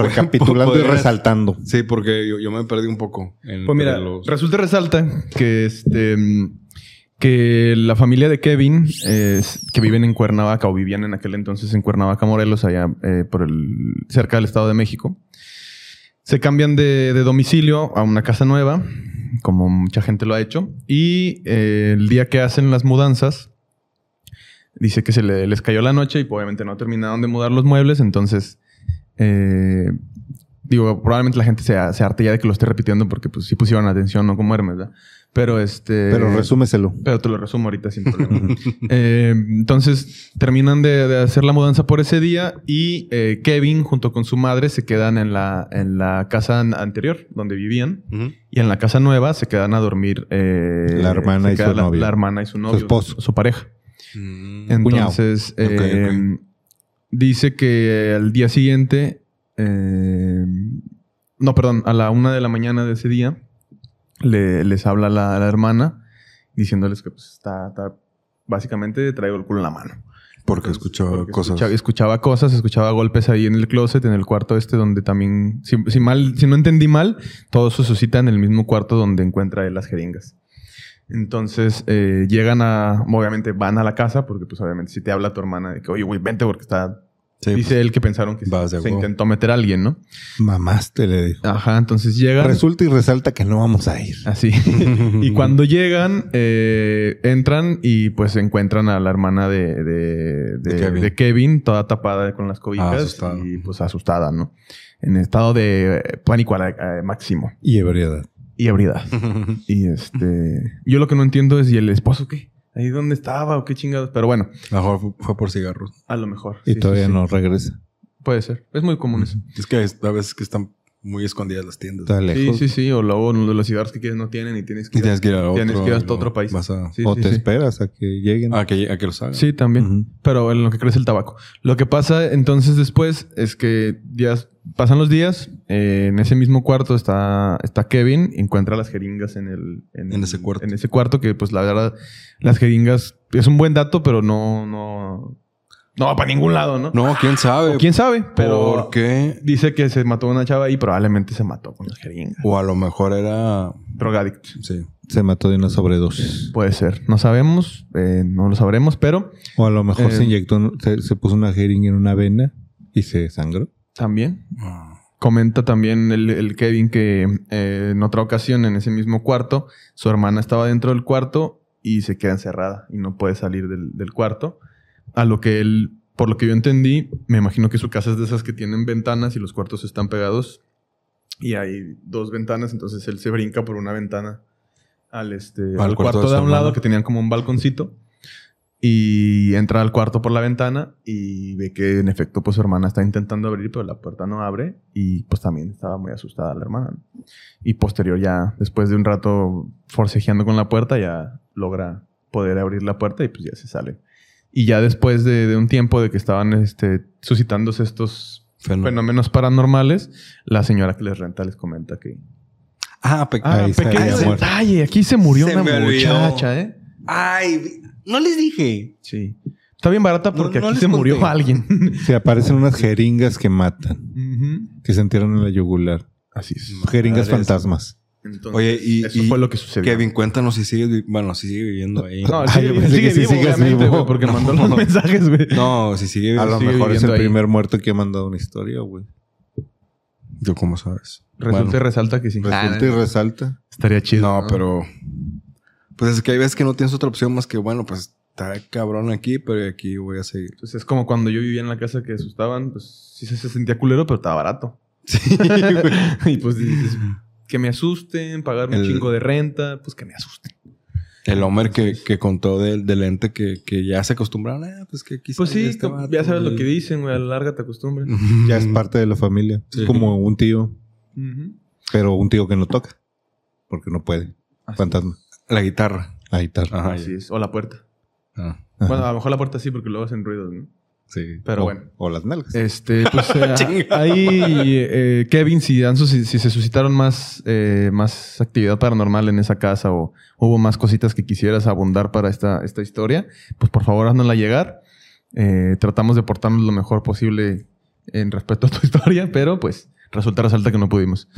[SPEAKER 2] Recapitulando y
[SPEAKER 4] Podrías-
[SPEAKER 2] resaltando.
[SPEAKER 4] Sí, porque yo, yo me perdí un poco. en-
[SPEAKER 3] Pues mira,
[SPEAKER 4] de los-
[SPEAKER 3] resulta y resalta que este mm, que la familia de Kevin es- que viven en Cuernavaca o vivían en aquel entonces en Cuernavaca, Morelos, allá eh, por el cerca del Estado de México. Se cambian de, de domicilio a una casa nueva, como mucha gente lo ha hecho, y eh, el día que hacen las mudanzas dice que se le- les cayó la noche y obviamente no terminaron de mudar los muebles, entonces eh, Digo, probablemente la gente se, se harte ya de que lo esté repitiendo porque pues sí pusieron atención, no como Hermes, ¿verdad? Pero este...
[SPEAKER 2] Pero resúmeselo.
[SPEAKER 3] Pero te lo resumo ahorita sin problema. Eh, entonces terminan de, de hacer la mudanza por ese día y eh, Kevin junto con su madre se quedan en la, en la casa an- anterior donde vivían
[SPEAKER 5] Ujú.
[SPEAKER 3] y en la casa nueva se quedan a dormir eh,
[SPEAKER 2] La hermana
[SPEAKER 3] se
[SPEAKER 2] y
[SPEAKER 3] queda
[SPEAKER 2] su
[SPEAKER 3] la,
[SPEAKER 2] novio.
[SPEAKER 3] la hermana y su novio,
[SPEAKER 2] esposo.
[SPEAKER 3] su pareja.
[SPEAKER 5] Mm.
[SPEAKER 2] Cuñado.
[SPEAKER 3] Entonces,
[SPEAKER 5] Ok, ok.
[SPEAKER 3] eh, dice que al día siguiente, eh, no, perdón, a la una de la mañana de ese día, le- les habla la, la hermana diciéndoles que pues, está, está- básicamente traigo el culo en la mano.
[SPEAKER 5] Porque escuchaba
[SPEAKER 3] Porque
[SPEAKER 5] cosas.
[SPEAKER 3] escucha- escuchaba cosas, escuchaba golpes ahí en el closet, en el cuarto este donde también, si, si mal, si no entendí mal, todo se suscita en el mismo cuarto donde encuentra él las jeringas. Entonces eh, llegan a, obviamente van a la casa, porque pues obviamente si te habla tu hermana de que, oye, güey, vente porque está,
[SPEAKER 5] Sí, pues,
[SPEAKER 3] dice él que pensaron que
[SPEAKER 5] vas
[SPEAKER 3] se,
[SPEAKER 5] de
[SPEAKER 3] se
[SPEAKER 5] huevo.
[SPEAKER 3] intentó meter a alguien, ¿no?
[SPEAKER 2] Mamaste, le dijo.
[SPEAKER 3] Ajá, entonces llegan.
[SPEAKER 2] Resulta y resalta que no vamos a ir.
[SPEAKER 3] Así. y cuando llegan, eh, entran y pues encuentran a la hermana de, de- de-
[SPEAKER 5] De Kevin.
[SPEAKER 3] de Kevin, toda tapada con las cobijas
[SPEAKER 5] Ah, asustada.
[SPEAKER 3] y pues asustada, ¿no? En estado de eh, pánico a la- eh, máximo
[SPEAKER 2] Y ebriedad.
[SPEAKER 3] y ebriedad. y este, yo lo que no entiendo es, ¿y el esposo qué? ¿Ahí dónde estaba o qué chingados? Pero bueno,
[SPEAKER 5] Mejor fu- fue por cigarros.
[SPEAKER 3] a lo mejor.
[SPEAKER 2] Y
[SPEAKER 3] Sí,
[SPEAKER 2] todavía
[SPEAKER 3] sí, sí.
[SPEAKER 2] no regresa.
[SPEAKER 3] Puede ser. Es muy común eso.
[SPEAKER 5] Es que es- a veces que están muy escondidas las tiendas.
[SPEAKER 2] Está
[SPEAKER 3] Sí,
[SPEAKER 2] lejos.
[SPEAKER 3] sí, sí. O luego los cigarros que quieres no tienen y tienes que...
[SPEAKER 5] Y tienes que ir a otro.
[SPEAKER 3] Tienes que ir hasta
[SPEAKER 5] luego
[SPEAKER 3] otro país.
[SPEAKER 5] vas a-
[SPEAKER 3] Sí,
[SPEAKER 2] o
[SPEAKER 3] sí,
[SPEAKER 2] te
[SPEAKER 3] sí.
[SPEAKER 2] esperas a que lleguen.
[SPEAKER 5] a que, a que los hagan.
[SPEAKER 3] Sí, también.
[SPEAKER 2] Ujú.
[SPEAKER 3] Pero en lo que crece el tabaco. Lo que pasa entonces después es que ya pasan los días. eh, en ese mismo cuarto está, está Kevin. Encuentra las jeringas en el...
[SPEAKER 5] En ese cuarto.
[SPEAKER 3] En ese cuarto que, pues, la verdad, las jeringas... Es un buen dato, pero no... No, no va para ningún lado, ¿no?
[SPEAKER 5] No, quién sabe.
[SPEAKER 3] ¿Quién sabe? Pero...
[SPEAKER 5] ¿Por qué?
[SPEAKER 3] Dice que se mató una chava y probablemente se mató con las jeringas.
[SPEAKER 5] O a lo mejor era.
[SPEAKER 3] Drogadicto.
[SPEAKER 5] Sí.
[SPEAKER 2] Se mató de una sobredosis.
[SPEAKER 3] Puede ser. No sabemos. eh, no lo sabremos, pero...
[SPEAKER 2] O a lo
[SPEAKER 3] Eh.
[SPEAKER 2] mejor se inyectó, un- se, se puso una jeringa en una vena y se sangró.
[SPEAKER 3] También
[SPEAKER 5] Ah,
[SPEAKER 3] Comenta también el, el Kevin que eh, en otra ocasión, en ese mismo cuarto, su hermana estaba dentro del cuarto y se queda encerrada y no puede salir del, del cuarto. A lo que él, por lo que yo entendí, me imagino que su casa es de esas que tienen ventanas y los cuartos están pegados y hay dos ventanas, entonces él se brinca por una ventana al, este, al, cuarto,
[SPEAKER 5] su
[SPEAKER 3] de a un lado
[SPEAKER 5] hermana.
[SPEAKER 3] que tenían como un balconcito. Y entra al cuarto por la ventana y ve que en efecto pues su hermana está intentando abrir, pero la puerta no abre y pues también estaba muy asustada la hermana. ¿no? Y posterior ya, después de un rato forcejeando con la puerta, ya logra poder abrir la puerta y pues ya se sale. Y ya después de, de un tiempo de que estaban este, suscitándose estos
[SPEAKER 5] fenómeno.
[SPEAKER 3] fenómenos paranormales, la señora que les renta les comenta que...
[SPEAKER 5] Ah, pe-
[SPEAKER 3] Ah,
[SPEAKER 2] Ahí se
[SPEAKER 3] pequeño
[SPEAKER 2] había muerto.
[SPEAKER 3] detalle, aquí se murió
[SPEAKER 5] Se me
[SPEAKER 3] una
[SPEAKER 5] olvidó.
[SPEAKER 3] muchacha, ¿eh?
[SPEAKER 5] Ay, no les dije.
[SPEAKER 3] Sí. Está bien barata porque
[SPEAKER 5] No- no
[SPEAKER 3] aquí
[SPEAKER 5] les
[SPEAKER 3] se murió
[SPEAKER 5] conté.
[SPEAKER 3] alguien.
[SPEAKER 2] Se aparecen unas jeringas que matan, que se entierran en la yugular.
[SPEAKER 3] Así es.
[SPEAKER 2] Jeringas
[SPEAKER 5] Madres.
[SPEAKER 2] fantasmas.
[SPEAKER 3] Entonces,
[SPEAKER 5] Oye, y-
[SPEAKER 3] eso
[SPEAKER 5] y
[SPEAKER 3] fue lo que sucedió.
[SPEAKER 5] Kevin, cuéntanos si sigues. vi- Bueno, si sigue viviendo ahí.
[SPEAKER 3] No,
[SPEAKER 2] Ay,
[SPEAKER 3] sigue,
[SPEAKER 2] yo pensé
[SPEAKER 3] sigue
[SPEAKER 2] que sí
[SPEAKER 3] vivo,
[SPEAKER 2] sigues
[SPEAKER 3] obviamente,
[SPEAKER 2] vivo.
[SPEAKER 3] güey, porque
[SPEAKER 5] No.
[SPEAKER 3] mandó los mensajes, güey.
[SPEAKER 5] No, si sigue
[SPEAKER 2] A
[SPEAKER 5] viviendo.
[SPEAKER 2] lo
[SPEAKER 3] sigue
[SPEAKER 2] mejor es el
[SPEAKER 3] viviendo ahí.
[SPEAKER 2] primer muerto que ha mandado una historia, güey.
[SPEAKER 5] Yo, ¿cómo sabes?
[SPEAKER 3] Resulta
[SPEAKER 5] Bueno.
[SPEAKER 3] y resalta que sí.
[SPEAKER 2] Resulta
[SPEAKER 5] Ah,
[SPEAKER 2] y resalta.
[SPEAKER 3] Estaría chido.
[SPEAKER 5] No, pero. Pues es que hay veces que no tienes otra opción más que, bueno, pues está cabrón aquí, pero aquí voy a seguir.
[SPEAKER 3] Pues es como cuando yo vivía en la casa que asustaban, pues sí se, se sentía culero, pero estaba barato. y pues dices, que me asusten, pagar un
[SPEAKER 5] El-
[SPEAKER 3] chingo de renta, pues que me asusten.
[SPEAKER 5] El Homer que, que contó del, del ente que, que ya se acostumbraron. Ah, pues que aquí
[SPEAKER 3] Pues
[SPEAKER 5] está
[SPEAKER 3] sí,
[SPEAKER 5] este
[SPEAKER 3] co-
[SPEAKER 5] vato,
[SPEAKER 3] ya sabes lo
[SPEAKER 5] güey.
[SPEAKER 3] que dicen, güey, a la larga te acostumbras.
[SPEAKER 2] Ya
[SPEAKER 3] Mm.
[SPEAKER 2] es parte de la familia.
[SPEAKER 5] Sí.
[SPEAKER 2] Es como un tío,
[SPEAKER 5] Mm.
[SPEAKER 3] Ujú.
[SPEAKER 2] pero un tío que no toca. Porque no puede. Fantasma.
[SPEAKER 5] La guitarra.
[SPEAKER 2] Ahí está.
[SPEAKER 5] Ajá.
[SPEAKER 3] Así es. O la puerta.
[SPEAKER 5] Ah,
[SPEAKER 2] Ajá.
[SPEAKER 3] Ah, Bueno, a lo mejor la puerta sí, porque luego hacen ruidos, ¿no?
[SPEAKER 5] sí.
[SPEAKER 3] Pero
[SPEAKER 2] o,
[SPEAKER 3] bueno.
[SPEAKER 2] O las nalgas.
[SPEAKER 3] Este, pues
[SPEAKER 2] Ah,
[SPEAKER 3] eh, ahí eh, Kevin, si, han sus- si se suscitaron más, eh, más actividad paranormal en esa casa o hubo más cositas que quisieras abundar para esta, esta historia, pues por favor haznosla llegar. Eh, tratamos de portarnos lo mejor posible en respecto a tu historia, pero pues resulta resalta que no pudimos.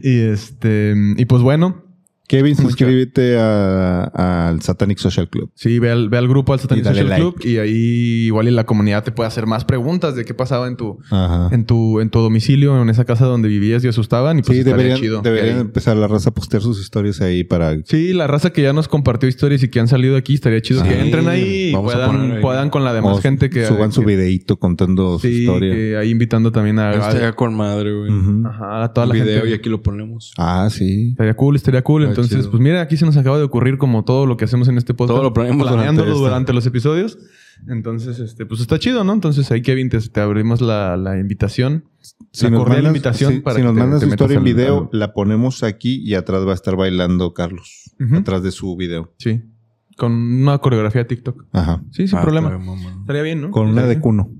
[SPEAKER 3] y este, y pues bueno,
[SPEAKER 2] Kevin,
[SPEAKER 3] Mucho.
[SPEAKER 2] suscríbete a- al Satanic Social Club.
[SPEAKER 3] Sí, ve al, ve al grupo al Satanic
[SPEAKER 2] Y dale
[SPEAKER 3] Social
[SPEAKER 2] like.
[SPEAKER 3] Club y ahí igual y la comunidad te puede hacer más preguntas de qué pasaba en tu,
[SPEAKER 2] Ajá.
[SPEAKER 3] en tu, en tu domicilio, en esa casa donde vivías y asustaban. Y pues
[SPEAKER 2] Sí,
[SPEAKER 3] estaría
[SPEAKER 2] deberían,
[SPEAKER 3] chido.
[SPEAKER 2] deberían
[SPEAKER 3] Que ahí-
[SPEAKER 2] empezar la raza a postear sus historias ahí para...
[SPEAKER 3] Sí, la raza que ya nos compartió historias y que han salido aquí, estaría chido
[SPEAKER 2] Sí,
[SPEAKER 3] que entren ahí y
[SPEAKER 4] vamos a
[SPEAKER 3] puedan,
[SPEAKER 4] poner ahí.
[SPEAKER 3] puedan con la demás
[SPEAKER 2] o
[SPEAKER 3] gente que...
[SPEAKER 2] Suban su
[SPEAKER 3] que-
[SPEAKER 2] videíto contando su
[SPEAKER 3] Sí,
[SPEAKER 2] historia.
[SPEAKER 3] que ahí invitando también a...
[SPEAKER 4] Esto
[SPEAKER 3] a-
[SPEAKER 4] ya con madre, güey.
[SPEAKER 2] Ujú.
[SPEAKER 3] ajá, a toda
[SPEAKER 4] Este, Un
[SPEAKER 3] la
[SPEAKER 4] video
[SPEAKER 3] gente.
[SPEAKER 4] y aquí lo ponemos.
[SPEAKER 2] Ah, sí.
[SPEAKER 3] Estaría cool, estaría cool.
[SPEAKER 4] Ah,
[SPEAKER 3] Entonces,
[SPEAKER 4] chido.
[SPEAKER 3] pues mira, aquí se nos acaba de ocurrir como todo lo que hacemos en este podcast.
[SPEAKER 4] Todo lo planeamos durante
[SPEAKER 3] planeándolo
[SPEAKER 4] este.
[SPEAKER 3] durante los episodios. Entonces, este, pues está chido, ¿no? Entonces ahí Kevin te, te abrimos la, la invitación.
[SPEAKER 2] Si
[SPEAKER 3] La
[SPEAKER 2] nos
[SPEAKER 3] cordial
[SPEAKER 2] mandas,
[SPEAKER 3] invitación
[SPEAKER 2] si-
[SPEAKER 3] para
[SPEAKER 2] si
[SPEAKER 3] que
[SPEAKER 2] nos
[SPEAKER 3] te-
[SPEAKER 2] mandas
[SPEAKER 3] te
[SPEAKER 2] su
[SPEAKER 3] metas
[SPEAKER 2] historia en
[SPEAKER 3] al-
[SPEAKER 2] video,
[SPEAKER 3] al-
[SPEAKER 2] la ponemos aquí y atrás va a estar bailando Carlos.
[SPEAKER 3] Ujú.
[SPEAKER 2] Atrás de su video.
[SPEAKER 3] Sí. Con una coreografía de TikTok.
[SPEAKER 2] Ajá.
[SPEAKER 3] Sí, sin
[SPEAKER 4] Ah,
[SPEAKER 3] problema.
[SPEAKER 4] está bien, mamá.
[SPEAKER 3] Estaría bien, ¿no?
[SPEAKER 2] Con una de
[SPEAKER 3] Estaría bien.
[SPEAKER 2] Cuno.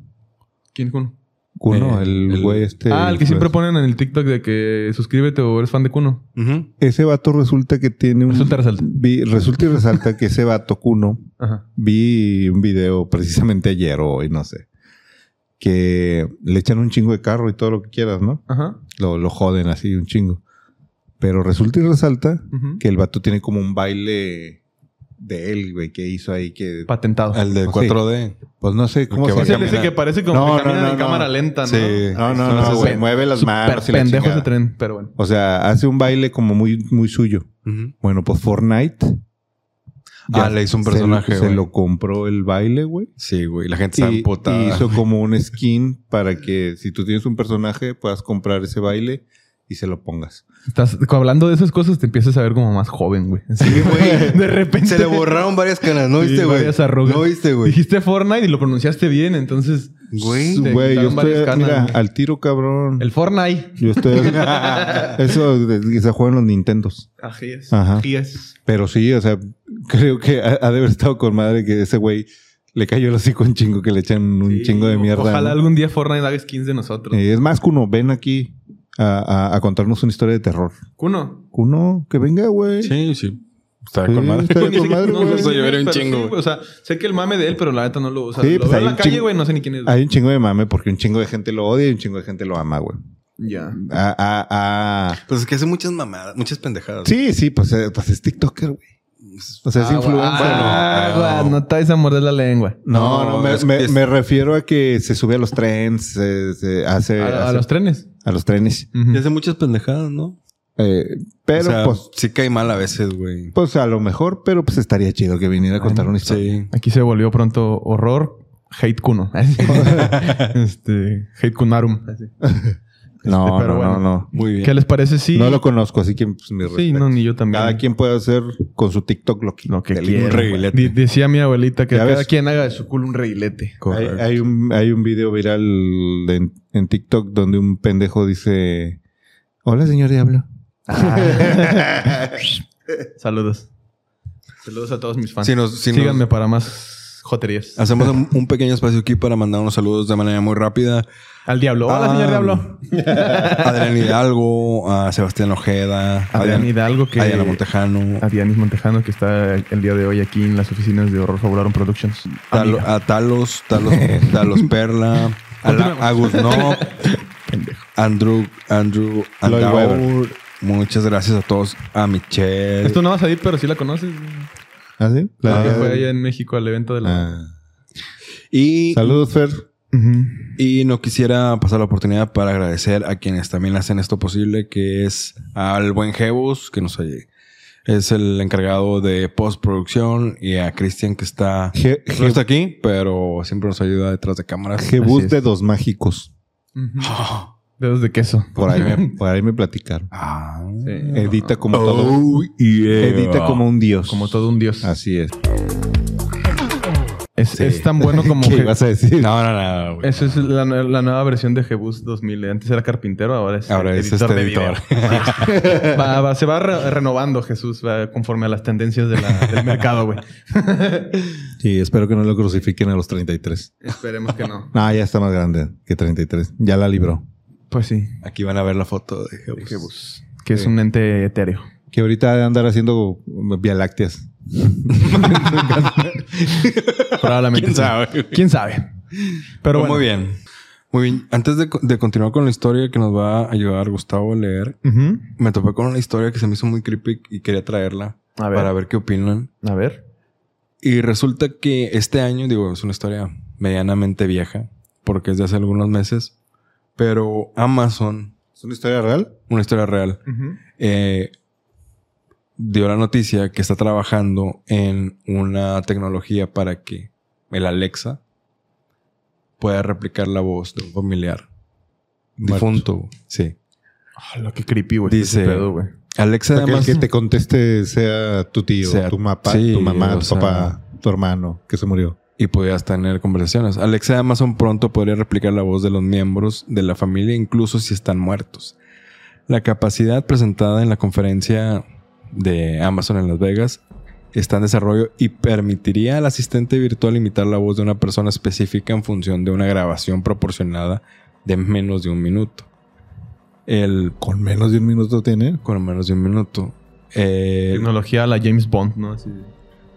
[SPEAKER 3] ¿Quién Kuno?
[SPEAKER 2] Cuno,
[SPEAKER 4] Eh,
[SPEAKER 2] el
[SPEAKER 4] el-
[SPEAKER 2] güey este.
[SPEAKER 3] ah, el que siempre
[SPEAKER 2] influencer.
[SPEAKER 3] ponen en el TikTok de que suscríbete o eres fan de Kuno.
[SPEAKER 4] Ujú.
[SPEAKER 2] Ese vato resulta que tiene un.
[SPEAKER 3] Resulta y resalta.
[SPEAKER 2] vi- resulta y resalta que ese vato Cuno.
[SPEAKER 3] Ajá.
[SPEAKER 2] Vi un video precisamente ayer o hoy, no sé. Que le echan un chingo de carro y todo lo que quieras, ¿no?
[SPEAKER 3] Ajá.
[SPEAKER 2] Lo, lo joden así, un chingo. Pero resulta y resalta
[SPEAKER 3] Ujú.
[SPEAKER 2] que el vato tiene como un baile de él, güey, que hizo ahí que.
[SPEAKER 3] Patentado.
[SPEAKER 4] El de
[SPEAKER 2] Sí.
[SPEAKER 4] 4D.
[SPEAKER 2] Pues no sé cómo
[SPEAKER 4] que
[SPEAKER 2] se
[SPEAKER 4] va
[SPEAKER 3] Es el
[SPEAKER 2] llama.
[SPEAKER 3] ese
[SPEAKER 4] camina.
[SPEAKER 3] que parece como
[SPEAKER 2] No,
[SPEAKER 3] que
[SPEAKER 2] no,
[SPEAKER 3] camina
[SPEAKER 2] no,
[SPEAKER 3] en
[SPEAKER 2] no.
[SPEAKER 3] cámara lenta, ¿no?
[SPEAKER 4] Sí.
[SPEAKER 2] No, no,
[SPEAKER 4] Son
[SPEAKER 2] no,
[SPEAKER 4] esos
[SPEAKER 2] güey.
[SPEAKER 4] pe-
[SPEAKER 2] Mueve las manos.
[SPEAKER 3] Súper
[SPEAKER 2] y la
[SPEAKER 3] pendejo ese
[SPEAKER 2] chingada.
[SPEAKER 3] tren, pero bueno.
[SPEAKER 2] O sea, hace un baile como muy, muy suyo.
[SPEAKER 4] Ujú.
[SPEAKER 2] Bueno, pues Fortnite.
[SPEAKER 4] Ah, le hizo un
[SPEAKER 2] se-
[SPEAKER 4] personaje,
[SPEAKER 2] Se,
[SPEAKER 4] güey.
[SPEAKER 2] lo compró el baile, güey.
[SPEAKER 4] Sí, güey. La gente
[SPEAKER 2] Y,
[SPEAKER 4] está emputada.
[SPEAKER 2] y hizo como un skin para que si tú tienes un personaje puedas comprar ese baile y se lo pongas.
[SPEAKER 3] Estás hablando de esas cosas, te empiezas a ver como más joven, güey.
[SPEAKER 4] Sí, güey.
[SPEAKER 3] De repente
[SPEAKER 4] Se le borraron varias canas, ¿no
[SPEAKER 3] Sí,
[SPEAKER 4] viste, güey?
[SPEAKER 3] varias arrugas.
[SPEAKER 4] No viste, güey.
[SPEAKER 3] dijiste Fortnite y lo pronunciaste bien, entonces
[SPEAKER 4] Güey.
[SPEAKER 3] te
[SPEAKER 2] Güey, yo
[SPEAKER 3] quitaron
[SPEAKER 2] estoy
[SPEAKER 3] varias canas,
[SPEAKER 2] mira,
[SPEAKER 3] güey.
[SPEAKER 2] al tiro, cabrón.
[SPEAKER 3] el Fortnite.
[SPEAKER 2] Yo estoy. eso de- que se juega en los Nintendos.
[SPEAKER 3] Ají es.
[SPEAKER 2] Ajá.
[SPEAKER 3] Ají es.
[SPEAKER 2] Pero sí, o sea, creo que ha, ha de haber estado con madre que ese güey le cayó el hocico un chingo que le echan un
[SPEAKER 3] Sí,
[SPEAKER 2] chingo de
[SPEAKER 3] o-
[SPEAKER 2] mierda.
[SPEAKER 3] Ojalá
[SPEAKER 2] ¿no?
[SPEAKER 3] algún día Fortnite haga skins de nosotros.
[SPEAKER 2] Eh, es más, Cuno, ven aquí a, a- a contarnos una historia de terror.
[SPEAKER 3] Cuno.
[SPEAKER 2] Cuno, que venga, güey.
[SPEAKER 4] Sí, sí. Está
[SPEAKER 2] Sí,
[SPEAKER 4] con madre.
[SPEAKER 2] está
[SPEAKER 3] Ni
[SPEAKER 2] con
[SPEAKER 3] sé-
[SPEAKER 2] madre,
[SPEAKER 3] no
[SPEAKER 2] güey.
[SPEAKER 3] sé
[SPEAKER 4] Eso
[SPEAKER 3] quién
[SPEAKER 4] llevaría
[SPEAKER 3] es,
[SPEAKER 4] un
[SPEAKER 3] pero
[SPEAKER 4] chingo,
[SPEAKER 3] sí, güey, o sea, sé que el mame de él, pero la neta no lo. O sea,
[SPEAKER 2] Sí,
[SPEAKER 3] lo
[SPEAKER 2] pues
[SPEAKER 3] veo
[SPEAKER 2] hay
[SPEAKER 3] en la
[SPEAKER 2] un
[SPEAKER 3] calle,
[SPEAKER 2] chingo-
[SPEAKER 3] güey, no sé ni quién es. güey.
[SPEAKER 2] Hay un chingo de mame porque un chingo de gente lo odia y un chingo de gente lo ama, güey.
[SPEAKER 3] Ya.
[SPEAKER 2] Ah, ah, ah.
[SPEAKER 4] Pues es que hace muchas mamadas, muchas pendejadas.
[SPEAKER 2] Sí, sí, pues, eh, pues es TikToker, güey. O sea, es
[SPEAKER 3] Ah,
[SPEAKER 2] influencer.
[SPEAKER 3] Ah,
[SPEAKER 4] Bueno, ah,
[SPEAKER 3] güey, no te vayas a morder la lengua.
[SPEAKER 2] No, no,
[SPEAKER 4] No,
[SPEAKER 2] me,
[SPEAKER 4] es-
[SPEAKER 2] me-
[SPEAKER 4] es-
[SPEAKER 2] me refiero a que se sube a los trends, se, se hace,
[SPEAKER 3] A, a
[SPEAKER 2] hace-
[SPEAKER 3] los trenes.
[SPEAKER 2] a los trenes.
[SPEAKER 4] Y
[SPEAKER 3] Ujú.
[SPEAKER 4] hace muchas pendejadas, ¿no?
[SPEAKER 2] Eh, pero
[SPEAKER 4] O sea,
[SPEAKER 2] pues,
[SPEAKER 4] Sí cae mal a veces, güey.
[SPEAKER 2] pues a lo mejor, pero pues estaría chido que viniera a contar una historia.
[SPEAKER 4] Sí.
[SPEAKER 3] Aquí se volvió pronto horror, hate cuno. este, hate cunarum.
[SPEAKER 4] Ah,
[SPEAKER 3] Así.
[SPEAKER 2] No,
[SPEAKER 3] Este, pero
[SPEAKER 2] no,
[SPEAKER 3] bueno.
[SPEAKER 2] no, no.
[SPEAKER 4] Muy bien.
[SPEAKER 3] ¿Qué les parece si...
[SPEAKER 2] No lo conozco, así que pues, mi
[SPEAKER 3] Sí,
[SPEAKER 2] respeto.
[SPEAKER 3] no, ni yo también.
[SPEAKER 2] Cada quien puede hacer con su TikTok lo que,
[SPEAKER 3] Lo que
[SPEAKER 2] le-
[SPEAKER 3] quiera.
[SPEAKER 4] Un reguilete.
[SPEAKER 3] Di- decía mi abuelita que
[SPEAKER 2] Ya
[SPEAKER 3] cada
[SPEAKER 2] ves.
[SPEAKER 3] quien haga de su culo un reguilete.
[SPEAKER 2] Hay,
[SPEAKER 4] Correcto.
[SPEAKER 2] hay un, hay un video viral en, en TikTok donde un pendejo dice: Hola, señor Diablo.
[SPEAKER 3] Saludos. Saludos a todos mis fans.
[SPEAKER 4] Si nos- si nos-
[SPEAKER 3] Síganme para más joterías.
[SPEAKER 4] Hacemos un, un pequeño espacio aquí para mandar unos saludos de manera muy rápida.
[SPEAKER 3] Al diablo. Hola,
[SPEAKER 4] Ah.
[SPEAKER 3] señor diablo.
[SPEAKER 4] A Adrián Hidalgo, a Sebastián Ojeda, a
[SPEAKER 3] Adrián
[SPEAKER 4] Dian-
[SPEAKER 3] Hidalgo que...
[SPEAKER 4] a Diana Montejano,
[SPEAKER 3] A Dianis Montejano que está el día de hoy aquí en las oficinas de Horror Fabularon Productions.
[SPEAKER 4] Talo-
[SPEAKER 3] Amiga.
[SPEAKER 4] a Talos, Talos, Talos Perla, a, la, a Guznob, Andrew, Andrew,
[SPEAKER 2] Lloyd
[SPEAKER 4] Andaur.
[SPEAKER 2] Webber.
[SPEAKER 4] Muchas gracias a todos, a Michelle.
[SPEAKER 3] Esto no vas a ir, pero sí la conoces.
[SPEAKER 2] ¿Ah, sí?
[SPEAKER 3] La que
[SPEAKER 2] Ah,
[SPEAKER 3] fue allá en México al evento de la...
[SPEAKER 2] ah.
[SPEAKER 4] Y,
[SPEAKER 2] Saludos, Fer.
[SPEAKER 3] Ujú.
[SPEAKER 4] y no quisiera pasar la oportunidad para agradecer a quienes también hacen esto posible, que es al buen Jebus, que nos oye. Es el encargado de postproducción y a Cristian que está...
[SPEAKER 2] Je-
[SPEAKER 4] No
[SPEAKER 2] Je-
[SPEAKER 4] está aquí, pero siempre nos ayuda detrás de cámaras.
[SPEAKER 2] Jebus
[SPEAKER 3] es.
[SPEAKER 2] de dos mágicos.
[SPEAKER 3] Ujú. Dedos de queso.
[SPEAKER 2] Por ahí me, por ahí me platicaron.
[SPEAKER 4] Ah.
[SPEAKER 2] Edita como todo. Edita como un dios.
[SPEAKER 3] Como todo un dios.
[SPEAKER 2] Así es.
[SPEAKER 3] Es, es tan bueno como...
[SPEAKER 2] ¿Qué
[SPEAKER 3] Je-
[SPEAKER 2] ibas a decir?
[SPEAKER 4] No, no, no. güey.
[SPEAKER 3] Esa es la, nue- la nueva versión de Jebus 2000. Antes era carpintero, ahora es
[SPEAKER 4] Ahora es este
[SPEAKER 3] de video.
[SPEAKER 4] editor.
[SPEAKER 3] Va- va- se va re- renovando Jesús va conforme a las tendencias de la- del mercado, güey.
[SPEAKER 2] Sí, espero que no lo crucifiquen a los 33.
[SPEAKER 3] Esperemos que no.
[SPEAKER 2] Ah, ya está más grande que 33. Ya la libró.
[SPEAKER 3] Pues sí,
[SPEAKER 4] Aquí van a ver la foto de Jebus.
[SPEAKER 3] Jebus. Que es un ente etéreo.
[SPEAKER 2] Que ahorita ha de andar haciendo vía lácteas.
[SPEAKER 3] Probablemente.
[SPEAKER 4] ¿Quién
[SPEAKER 3] sí.
[SPEAKER 4] sabe? Pues
[SPEAKER 3] ¿Quién sabe? Pero
[SPEAKER 4] Muy
[SPEAKER 3] bueno,
[SPEAKER 4] bien. Muy bien, antes de, co- de continuar con la historia que nos va a ayudar Gustavo a leer,
[SPEAKER 3] Ujú.
[SPEAKER 4] me topé con una historia que se me hizo muy creepy y quería traerla
[SPEAKER 3] A ver.
[SPEAKER 4] para ver qué opinan.
[SPEAKER 3] A ver.
[SPEAKER 4] Y resulta que este año, digo, es una historia medianamente vieja, porque es de hace algunos meses, pero Amazon,
[SPEAKER 2] ¿Es una historia real?
[SPEAKER 4] una historia real, eh, dio la noticia que está trabajando en una tecnología para que el Alexa pueda replicar la voz de un familiar
[SPEAKER 2] Muerto.
[SPEAKER 4] difunto. Sí.
[SPEAKER 3] Hola, qué Ah, creepy, güey.
[SPEAKER 4] Dice-
[SPEAKER 3] Ese pedo, güey.
[SPEAKER 4] Alexa,
[SPEAKER 2] Para que
[SPEAKER 4] además,
[SPEAKER 2] el que te conteste sea tu tío,
[SPEAKER 4] Sea-
[SPEAKER 2] tu, mapa,
[SPEAKER 4] sí,
[SPEAKER 2] tu mamá,
[SPEAKER 4] o
[SPEAKER 2] tu
[SPEAKER 4] sea-
[SPEAKER 2] papá, tu hermano que se murió.
[SPEAKER 4] y podías tener conversaciones. Alexa de Amazon pronto podría replicar la voz de los miembros de la familia, incluso si están muertos. La capacidad presentada en la conferencia de Amazon en Las Vegas está en desarrollo y permitiría al asistente virtual imitar la voz de una persona específica en función de una grabación proporcionada de menos de un minuto. El
[SPEAKER 2] Con menos de un minuto tiene.
[SPEAKER 4] con menos de un minuto. Eh,
[SPEAKER 3] Tecnología a la James Bond, ¿no? Así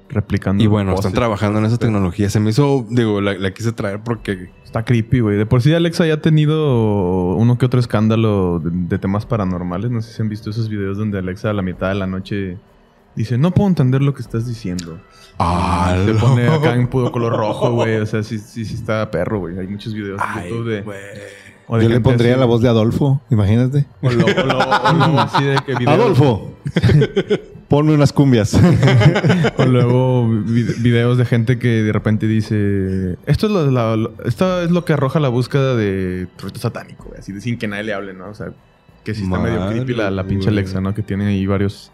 [SPEAKER 3] replicando.
[SPEAKER 4] y bueno, están
[SPEAKER 3] voces.
[SPEAKER 4] trabajando en esa tecnología. Se me hizo, digo, la, la quise traer porque
[SPEAKER 3] Está creepy, güey. De por sí Alexa ya ha tenido uno que otro escándalo de, de temas paranormales. No sé si han visto esos videos donde Alexa a la mitad de la noche dice, no puedo entender lo que estás diciendo.
[SPEAKER 4] Ah,
[SPEAKER 3] Se
[SPEAKER 4] lo-
[SPEAKER 3] pone acá en puro color rojo, güey. O sea, sí, sí, sí está perro, güey. Hay muchos videos en
[SPEAKER 4] Ay,
[SPEAKER 3] YouTube de...
[SPEAKER 4] güey.
[SPEAKER 3] o de
[SPEAKER 2] Yo le
[SPEAKER 3] gente
[SPEAKER 2] pondría
[SPEAKER 3] así-
[SPEAKER 2] la voz de Adolfo, imagínate.
[SPEAKER 3] O lo, o lo- o lo así de que videos-
[SPEAKER 2] Adolfo, ponme unas cumbias.
[SPEAKER 3] O luego vi- videos de gente que de repente dice, esto es lo, la- lo- esto es lo que arroja la búsqueda de rito satánico, güey", así de- sin que nadie le hable, ¿no? O sea, que sí está medio
[SPEAKER 4] Madre,
[SPEAKER 3] creepy la, la pinche
[SPEAKER 4] güey.
[SPEAKER 3] Alexa, ¿no? Que tiene ahí varios,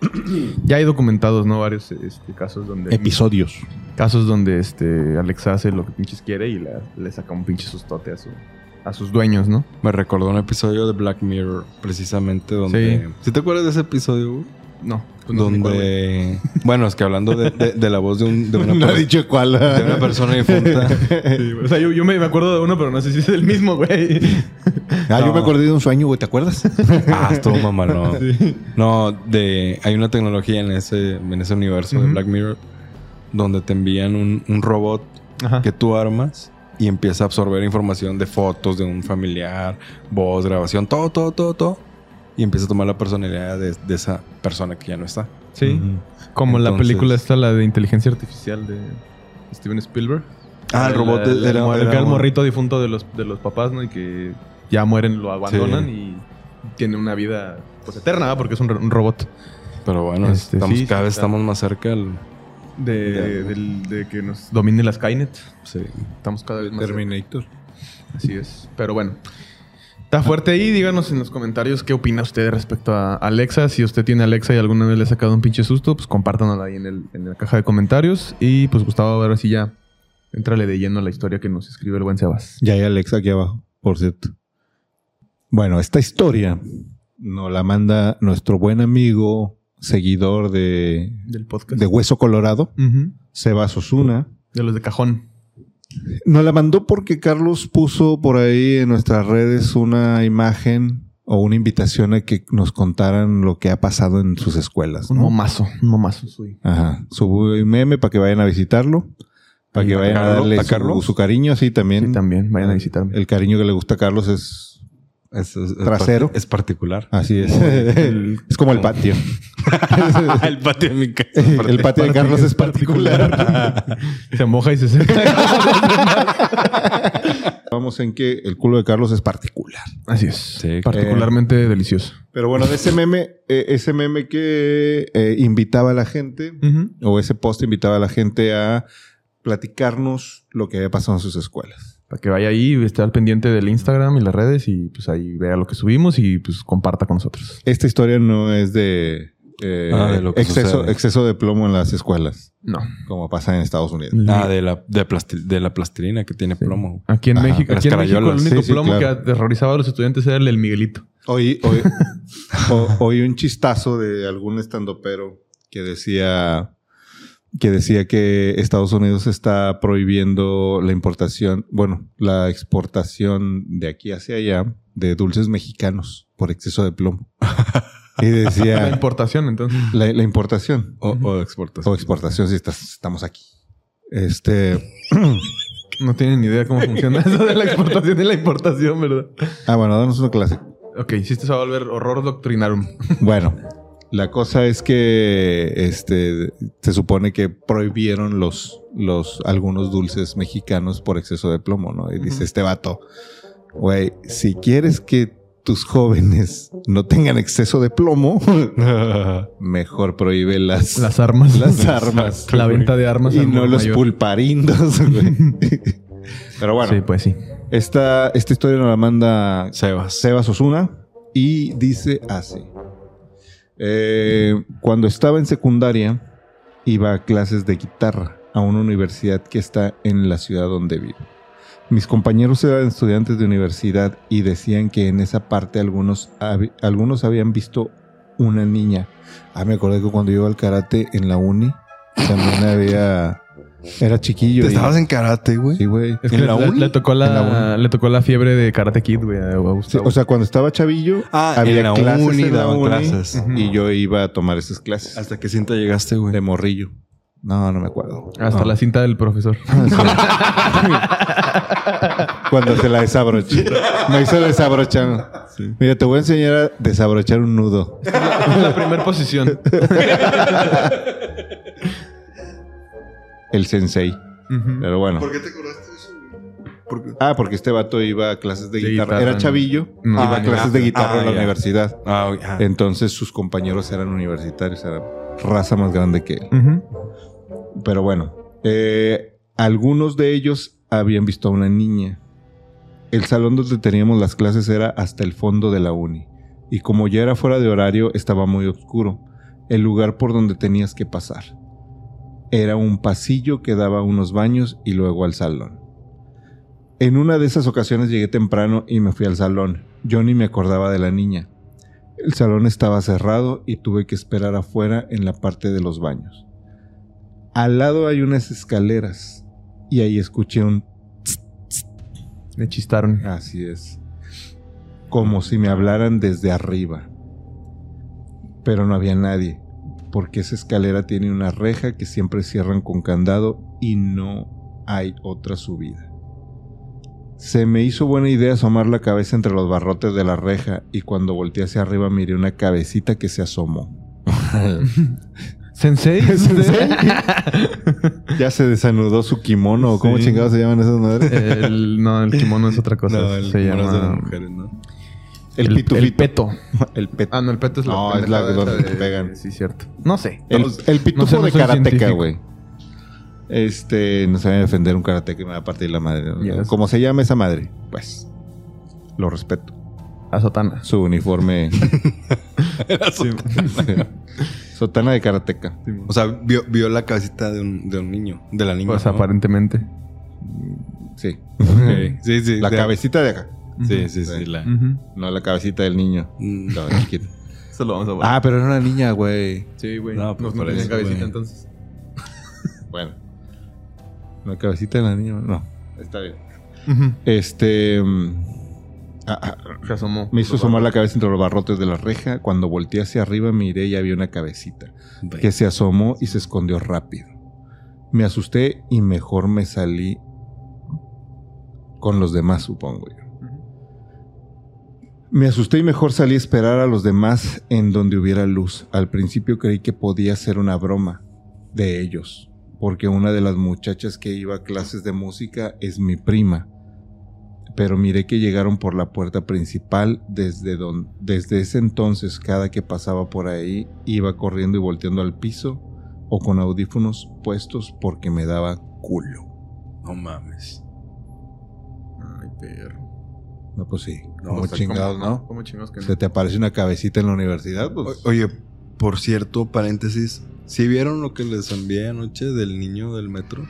[SPEAKER 3] ya hay documentados, ¿no? Varios este, casos donde...
[SPEAKER 2] Episodios.
[SPEAKER 3] Casos donde este, Alexa hace lo que pinches quiere y la- le saca un pinche sustote a, su- a sus dueños, ¿no?
[SPEAKER 4] Me recordó un episodio de Black Mirror, precisamente donde. Sí. te acuerdas de ese episodio? güey?
[SPEAKER 3] No. pues no sé ni cuál, güey.
[SPEAKER 4] donde. Bueno, es que hablando de, de- de la voz de, un- de una,
[SPEAKER 2] No ha
[SPEAKER 4] per-
[SPEAKER 2] dicho cuál.
[SPEAKER 4] de una persona difunta.
[SPEAKER 3] Sí, o sea, yo, yo me me acuerdo de uno, pero no sé si es el mismo, güey.
[SPEAKER 2] Ah, yo
[SPEAKER 4] No.
[SPEAKER 2] me acordé de un sueño, güey, ¿te acuerdas?
[SPEAKER 4] Ah, estuvo mamalón. No, de, hay una tecnología en ese, en ese universo de
[SPEAKER 3] Ujú.
[SPEAKER 4] Black Mirror donde te envían un, un robot
[SPEAKER 3] Ajá.
[SPEAKER 4] que tú armas y empieza a absorber información de fotos de un familiar, voz, grabación, todo, todo, todo, todo. Y empieza a tomar la personalidad de, de esa persona que ya no está.
[SPEAKER 3] Sí.
[SPEAKER 2] Ujú.
[SPEAKER 3] Como la
[SPEAKER 4] Entonces-
[SPEAKER 3] película esta, la de inteligencia artificial de Steven Spielberg.
[SPEAKER 4] Ah, el robot
[SPEAKER 3] el,
[SPEAKER 4] era-
[SPEAKER 3] el- el-
[SPEAKER 4] era
[SPEAKER 3] el
[SPEAKER 4] un-
[SPEAKER 3] morrito difunto de los, de los papás, ¿no? Y que ya mueren, lo abandonan
[SPEAKER 4] Sí.
[SPEAKER 3] y tiene una vida pues eterna, ¿verdad? porque es un, ro- un robot.
[SPEAKER 4] Pero bueno,
[SPEAKER 3] Este,
[SPEAKER 4] estamos,
[SPEAKER 3] sí,
[SPEAKER 4] cada
[SPEAKER 3] sí,
[SPEAKER 4] vez
[SPEAKER 3] está.
[SPEAKER 4] estamos más cerca al...
[SPEAKER 3] De,
[SPEAKER 4] Ya.
[SPEAKER 3] del- de que nos domine las Skynet.
[SPEAKER 4] Sí.
[SPEAKER 3] Estamos cada vez más.
[SPEAKER 2] Terminator.
[SPEAKER 3] cerca. Así es. Pero bueno. Está fuerte ahí. Díganos en los comentarios qué opina usted respecto a Alexa. Si usted tiene Alexa y alguna vez le ha sacado un pinche susto, pues compártanos ahí en, el- en la caja de comentarios. Y pues Gustavo, ahora sí ya. Entrale de lleno a la historia que nos escribe el buen Sebas.
[SPEAKER 2] Ya hay Alexa aquí abajo, por cierto. Bueno, esta historia nos la manda nuestro buen amigo, seguidor de,
[SPEAKER 3] Del podcast.
[SPEAKER 2] de Hueso Colorado,
[SPEAKER 3] Ujú.
[SPEAKER 2] Sebas Osuna.
[SPEAKER 3] De los de cajón.
[SPEAKER 2] Nos la mandó porque Carlos puso por ahí en nuestras redes una imagen o una invitación a que nos contaran lo que ha pasado en sus escuelas.
[SPEAKER 3] Un
[SPEAKER 2] ¿no?
[SPEAKER 3] momazo. Un momazo. sí.
[SPEAKER 2] Ajá. Subo un meme para que vayan a visitarlo, para
[SPEAKER 4] ¿Y
[SPEAKER 2] que
[SPEAKER 4] a
[SPEAKER 2] vayan a
[SPEAKER 4] Carlos?
[SPEAKER 2] darle
[SPEAKER 4] ¿A
[SPEAKER 2] su,
[SPEAKER 4] Carlos?
[SPEAKER 2] su cariño. Sí, también.
[SPEAKER 3] Sí, también. Vayan a visitarme.
[SPEAKER 2] El cariño que le gusta a Carlos es
[SPEAKER 4] Es, es- es
[SPEAKER 2] Trasero.
[SPEAKER 4] parti- Es particular.
[SPEAKER 2] Así es. es como el patio.
[SPEAKER 4] el patio de mi casa.
[SPEAKER 2] Ah, el patio de Carlos es particular.
[SPEAKER 3] Se moja y se seca.
[SPEAKER 2] Vamos en que el culo de Carlos es particular.
[SPEAKER 3] Así es.
[SPEAKER 4] Sí,
[SPEAKER 3] Particularmente delicioso.
[SPEAKER 2] Pero bueno, de ese meme, eh, ese meme que eh, invitaba a la gente, o ese post invitaba a la gente a platicarnos lo que había pasado en sus escuelas.
[SPEAKER 3] Para que vaya ahí, esté al pendiente del Instagram y las redes y pues ahí vea lo que subimos y pues comparta con nosotros.
[SPEAKER 2] Esta historia no es de, eh,
[SPEAKER 4] Ah, de lo que
[SPEAKER 2] exceso,
[SPEAKER 4] sucede.
[SPEAKER 2] exceso de plomo en las escuelas,
[SPEAKER 3] No.
[SPEAKER 2] como pasa en Estados Unidos.
[SPEAKER 4] Ah, de la, de, plasti- de la plastilina que tiene plomo.
[SPEAKER 3] Aquí en
[SPEAKER 2] Ajá,
[SPEAKER 3] México,
[SPEAKER 4] las
[SPEAKER 3] aquí en México el
[SPEAKER 4] carayolas.
[SPEAKER 3] único
[SPEAKER 2] Sí, sí,
[SPEAKER 3] plomo
[SPEAKER 2] claro.
[SPEAKER 3] que aterrorizaba a los estudiantes era el del Miguelito.
[SPEAKER 2] Hoy, hoy, o- oí un chistazo de algún estandopero que decía que decía que Estados Unidos está prohibiendo la importación, bueno, la exportación de aquí hacia allá de dulces mexicanos por exceso de plomo. Y
[SPEAKER 3] La
[SPEAKER 2] decía
[SPEAKER 3] importación, entonces.
[SPEAKER 2] la, la importación
[SPEAKER 4] O, o de exportación.
[SPEAKER 2] o exportación si estás- estamos aquí. Este
[SPEAKER 3] No tienen ni idea cómo funciona eso de la exportación y la importación, ¿verdad?
[SPEAKER 2] Ah, bueno, danos una clase.
[SPEAKER 3] Ok, sí, esto se va a volver horror doctrinarum.
[SPEAKER 2] Bueno, la cosa es que este se supone que prohibieron los, los algunos dulces mexicanos por exceso de plomo, ¿no? Y dice este vato, güey, si quieres que tus jóvenes no tengan exceso de plomo, mejor prohíbe las,
[SPEAKER 3] Las armas.
[SPEAKER 2] las armas
[SPEAKER 3] La venta de armas.
[SPEAKER 2] y
[SPEAKER 3] al
[SPEAKER 2] no
[SPEAKER 3] por
[SPEAKER 2] los
[SPEAKER 3] mayor.
[SPEAKER 2] pulparindos, güey. Pero bueno,
[SPEAKER 3] Sí, pues sí.
[SPEAKER 2] esta, esta historia nos la manda
[SPEAKER 4] Sebas.
[SPEAKER 2] Sebas Osuna y dice así. Eh, cuando estaba en secundaria, iba a clases de guitarra a una universidad que está en la ciudad donde vivo. Mis compañeros eran estudiantes de universidad y decían que en esa parte algunos, hab- algunos habían visto una niña. Ah, me acordé que cuando yo iba al karate en la uni, también había... Era chiquillo.
[SPEAKER 4] Te
[SPEAKER 2] y-
[SPEAKER 4] estabas en karate, güey.
[SPEAKER 2] Sí, güey.
[SPEAKER 3] Es que
[SPEAKER 2] ¿En
[SPEAKER 3] le,
[SPEAKER 2] la
[SPEAKER 3] le-
[SPEAKER 2] uni?
[SPEAKER 3] le tocó
[SPEAKER 2] En
[SPEAKER 3] la,
[SPEAKER 2] la uni.
[SPEAKER 3] le tocó la fiebre de Karate Kid, güey. a
[SPEAKER 2] Sí,
[SPEAKER 3] Gustavo.
[SPEAKER 2] o sea, cuando estaba chavillo,
[SPEAKER 4] Ah,
[SPEAKER 2] había
[SPEAKER 4] en la
[SPEAKER 2] clases
[SPEAKER 4] uni
[SPEAKER 2] en la
[SPEAKER 4] daban
[SPEAKER 2] uni,
[SPEAKER 4] clases.
[SPEAKER 3] Ujú.
[SPEAKER 2] y yo iba a tomar esas clases
[SPEAKER 4] ¿Hasta qué cinta llegaste, güey?
[SPEAKER 2] de morrillo. No, no me acuerdo.
[SPEAKER 3] Hasta
[SPEAKER 2] No.
[SPEAKER 3] la cinta del profesor.
[SPEAKER 2] Cuando se la desabroché. me hizo desabrochar. Mira, te voy a enseñar a desabrochar un nudo.
[SPEAKER 3] Esta es la primera posición.
[SPEAKER 2] El sensei.
[SPEAKER 3] Ujú.
[SPEAKER 2] Pero bueno.
[SPEAKER 5] qué te acordaste de eso, güey?
[SPEAKER 2] Ah, porque este vato iba a clases de,
[SPEAKER 3] De
[SPEAKER 2] guitarra.
[SPEAKER 3] guitarra,
[SPEAKER 2] Era
[SPEAKER 3] ¿no?
[SPEAKER 2] chavillo.
[SPEAKER 3] No,
[SPEAKER 2] iba
[SPEAKER 3] ah,
[SPEAKER 2] a
[SPEAKER 4] ya.
[SPEAKER 2] clases de guitarra
[SPEAKER 4] Ah,
[SPEAKER 2] en la
[SPEAKER 4] ya.
[SPEAKER 2] universidad.
[SPEAKER 4] Ah, güey, ah.
[SPEAKER 2] Entonces sus compañeros eran universitarios. Era raza más grande que él.
[SPEAKER 3] Ujú.
[SPEAKER 2] Pero bueno, eh, algunos de ellos habían visto a una niña. El salón donde teníamos las clases era hasta el fondo de la uni. Y como ya era fuera de horario, estaba muy oscuro. El lugar por donde tenías que pasar. Era un pasillo que daba a unos baños y luego al salón. En una de esas ocasiones llegué temprano y me fui al salón. Yo ni me acordaba de la niña. El salón estaba cerrado y tuve que esperar afuera en la parte de los baños. Al lado hay unas escaleras y ahí escuché un
[SPEAKER 3] Me chistaron.
[SPEAKER 2] así es. Como si me hablaran desde arriba. Pero no había nadie, porque esa escalera tiene una reja que siempre cierran con candado y no hay otra subida. Se me hizo buena idea asomar la cabeza entre los barrotes de la reja y cuando volteé hacia arriba miré una cabecita que se asomó.
[SPEAKER 3] ¿Sensei? ¿Sensei?
[SPEAKER 2] Ya se desanudó su kimono, o ¿cómo
[SPEAKER 3] Sí.
[SPEAKER 2] chingados se llaman esas madres?
[SPEAKER 3] El- no, el kimono es otra cosa. se llama...
[SPEAKER 4] ¿no?
[SPEAKER 2] El, pitufito.
[SPEAKER 3] peto.
[SPEAKER 2] El pet-
[SPEAKER 3] Ah, no, el peto es la
[SPEAKER 2] No, es la
[SPEAKER 3] pendejada
[SPEAKER 2] donde
[SPEAKER 3] esa
[SPEAKER 2] te pegan.
[SPEAKER 3] Sí, cierto. No sé.
[SPEAKER 2] El, el
[SPEAKER 3] no sé,
[SPEAKER 2] pitufo
[SPEAKER 3] no
[SPEAKER 2] de
[SPEAKER 3] soy
[SPEAKER 2] karateca,
[SPEAKER 3] científico.
[SPEAKER 2] güey. Este, no se va a defender un karateca y me va a partir la madre.
[SPEAKER 3] Yes.
[SPEAKER 2] Como se llama esa madre, pues lo respeto.
[SPEAKER 3] A Satana.
[SPEAKER 2] Su uniforme. Sotana de karateca.
[SPEAKER 4] O sea, vio, vio la cabecita de un, de un niño, de la niña.
[SPEAKER 3] Pues
[SPEAKER 4] ¿no?
[SPEAKER 3] aparentemente.
[SPEAKER 2] Sí.
[SPEAKER 4] Ok. Sí, sí.
[SPEAKER 2] La
[SPEAKER 4] de-
[SPEAKER 2] cabecita de acá.
[SPEAKER 4] Sí, sí, sí. la-
[SPEAKER 3] Ujú.
[SPEAKER 2] No, la cabecita del niño.
[SPEAKER 4] Mm.
[SPEAKER 2] No, chiquito.
[SPEAKER 3] Eso lo vamos a
[SPEAKER 2] ah, pero era una niña, güey.
[SPEAKER 3] sí, güey.
[SPEAKER 4] no, pues por
[SPEAKER 3] tenía
[SPEAKER 4] eso, güey.
[SPEAKER 3] entonces.
[SPEAKER 2] Bueno. La cabecita de la niña, no. Está bien. Este. mm, ah, ah,
[SPEAKER 3] Se asomó.
[SPEAKER 2] Me hizo asomar la cabeza entre los barrotes de la reja. Cuando volteé hacia arriba miré y había una cabecita que se asomó y se escondió rápido. Me asusté y mejor me salí con los demás, supongo yo. Me asusté y mejor salí a esperar a los demás en donde hubiera luz. Al principio creí que podía ser una broma de ellos, porque una de las muchachas que iba a clases de música es mi prima pero miré que llegaron por la puerta principal desde don- desde ese entonces cada que pasaba por ahí iba corriendo y volteando al piso o con audífonos puestos porque me daba culo.
[SPEAKER 4] No mames.
[SPEAKER 3] Ay, perro.
[SPEAKER 2] No, pues sí.
[SPEAKER 4] No,
[SPEAKER 2] como
[SPEAKER 4] o sea,
[SPEAKER 2] chingados, ¿no?
[SPEAKER 3] ¿Cómo chingados que
[SPEAKER 2] Se te aparece una cabecita en la universidad, pues.
[SPEAKER 4] O- oye, por cierto, paréntesis. ¿Sí vieron lo que les envié anoche del niño del metro?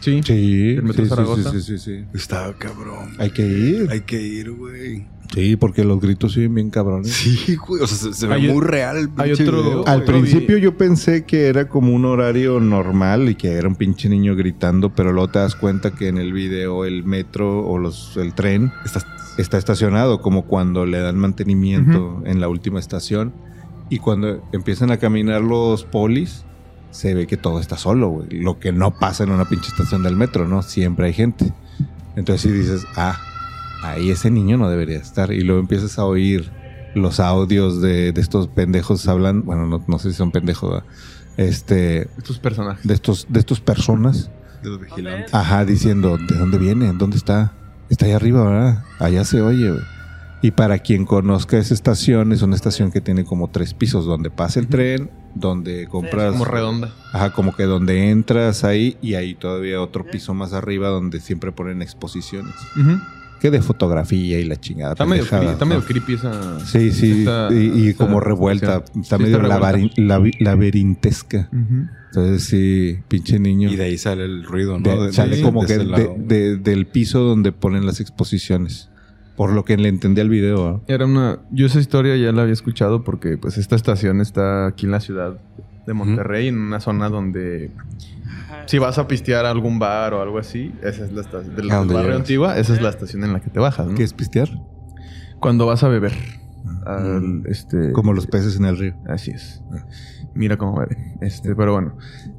[SPEAKER 3] Sí.
[SPEAKER 2] Sí,
[SPEAKER 3] ¿El Metro
[SPEAKER 2] sí, sí,
[SPEAKER 3] Zaragoza?
[SPEAKER 2] sí, sí, sí, sí.
[SPEAKER 4] Estaba cabrón.
[SPEAKER 2] Hay que ir.
[SPEAKER 4] Hay que ir, güey.
[SPEAKER 2] Sí, porque los gritos siguen bien cabrones.
[SPEAKER 4] Sí, güey. O sea, se, se ve
[SPEAKER 3] Hay o-
[SPEAKER 4] muy real el
[SPEAKER 3] hay
[SPEAKER 4] pinche
[SPEAKER 3] otro- Ah,
[SPEAKER 4] video.
[SPEAKER 2] Al
[SPEAKER 3] Yo vi-
[SPEAKER 2] principio yo pensé que era como un horario normal y que era un pinche niño gritando, pero luego te das cuenta que en el video el metro o los, el tren
[SPEAKER 4] Estás-
[SPEAKER 2] está estacionado, como cuando le dan mantenimiento en la última estación. Y cuando empiezan a caminar los polis, se ve que todo está solo, güey. Lo que no pasa en una pinche estación del metro, ¿no? Siempre hay gente. Entonces si dices, ah, ahí ese niño no debería estar. Y luego empiezas a oír los audios de, de estos pendejos hablan, bueno, no, no sé si son pendejos, ¿verdad? este,
[SPEAKER 3] Estos personajes.
[SPEAKER 2] de estos, de estos personas,
[SPEAKER 4] De los vigilantes.
[SPEAKER 2] ajá, diciendo, ¿de dónde viene? ¿Dónde está? Está allá arriba, ¿verdad? Allá se oye, güey. Y para quien conozca esa estación, es una estación que tiene como tres pisos, donde pasa el tren, donde compras...
[SPEAKER 3] Como redonda.
[SPEAKER 2] Ajá, como que donde entras ahí y ahí todavía otro piso más arriba donde siempre ponen exposiciones. Que de fotografía y la chingada.
[SPEAKER 3] Está medio,
[SPEAKER 2] pendejada,
[SPEAKER 3] creepy, está
[SPEAKER 2] ¿no?
[SPEAKER 3] medio creepy esa.
[SPEAKER 2] Sí, sí,
[SPEAKER 3] esa-
[SPEAKER 2] y, y
[SPEAKER 3] esa
[SPEAKER 2] como revuelta,
[SPEAKER 3] situación.
[SPEAKER 2] está
[SPEAKER 3] Sí,
[SPEAKER 2] medio
[SPEAKER 3] revuelta.
[SPEAKER 2] labarin- labi- labirintesca.
[SPEAKER 3] Ujú.
[SPEAKER 2] Entonces sí, pinche niño.
[SPEAKER 4] Y de ahí sale el ruido,
[SPEAKER 2] De-
[SPEAKER 4] ¿no? De-
[SPEAKER 2] sale
[SPEAKER 4] de-
[SPEAKER 2] como
[SPEAKER 4] de
[SPEAKER 2] que
[SPEAKER 4] ese
[SPEAKER 2] de-
[SPEAKER 4] lado.
[SPEAKER 2] de- del piso donde ponen las exposiciones. Por lo que le entendí al video. ¿no?
[SPEAKER 3] Era una. Yo esa historia ya la había escuchado porque, pues, esta estación está aquí en la ciudad de Monterrey, en una zona donde. Si vas a pistear a algún bar o algo así, esa es la estación. Del
[SPEAKER 4] ¿A dónde
[SPEAKER 3] barrio
[SPEAKER 4] llegas?
[SPEAKER 3] antigua, esa es la estación en la que te bajas, ¿no?
[SPEAKER 2] ¿Qué es pistear?
[SPEAKER 3] Cuando vas a beber. al, este,
[SPEAKER 2] Como los peces en el río.
[SPEAKER 3] Así es. Mira cómo bebe. Este, pero bueno.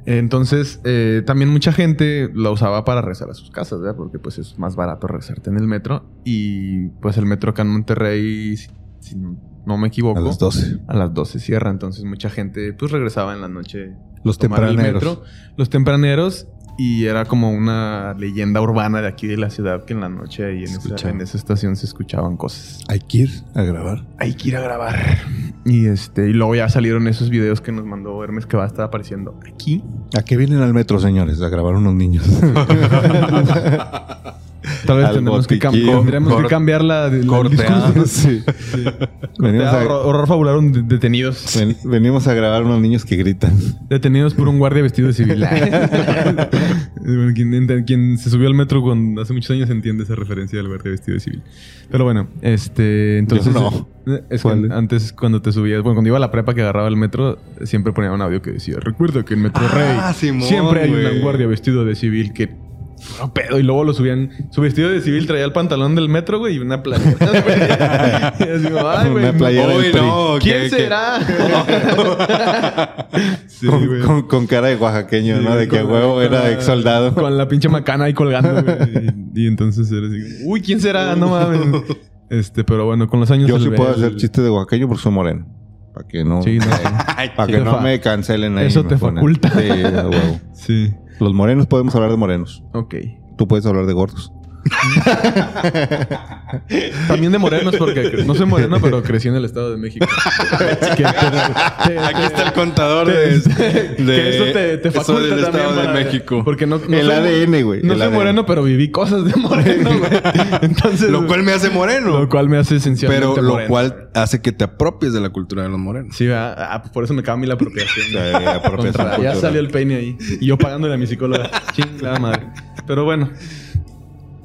[SPEAKER 3] Entonces, eh, también mucha gente la usaba para rezar a sus casas, ¿verdad? Porque pues es más barato rezarte en el metro. Y pues el metro acá en Monterrey, si, si no me equivoco,
[SPEAKER 2] A las 12.
[SPEAKER 3] a las 12 cierra. Entonces mucha gente pues regresaba en la noche
[SPEAKER 2] Los
[SPEAKER 3] tomar el
[SPEAKER 2] tempraneros.
[SPEAKER 3] metro, los tempraneros. Y era como una leyenda urbana de aquí de la ciudad que en la noche ahí en, esa,
[SPEAKER 4] Escuchaba.
[SPEAKER 3] en esa estación se escuchaban cosas
[SPEAKER 2] Hay que ir a grabar.
[SPEAKER 3] hay que ir a grabar. Y este, y luego ya salieron esos videos que nos mandó Hermes que va a estar apareciendo aquí.
[SPEAKER 2] ¿A qué vienen al metro, señores? A grabar unos niños.
[SPEAKER 3] Tal vez
[SPEAKER 2] Al
[SPEAKER 3] tendremos que, cam-
[SPEAKER 2] botiquín,
[SPEAKER 3] tendremos que
[SPEAKER 4] cor-
[SPEAKER 3] cambiar la el
[SPEAKER 4] corte,
[SPEAKER 3] discurso.
[SPEAKER 4] ah.
[SPEAKER 2] sí. Venimos
[SPEAKER 3] Horror,
[SPEAKER 2] a,
[SPEAKER 3] horror fabularon de- detenidos.
[SPEAKER 2] ven- venimos a grabar unos niños que gritan.
[SPEAKER 3] Detenidos por un guardia vestido de civil. Bueno, quien, ent- quien se subió al metro cuando hace muchos años entiende esa referencia del guardia vestido de civil. Pero bueno, este, entonces
[SPEAKER 2] no.
[SPEAKER 3] eh, es que
[SPEAKER 2] ¿Cuál?
[SPEAKER 3] antes cuando te subías, bueno, cuando iba a la prepa que agarraba el metro, siempre ponía un audio que decía, "Recuerda que en Metro
[SPEAKER 2] Ah,
[SPEAKER 3] Rey
[SPEAKER 4] Simón,
[SPEAKER 3] siempre hay
[SPEAKER 4] güey.
[SPEAKER 3] un guardia vestido de civil que puro pedo y luego lo subían su vestido de civil traía el pantalón del metro güey y una playera güey. Y así, "Ay, güey,
[SPEAKER 2] Una playera
[SPEAKER 4] Uy,
[SPEAKER 2] del PRI.
[SPEAKER 4] no,
[SPEAKER 3] ¿quién
[SPEAKER 4] que- que-
[SPEAKER 3] será? Sí,
[SPEAKER 2] con,
[SPEAKER 3] güey.
[SPEAKER 2] con- con cara de oaxaqueño,
[SPEAKER 3] Sí,
[SPEAKER 2] ¿no? De que
[SPEAKER 3] con-
[SPEAKER 2] huevo
[SPEAKER 3] con
[SPEAKER 2] era
[SPEAKER 3] la-
[SPEAKER 2] ex soldado.
[SPEAKER 3] Con la pinche macana ahí colgando, güey. Y, y entonces era así. Uy, ¿quién será? No mames. Este, pero bueno, con los años.
[SPEAKER 2] Yo
[SPEAKER 3] el-
[SPEAKER 2] sí puedo
[SPEAKER 3] el-
[SPEAKER 2] hacer chiste de oaxaqueño porque soy moreno. Para que no,
[SPEAKER 3] Sí, no.
[SPEAKER 2] para que
[SPEAKER 3] te
[SPEAKER 2] no
[SPEAKER 3] fa-
[SPEAKER 2] me cancelen ahí.
[SPEAKER 3] eso
[SPEAKER 2] me
[SPEAKER 3] te
[SPEAKER 2] funan.
[SPEAKER 3] faculta.
[SPEAKER 2] Sí, a huevo.
[SPEAKER 3] sí.
[SPEAKER 2] Los morenos podemos hablar de morenos.
[SPEAKER 3] Ok.
[SPEAKER 2] Tú puedes hablar de gordos.
[SPEAKER 3] También de morenos, porque no soy moreno, pero crecí en el Estado de México. Que te- te-
[SPEAKER 4] Aquí está el contador
[SPEAKER 3] te-
[SPEAKER 4] de, este, de-
[SPEAKER 3] que eso te, te
[SPEAKER 4] eso
[SPEAKER 3] faculta
[SPEAKER 4] del
[SPEAKER 3] también
[SPEAKER 4] Estado
[SPEAKER 3] para-
[SPEAKER 4] de México.
[SPEAKER 3] Porque no, no
[SPEAKER 2] el
[SPEAKER 3] soy-
[SPEAKER 2] ADN, güey.
[SPEAKER 3] No
[SPEAKER 2] el
[SPEAKER 3] soy
[SPEAKER 2] ADN.
[SPEAKER 3] moreno, pero viví cosas de moreno, güey. Entonces,
[SPEAKER 4] Lo cual me hace moreno.
[SPEAKER 3] lo cual me hace esencialmente
[SPEAKER 4] pero lo
[SPEAKER 3] moreno.
[SPEAKER 4] cual hace que te apropies de la cultura de los morenos.
[SPEAKER 3] Sí, ¿verdad? ah, pues por eso me cabe a mí la apropiación.
[SPEAKER 2] Sí, apropiación
[SPEAKER 3] Contra- ya
[SPEAKER 2] cultural.
[SPEAKER 3] salió el peine ahí. Y yo pagándole a mi psicóloga. Chingada madre. Pero bueno.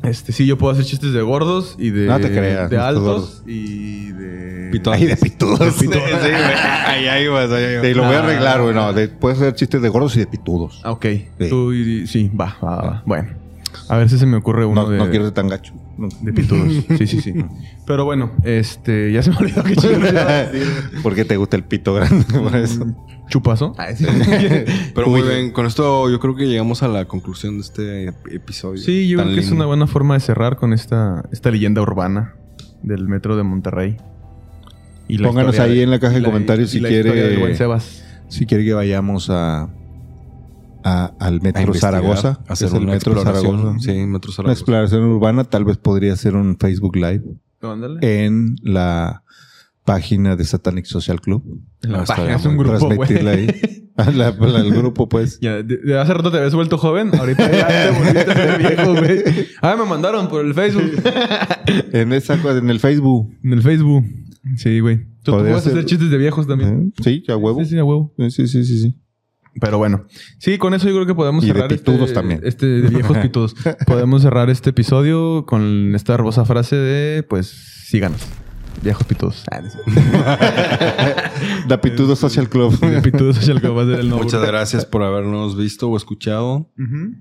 [SPEAKER 3] Este, sí, yo puedo hacer chistes de gordos y de,
[SPEAKER 2] No te creas,
[SPEAKER 3] de
[SPEAKER 2] no estás
[SPEAKER 3] altos
[SPEAKER 2] gordo.
[SPEAKER 3] y de.
[SPEAKER 2] Ay, de pitudos.
[SPEAKER 4] Sí, güey. Ahí, ahí vas, ahí, ahí vas.
[SPEAKER 2] Sí, lo voy a
[SPEAKER 3] Ah.
[SPEAKER 2] arreglar, güey. No, de- puedes hacer chistes de gordos y de pitudos.
[SPEAKER 3] Ah, ok.
[SPEAKER 2] Sí.
[SPEAKER 3] Tú y- sí, va, va, va. Bueno. A ver si se me ocurre uno
[SPEAKER 2] No,
[SPEAKER 3] de.
[SPEAKER 2] no quiero ser tan gacho. No.
[SPEAKER 3] De pitudos. Sí, sí, sí. Pero bueno, este, ya se me olvidó que chingados iba a decir.
[SPEAKER 2] Porque te gusta el pito grande por eso.
[SPEAKER 3] Chupazo. Ah, sí.
[SPEAKER 4] Pero muy bien, con esto yo creo que llegamos a la conclusión de este ep- episodio.
[SPEAKER 3] Sí, yo
[SPEAKER 4] tan
[SPEAKER 3] creo que es
[SPEAKER 4] lindo.
[SPEAKER 3] una buena forma de cerrar con esta, esta leyenda urbana del metro de Monterrey. Y la
[SPEAKER 2] Pónganos
[SPEAKER 3] historia
[SPEAKER 2] ahí en la caja de
[SPEAKER 3] y
[SPEAKER 2] comentarios
[SPEAKER 3] y
[SPEAKER 2] si
[SPEAKER 3] la
[SPEAKER 2] quiere-
[SPEAKER 3] historia del buen Sebas.
[SPEAKER 2] Si quiere que vayamos a, a- al
[SPEAKER 4] A
[SPEAKER 2] metro
[SPEAKER 4] investigar,
[SPEAKER 2] Zaragoza. que
[SPEAKER 4] Hacer
[SPEAKER 2] es el
[SPEAKER 4] una
[SPEAKER 2] metro
[SPEAKER 4] exploración.
[SPEAKER 2] Zaragoza.
[SPEAKER 4] Sí, Metro
[SPEAKER 2] Una
[SPEAKER 4] Zaragoza.
[SPEAKER 2] exploración urbana tal vez podría ser un Facebook Live Eh,
[SPEAKER 3] Ándale.
[SPEAKER 2] en la página de Satanic Social Club.
[SPEAKER 3] En la
[SPEAKER 4] no,
[SPEAKER 3] página,
[SPEAKER 4] estaría
[SPEAKER 3] es un
[SPEAKER 4] muy-
[SPEAKER 3] grupo, güey.
[SPEAKER 2] Transmitirla ahí. A la- a la- al grupo, pues.
[SPEAKER 3] Ya, de, de hace rato te habías vuelto joven, ahorita ya te volviste de viejo, güey. Ah, me mandaron por el Facebook.
[SPEAKER 2] En esa cosa, en el Facebook.
[SPEAKER 3] en el Facebook. Sí, güey. Tú tú
[SPEAKER 2] Podría
[SPEAKER 3] puedes
[SPEAKER 2] ser-
[SPEAKER 3] hacer chistes de viejos también.
[SPEAKER 2] ¿Eh? Sí, ya huevo.
[SPEAKER 3] Sí, sí, a huevo.
[SPEAKER 2] Sí, sí, sí, sí. sí.
[SPEAKER 3] Pero bueno, sí, con eso yo creo que podemos
[SPEAKER 2] Y de
[SPEAKER 3] cerrar
[SPEAKER 2] pitudos
[SPEAKER 3] este,
[SPEAKER 2] también.
[SPEAKER 3] este de viejos pitudos. podemos cerrar este episodio con esta hermosa frase de pues síganos. Viejos pitudos. Ah, no es cierto.
[SPEAKER 2] Dapitudo Social Club.
[SPEAKER 3] De pitudos es el que va a ser el nombre.
[SPEAKER 4] Muchas gracias por habernos visto o escuchado.
[SPEAKER 3] Ujú.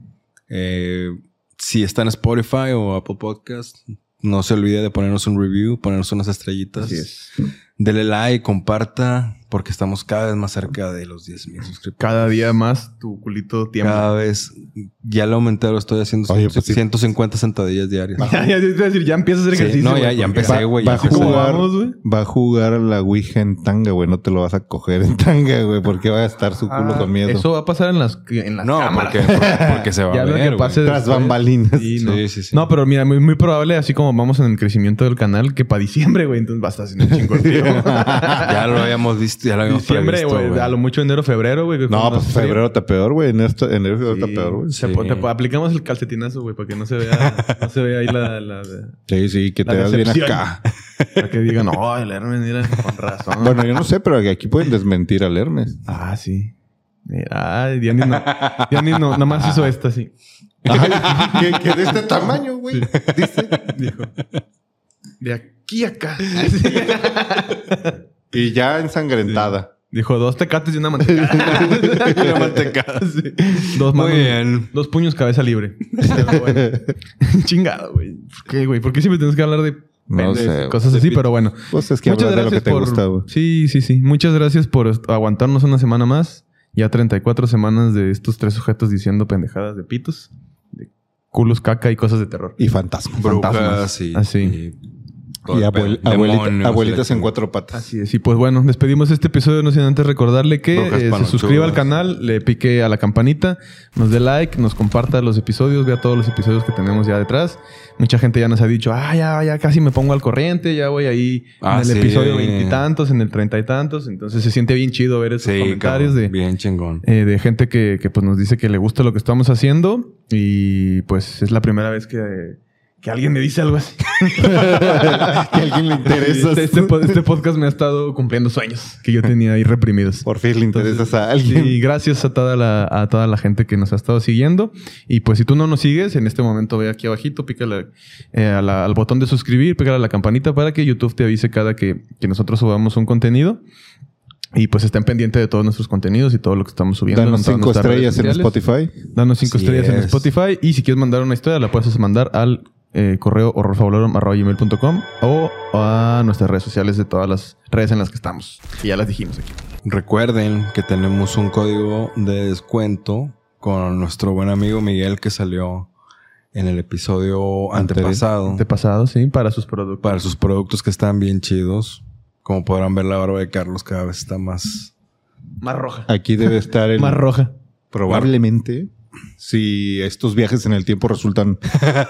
[SPEAKER 4] Eh, si está en Spotify o Apple Podcast, no se olvide de ponernos un review, ponernos unas estrellitas.
[SPEAKER 3] Así es.
[SPEAKER 4] Dele like, comparta, porque estamos cada vez más cerca de los 10 mil suscriptores.
[SPEAKER 3] Cada día más tu culito tiembla.
[SPEAKER 4] Cada vez, ya lo aumenté, lo estoy haciendo
[SPEAKER 2] Oye, pues sí.
[SPEAKER 4] 150 sentadillas diarias.
[SPEAKER 3] Ya, ya, te iba a decir, ya empiezas a hacer
[SPEAKER 4] Sí,
[SPEAKER 3] ejercicio.
[SPEAKER 4] no, ya-
[SPEAKER 3] güey,
[SPEAKER 4] ya
[SPEAKER 3] porque-
[SPEAKER 4] empecé, güey, ya
[SPEAKER 3] Así
[SPEAKER 4] empecé.
[SPEAKER 3] como
[SPEAKER 2] Jugar-
[SPEAKER 3] vamos, güey.
[SPEAKER 2] Va a jugar a la Ouija en tanga, güey. No te lo vas a coger en tanga, güey, porque va a estar su culo
[SPEAKER 3] Ah,
[SPEAKER 2] con miedo.
[SPEAKER 3] Eso va a pasar en las, en las
[SPEAKER 4] No,
[SPEAKER 3] cámaras.
[SPEAKER 4] porque, porque se va
[SPEAKER 3] Ya
[SPEAKER 4] a
[SPEAKER 3] lo
[SPEAKER 4] ver,
[SPEAKER 3] que
[SPEAKER 4] güey.
[SPEAKER 3] pase
[SPEAKER 2] Tras
[SPEAKER 3] después.
[SPEAKER 2] bambalinas.
[SPEAKER 3] Sí, no.
[SPEAKER 4] Sí, sí, sí.
[SPEAKER 3] No, pero mira, muy, muy probable, así como vamos en el crecimiento del canal, que para diciembre, güey, entonces va a estar haciendo un chingo de frío.
[SPEAKER 4] Ah, Ya lo habíamos visto, ya lo habíamos
[SPEAKER 3] diciembre,
[SPEAKER 4] previsto,
[SPEAKER 3] güey, a lo mucho enero, febrero, güey. que
[SPEAKER 2] No,
[SPEAKER 3] cuando
[SPEAKER 2] pues
[SPEAKER 3] hace frío.
[SPEAKER 2] febrero está peor, güey. Enero está, enero febrero
[SPEAKER 3] Sí,
[SPEAKER 2] está peor, güey.
[SPEAKER 3] se
[SPEAKER 4] Sí.
[SPEAKER 3] po- te- aplicamos el calcetinazo, güey, para que no se vea, no se vea ahí la, la- la-
[SPEAKER 2] Sí, sí, que
[SPEAKER 3] La
[SPEAKER 2] te veas bien
[SPEAKER 3] decepción.
[SPEAKER 2] acá.
[SPEAKER 3] para que digan, no, el Hermes, mira, con razón.
[SPEAKER 2] Bueno, yo no sé, pero aquí pueden desmentir al Hermes.
[SPEAKER 3] Ah, sí. Mira, ay, Dianis no, Dianis no, nada más hizo esta, sí.
[SPEAKER 2] que, que de este tamaño, güey. Dice.
[SPEAKER 3] Dijo. De aquí a acá. Así.
[SPEAKER 2] Y ya ensangrentada.
[SPEAKER 3] Dijo, dos tecates y una manteca.
[SPEAKER 4] Una manteca.
[SPEAKER 3] Sí. Dos
[SPEAKER 4] Muy
[SPEAKER 3] manos.
[SPEAKER 4] bien.
[SPEAKER 3] Dos puños, cabeza libre. Pero bueno. Chingado, güey. ¿Por qué, güey? ¿Por qué siempre tienes que hablar de
[SPEAKER 2] No
[SPEAKER 3] pendejas,
[SPEAKER 2] sé, güey.
[SPEAKER 3] cosas así? Pero bueno.
[SPEAKER 2] Pues es que hablar de lo que te
[SPEAKER 3] por...
[SPEAKER 2] gusta, güey.
[SPEAKER 3] Sí, sí, sí. Muchas gracias por est- aguantarnos una semana más. Ya 34 semanas de estos tres sujetos diciendo pendejadas de pitos, de culos, caca y cosas de terror.
[SPEAKER 2] Y fantasma.
[SPEAKER 4] Brujas y...
[SPEAKER 3] Ah, Así.
[SPEAKER 4] y todo
[SPEAKER 2] Y
[SPEAKER 4] el
[SPEAKER 2] abuel-
[SPEAKER 4] pedo.
[SPEAKER 2] abuelita-
[SPEAKER 4] Demonios,
[SPEAKER 2] abuelitas en
[SPEAKER 4] la-
[SPEAKER 2] cuatro patas.
[SPEAKER 3] Así es. Y pues bueno, despedimos este episodio no sin antes recordarle que
[SPEAKER 4] Brujas
[SPEAKER 3] eh, se
[SPEAKER 4] panochudas.
[SPEAKER 3] suscriba al canal, le pique a la campanita, nos dé like, nos comparta los episodios, vea todos los episodios que tenemos ya detrás. Mucha gente ya nos ha dicho, ah, ya, ya casi me pongo al corriente, ya voy ahí
[SPEAKER 4] Ah,
[SPEAKER 3] en el
[SPEAKER 4] sí.
[SPEAKER 3] episodio veintitantos, en el treinta y tantos. Entonces se siente bien chido ver esos
[SPEAKER 4] Sí,
[SPEAKER 3] comentarios
[SPEAKER 4] cabrón,
[SPEAKER 3] de,
[SPEAKER 4] Bien chingón.
[SPEAKER 3] eh, de gente que, que, pues nos dice que le gusta lo que estamos haciendo y pues es la primera vez que, que alguien me dice algo así.
[SPEAKER 2] que a alguien le interesa.
[SPEAKER 3] Este, este po- este podcast me ha estado cumpliendo sueños que yo tenía ahí reprimidos.
[SPEAKER 2] Por fin le interesas a alguien.
[SPEAKER 3] Y gracias a toda, la, a toda la gente que nos ha estado siguiendo. Y pues si tú no nos sigues, en este momento ve aquí abajito, pícale eh, a la- al botón de suscribir, pícale a la campanita para que YouTube te avise cada que, que nosotros subamos un contenido. Y pues estén pendiente de todos nuestros contenidos y todo lo que estamos subiendo.
[SPEAKER 2] Danos
[SPEAKER 3] en todas
[SPEAKER 2] cinco
[SPEAKER 3] nuestras redes
[SPEAKER 2] estrellas en
[SPEAKER 3] sociales.
[SPEAKER 2] Spotify.
[SPEAKER 3] Danos cinco
[SPEAKER 4] Así
[SPEAKER 3] estrellas en
[SPEAKER 4] es.
[SPEAKER 3] Spotify. Y si quieres mandar una historia, la puedes mandar al eh, correo horrorfabularum.com o a nuestras redes sociales de todas las redes en las que estamos. Que ya las dijimos aquí.
[SPEAKER 4] Recuerden que tenemos un código de descuento con nuestro buen amigo Miguel que salió en el episodio
[SPEAKER 2] Anterior.
[SPEAKER 4] antepasado
[SPEAKER 3] De pasado, sí, para sus productos.
[SPEAKER 4] para sus productos que están bien chidos. Como podrán ver, la barba de Carlos cada vez está más...
[SPEAKER 3] Más roja.
[SPEAKER 2] Aquí debe estar el.
[SPEAKER 3] Más roja.
[SPEAKER 2] Probablemente. Si estos viajes en el tiempo resultan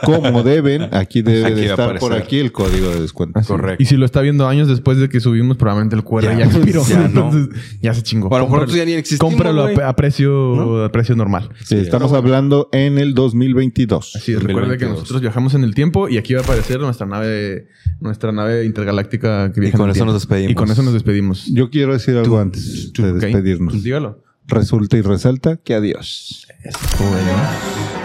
[SPEAKER 2] como deben, aquí debe
[SPEAKER 4] Aquí
[SPEAKER 2] de
[SPEAKER 4] va a
[SPEAKER 2] estar por
[SPEAKER 4] aparecer.
[SPEAKER 2] aquí el código de descuento.
[SPEAKER 3] Así.
[SPEAKER 4] Correcto.
[SPEAKER 3] Y si lo está viendo años después de que subimos, probablemente el cuero ya,
[SPEAKER 4] Ya,
[SPEAKER 3] expiró.
[SPEAKER 4] ya no.
[SPEAKER 3] Entonces, ya se chingó.
[SPEAKER 4] O a lo mejor
[SPEAKER 3] Cómpralo-
[SPEAKER 4] nosotros ya ni existimos,
[SPEAKER 3] Cómpralo a,
[SPEAKER 4] güey.
[SPEAKER 3] pe- a precio,
[SPEAKER 4] ¿No?
[SPEAKER 3] a precio normal.
[SPEAKER 2] Sí, estamos hablando en el 2022.
[SPEAKER 3] Así es, recuerda que
[SPEAKER 4] 2022.
[SPEAKER 3] nosotros viajamos en el tiempo y aquí va a aparecer nuestra nave, nuestra nave intergaláctica que viaja
[SPEAKER 4] Y con
[SPEAKER 3] en el
[SPEAKER 4] eso
[SPEAKER 3] tiempo.
[SPEAKER 4] nos despedimos.
[SPEAKER 3] Y con eso nos despedimos.
[SPEAKER 2] Yo quiero decir algo antes de
[SPEAKER 3] Ok.
[SPEAKER 2] despedirnos.
[SPEAKER 3] Dígalo.
[SPEAKER 2] Resulta y resalta que adiós.
[SPEAKER 3] Estuvo bien, ¿no?